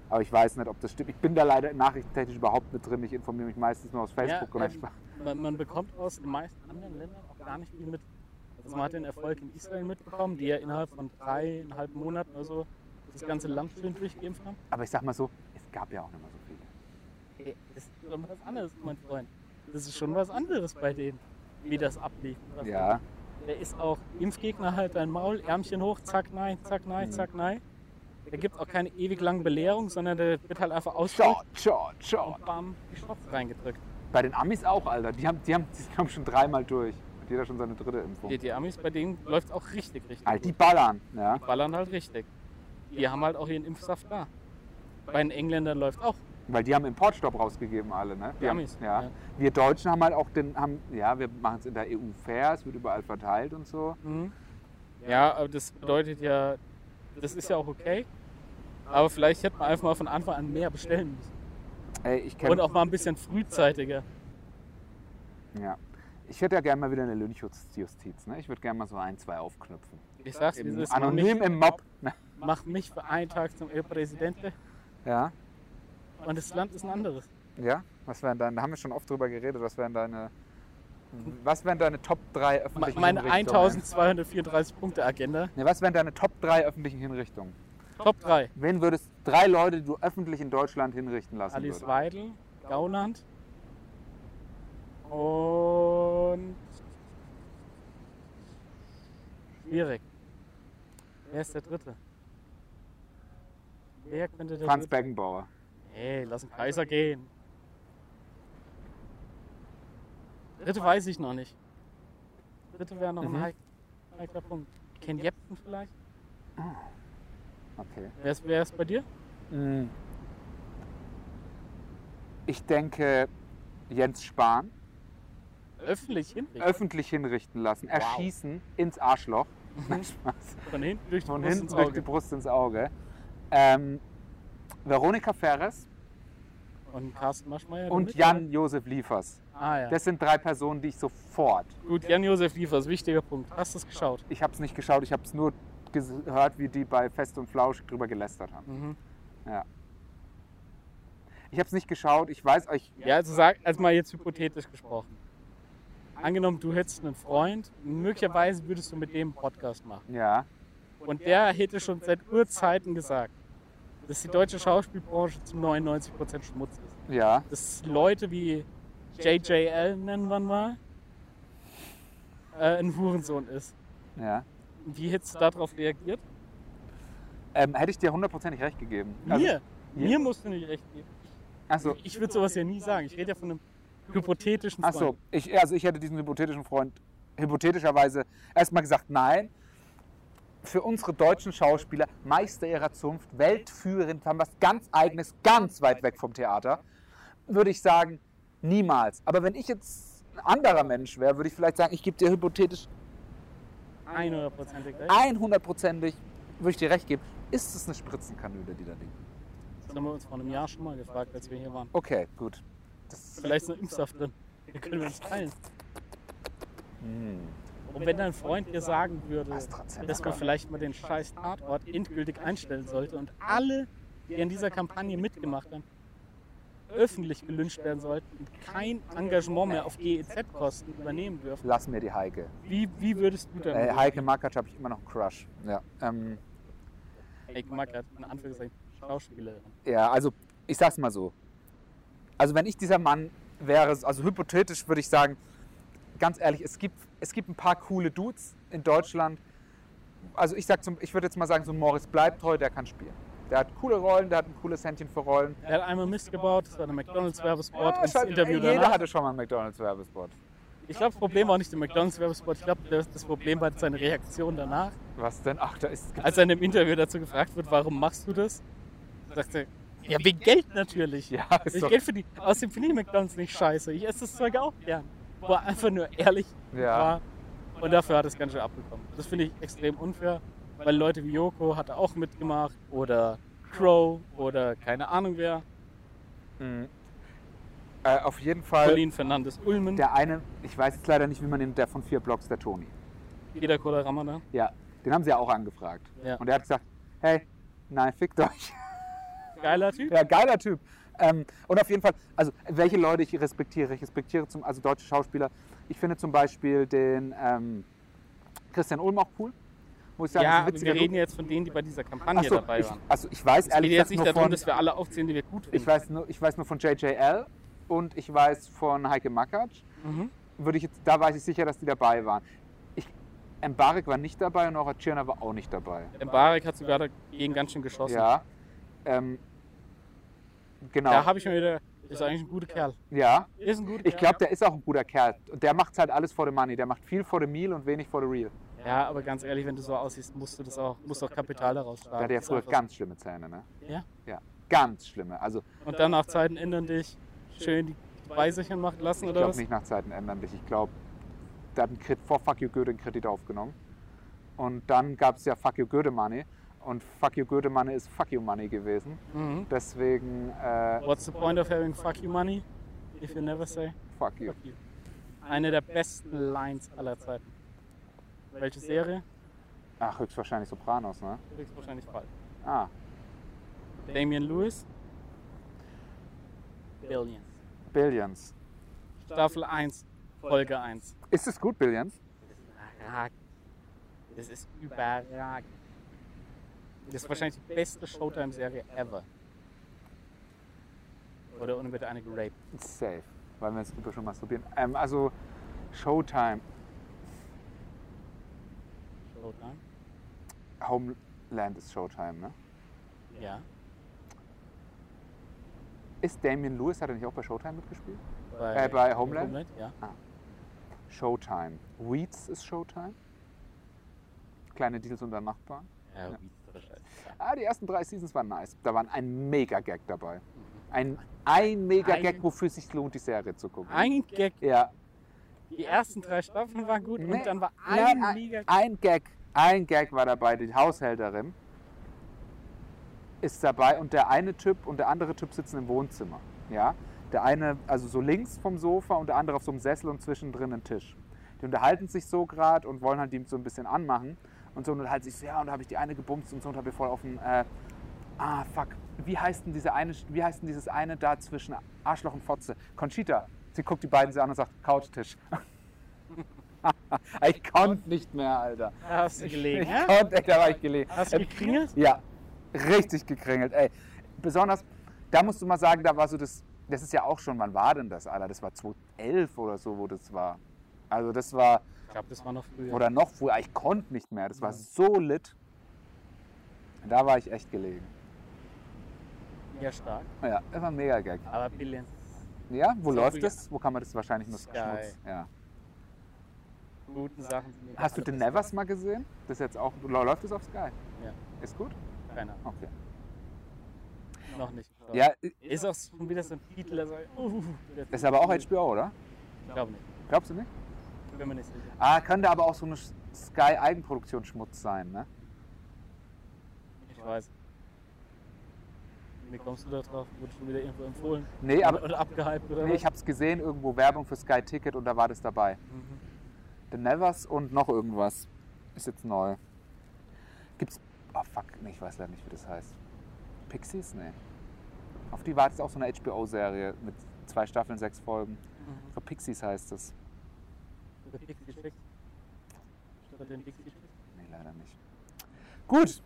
S2: Aber ich weiß nicht, ob das stimmt. Ich bin da leider nachrichtentechnisch überhaupt nicht drin. Ich informiere mich meistens nur aus
S3: Ja,
S2: Facebook. und dann
S3: ähm, man, man bekommt aus den meisten anderen Ländern auch gar nicht viel mit. Also man hat den Erfolg in Israel mitbekommen, die ja innerhalb von dreieinhalb Monaten oder so das ganze Land schön durchgeimpft haben.
S2: Aber ich sag mal so, es gab ja auch nicht mehr so viele.
S3: Ey, das ist schon was anderes, mein Freund. Das ist schon was anderes bei denen, wie das ablief. Was
S2: Ja,
S3: Der ist auch Impfgegner halt dein Maul, Ärmchen hoch, zack, nein, zack,
S2: Mhm.
S3: nein, zack, nein. Da gibt auch keine ewig lange Belehrung, sondern der wird halt einfach ausgeschaut
S2: short, short, short.
S3: und bam, die Schnauze reingedrückt.
S2: Bei den Amis auch, Alter. Die haben, die haben, die haben schon dreimal durch. Hat jeder schon seine dritte Impfung.
S3: Die, die Amis, bei denen läuft es auch richtig, richtig.
S2: Alter, Halt die
S3: gut.
S2: ballern, ja.
S3: Die ballern halt richtig. Die haben halt auch ihren Impfsaft da. Bei den Engländern läuft auch.
S2: Weil die haben Importstopp rausgegeben, alle, ne?
S3: Die
S2: haben-
S3: Amis,
S2: Ja.
S3: ja.
S2: Wir Deutschen haben halt auch den, haben, ja, wir machen es in der EU fair, es wird überall verteilt und so.
S3: Ja, aber das bedeutet ja, das ist ja auch okay. Aber vielleicht hätte man einfach mal von Anfang an mehr bestellen müssen.
S2: Ey, ich
S3: Und
S2: kenne.
S3: auch mal ein bisschen frühzeitiger.
S2: Ja. Ich hätte ja gerne mal wieder eine Lynchjustiz, ne? Ich würde gerne mal so ein, zwei aufknüpfen.
S3: Ich sag's, wie es
S2: Im,
S3: ist. Mach
S2: anonym
S3: mich,
S2: im Mob. Ne?
S3: mach mich für einen Tag zum El Presidente
S2: Ja,
S3: und das Land ist ein anderes.
S2: ja. Was wären deine, da haben wir schon oft drüber geredet, was wären deine, was wären deine Top 3
S3: Me-
S2: öffentlichen
S3: Meine
S2: Hinrichtungen?
S3: 1234 Punkte Agenda.
S2: Ne, was wären deine Top 3 öffentlichen Hinrichtungen?
S3: Top 3.
S2: Wen würdest drei Leute, die du öffentlich in Deutschland hinrichten lassen
S3: Alice
S2: würdest?
S3: Weidel, Gauland und schwierig. Wer ist der dritte? Wer könnte der
S2: Franz
S3: dritte?
S2: Beckenbauer.
S3: Hey, lass den Kaiser gehen. Dritte weiß ich noch nicht. Dritte wäre noch
S2: Mhm.
S3: ein heik- heikler Punkt. Ken Jepsen vielleicht?
S2: Okay.
S3: Wer ist, wer ist bei dir?
S2: Mm. Ich denke, Jens Spahn
S3: Öffentlich hinten.
S2: öffentlich hinrichten lassen, erschießen ins Arschloch. Nein, Spaß.
S3: Von hinten durch die
S2: Von
S3: Brust
S2: hinten
S3: ins
S2: durch die
S3: Auge.
S2: Brust ins Auge. Ähm, Veronika Ferres
S3: Und Carsten Maschmeyer.
S2: und
S3: damit, oder?
S2: Jan-Josef Liefers.
S3: Ah ja.
S2: Das sind drei Personen, die ich sofort.
S3: Gut, Jan-Josef Liefers, wichtiger Punkt. Hast du es geschaut?
S2: Ich habe es nicht geschaut, ich habe es nur gehört, wie die bei Fest und Flausch drüber gelästert haben.
S3: Mhm.
S2: Ich habe es nicht geschaut, ich weiß euch.
S3: Ja, also sag, also mal jetzt hypothetisch gesprochen. Angenommen, du hättest einen Freund, möglicherweise würdest du mit dem einen Podcast machen.
S2: Ja.
S3: Und der hätte schon seit Urzeiten gesagt, dass die deutsche Schauspielbranche zu 99% Schmutz ist.
S2: Ja,
S3: Dass Leute wie JJL, nennen wir ihn mal, äh, ein Hurensohn ist.
S2: ja.
S3: Und Wie hättest du darauf reagiert?
S2: Ähm, hätte ich dir hundertprozentig recht gegeben. Also-
S3: Mir. Mir musst du nicht recht geben.
S2: Ach so,
S3: Ich würde sowas ja nie sagen. Ich rede ja von einem hypothetischen
S2: ach so.
S3: Freund.
S2: Ich, also ich hätte diesen hypothetischen Freund hypothetischerweise erstmal gesagt, nein. Für unsere deutschen Schauspieler, Meister ihrer Zunft, weltführend, haben was ganz Eigenes, ganz weit weg vom Theater, würde ich sagen, niemals. Aber wenn ich jetzt ein anderer Mensch wäre, würde ich vielleicht sagen, ich gebe dir hypothetisch
S3: 100%ig recht.
S2: einhundertprozentig, würde ich dir recht geben, ist es eine Spritzenkanüle, die da liegt.
S3: Das haben wir uns vor einem Jahr schon mal gefragt, als wir hier waren.
S2: Okay, gut. Das,
S3: Vielleicht ist noch Impfsaft drin. Den können wir uns teilen.
S2: hm,
S3: Und wenn dein Freund dir sagen würde, dass man vielleicht mal den scheiß Tatort endgültig einstellen sollte und alle, die an dieser Kampagne mitgemacht haben, öffentlich gelünscht werden sollten und kein Engagement mehr auf GEZ-Kosten übernehmen dürfen,
S2: lass mir die Heike.
S3: wie, wie würdest du
S2: Äh,
S3: dann
S2: Heike Makatsch habe ich immer noch einen Crush. Ja. Ähm,
S3: Heike Mackert, in Anführungszeichen, Schauspielerin.
S2: Ja, also ich sag's mal so. Also wenn ich dieser Mann wäre, also hypothetisch würde ich sagen, ganz ehrlich, es gibt, es gibt ein paar coole Dudes in Deutschland. Also ich sag zum, ich würde jetzt mal sagen, so Morris bleibt treu, der kann spielen. Der hat coole Rollen, der hat ein cooles Händchen für Rollen.
S3: Er hat einmal Mist gebaut, das war der McDonalds-Werbespot und das
S2: scheiße,
S3: Interview
S2: ey, jeder
S3: danach.
S2: hatte schon mal einen McDonalds-Werbespot.
S3: Ich glaube, das Problem war nicht der McDonalds-Werbespot. Ich glaube, das, das Problem war seine Reaktion danach.
S2: Was denn? Ach, da ist.
S3: Als er in einem Interview dazu gefragt wird, warum machst du das? Sagt er, ja, wegen Geld natürlich.
S2: Ja,
S3: Wenn
S2: ist
S3: ich
S2: doch,
S3: Geld verdiene. Außerdem finde ich McDonalds nicht scheiße. Ich esse das Zeug auch gern. War einfach nur ehrlich.
S2: ja.
S3: War. Und dafür hat er es ganz schön abbekommen. Das finde ich extrem unfair, weil Leute wie Yoko hat er auch mitgemacht oder Crow oder keine Ahnung wer.
S2: Mhm. Äh, auf jeden Fall.
S3: Colin Fernandes Ulmen,
S2: Der eine, ich weiß jetzt leider nicht, wie man den, der von vier Blocks, der Toni.
S3: jeder Cola Ramadan.
S2: Ja, den haben sie ja auch angefragt.
S3: Ja.
S2: Und er hat gesagt, hey, nein, fickt euch.
S3: Geiler Typ.
S2: Ja, geiler Typ. Ähm, und auf jeden Fall, also welche Leute ich respektiere. Ich respektiere zum, also deutsche Schauspieler. Ich finde zum Beispiel den ähm, Christian Ulm auch cool. Muss ich sagen,
S3: Ja,
S2: ist ein
S3: aber wir
S2: witziger
S3: reden jetzt von denen, die bei dieser Kampagne
S2: Ach so,
S3: dabei
S2: ich,
S3: waren.
S2: also ich weiß
S3: Es geht
S2: ehrlich
S3: jetzt
S2: gesagt
S3: nicht
S2: nur
S3: darum,
S2: von,
S3: dass wir alle aufzählen, die wir gut finden.
S2: ich weiß nur, ich weiß nur von JJL und ich weiß von Heike Makatsch.
S3: Mhm.
S2: Würde ich jetzt, da weiß ich sicher, dass die dabei waren. Ich, Mbarek war nicht dabei und auch Tschirner war auch nicht dabei.
S3: Mbarek hat sogar dagegen ganz schön geschossen.
S2: Ja. Ähm, genau.
S3: Da habe ich mir wieder, ist eigentlich ein guter Kerl.
S2: ja.
S3: Ist ein guter
S2: Ich glaube, der ist auch ein guter Kerl. Und der macht halt alles for the money. Der macht viel for the meal und wenig for the real.
S3: Kerl. Ja, aber ganz ehrlich, wenn du so aussiehst, musst du das auch, musst auch Kapital daraus
S2: Der
S3: schlagen.
S2: hatte ja
S3: Das ist
S2: früher
S3: einfach
S2: ganz schlimme Zähne, ne?
S3: Ja.
S2: Ja, ganz schlimme. Also,
S3: so. Und dann nach Zeiten ändern dich, schön die Weiserchen machen lassen
S2: ich
S3: oder
S2: glaube
S3: was?
S2: nicht nach Zeiten ändern dich. Ich glaube, da hat ein Krit vor Fuck You Goethe einen Kredit aufgenommen. Und dann gab es ja Fuck You Goethe Money. Und Fuck You Goethe Money ist Fuck You Money gewesen.
S3: Mhm.
S2: Deswegen, äh,
S3: What's the point of having fuck you money if you never say
S2: Fuck You.
S3: fuck you? Eine der besten Lines aller Zeiten. Welche Serie?
S2: Ach, höchstwahrscheinlich Sopranos, ne?
S3: Höchstwahrscheinlich bald.
S2: Ah,
S3: Damian Lewis? Billions.
S2: Billions.
S3: Staffel 1, Folge 1.
S2: Ist es gut, Billions?
S3: überragend. Das ist überragend. Das ist wahrscheinlich die beste Showtime-Serie ever. Oder ohne bitte eine geraped.
S2: Safe. Weil wir uns drüber schon masturbieren. Ähm, also, Showtime.
S3: Showtime?
S2: Homeland ist Showtime, ne?
S3: Ja.
S2: Ist Damien Lewis, hat er nicht auch bei Showtime mitgespielt?
S3: Bei,
S2: Äh, bei Homeland?
S3: Ja.
S2: Showtime. Weeds ist Showtime. Kleine Deals unter Nachbarn.
S3: Ja, wie ist das scheiße.
S2: Ah, die ersten drei Seasons waren nice. Da waren ein Mega-Gag dabei. Ein, ein Mega-Gag,
S3: Ein-
S2: wofür es sich lohnt, die Serie zu gucken.
S3: Ein Gag.
S2: ja.
S3: Die ersten drei Staffeln waren gut
S2: Nee.
S3: und dann war ein
S2: Nein, ein,
S3: mega.
S2: äh, ein Gag. Ein Gag war dabei. Die Haushälterin ist dabei und der eine Typ und der andere Typ sitzen im Wohnzimmer. Ja? Der eine, also so links vom Sofa und der andere auf so einem Sessel und zwischendrin ein Tisch. Die unterhalten sich so gerade und wollen halt die so ein bisschen anmachen. Und so unterhalten sich so, ja, und da habe ich die eine gebumst und so und habe ich voll auf den. Äh, ah, fuck. Wie heißt, denn diese eine, wie heißt denn dieses eine da zwischen Arschloch und Fotze? Conchita. Sie guckt die beiden so an und sagt, Couchtisch. ich konnte nicht mehr, Alter.
S3: Hast du gelegen,
S2: Ich
S3: ja?
S2: konnte, ey, da war ich gelegen.
S3: Hast du gekringelt?
S2: Ja, richtig gekringelt, ey. Besonders, da musst du mal sagen, da war so das, das ist ja auch schon, wann war denn das, Alter? Das war 2011 oder so, wo das war. Also das war,
S3: Ich glaube, das war noch früher.
S2: oder noch früher, ich konnte nicht mehr. Das war so lit. Da war ich echt gelegen.
S3: Ja, stark.
S2: Ja, das war ein mega Gag.
S3: Aber Billions.
S2: Ja, wo
S3: So
S2: läuft
S3: früh-
S2: das? Wo kann man das wahrscheinlich nur
S3: Sky.
S2: Schmutz? Ja.
S3: Guten Sachen sind mega.
S2: Hast du The Nevers mal gesehen? Das ist jetzt auch, läuft das auf Sky?
S3: Ja.
S2: Ist gut?
S3: Keine Ahnung.
S2: Okay.
S3: Noch nicht.
S2: Ja,
S3: Ist auch schon wieder so ein Titel, also. Uh,
S2: das ist aber auch HBO, oder?
S3: Ich glaube nicht.
S2: Glaubst du nicht?
S3: Bin mir nicht sicher.
S2: Ah, könnte aber auch so eine Sky-Eigenproduktion Schmutz sein, ne?
S3: Ich weiß. Wie kommst du da drauf? Wurde schon wieder irgendwo empfohlen?
S2: Nee, aber
S3: oder abgehypt oder
S2: nee,
S3: was?
S2: ich habe es gesehen, irgendwo Werbung für Sky Ticket und da war das dabei. The Nevers und noch irgendwas. Ist jetzt neu. Gibt's. Oh fuck, nee, ich weiß leider nicht, wie das heißt. Pixies? Nee. Auf die wartet auch so eine HBO-Serie mit zwei Staffeln, sechs Folgen. Ich glaube, Pixies heißt es.
S3: Oder Pixie Chicks. Statt den Pixie Chicks.
S2: Nee, leider nicht. Gut.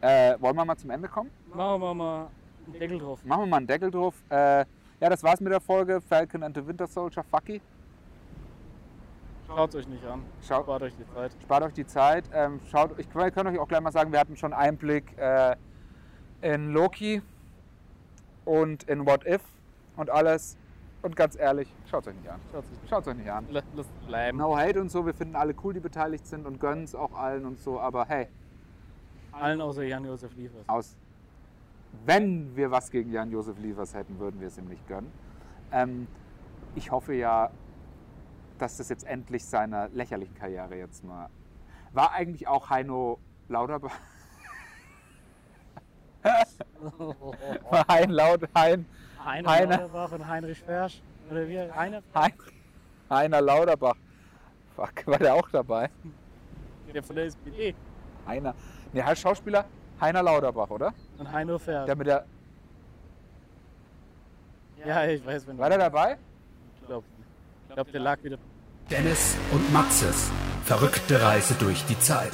S2: Äh, wollen wir mal zum Ende kommen?
S3: Machen wir mal einen Deckel drauf.
S2: Machen wir mal einen Deckel drauf. Äh, ja, das war's mit der Folge. Falcon and the Winter Soldier, fucky.
S3: Schaut euch nicht an.
S2: Schaut,
S3: Spart euch die Zeit.
S2: spart euch die Zeit. Ähm, schaut, ich kann kann euch auch gleich mal sagen, wir hatten schon Einblick äh, in Loki und in What If und alles. Und ganz ehrlich, schaut euch nicht an.
S3: Schaut sich nicht
S2: Schaut euch nicht an.
S3: an. Lasst es bleiben.
S2: No hate und so, wir finden alle cool, die beteiligt sind und gönnen es auch allen und so, aber hey,
S3: Allen außer Jan-Josef Liefers.
S2: aus. Wenn wir was gegen Jan-Josef Liefers hätten, würden wir es ihm nicht gönnen. Ähm, ich hoffe ja, dass das jetzt endlich seiner lächerlichen Karriere jetzt mal. War eigentlich auch Heino Lauterbach. War Hein Laut, Hein,
S3: Heiner
S2: Heiner.
S3: Lauterbach und Heinrich Fersch. Oder wie? Heiner?
S2: Hein, Heiner Lauterbach. Fuck, war der auch dabei?
S3: Der von der SPD.
S2: Heiner. Ne, heißt Schauspieler Heiner Lauterbach, oder?
S3: Und Heino Fersch.
S2: Der mit der,
S3: Ja, ich weiß, wenn
S2: war der dabei?
S3: Ich glaube, glaub, der lag wieder.
S1: Dennis und Maxes verrückte Reise durch die Zeit.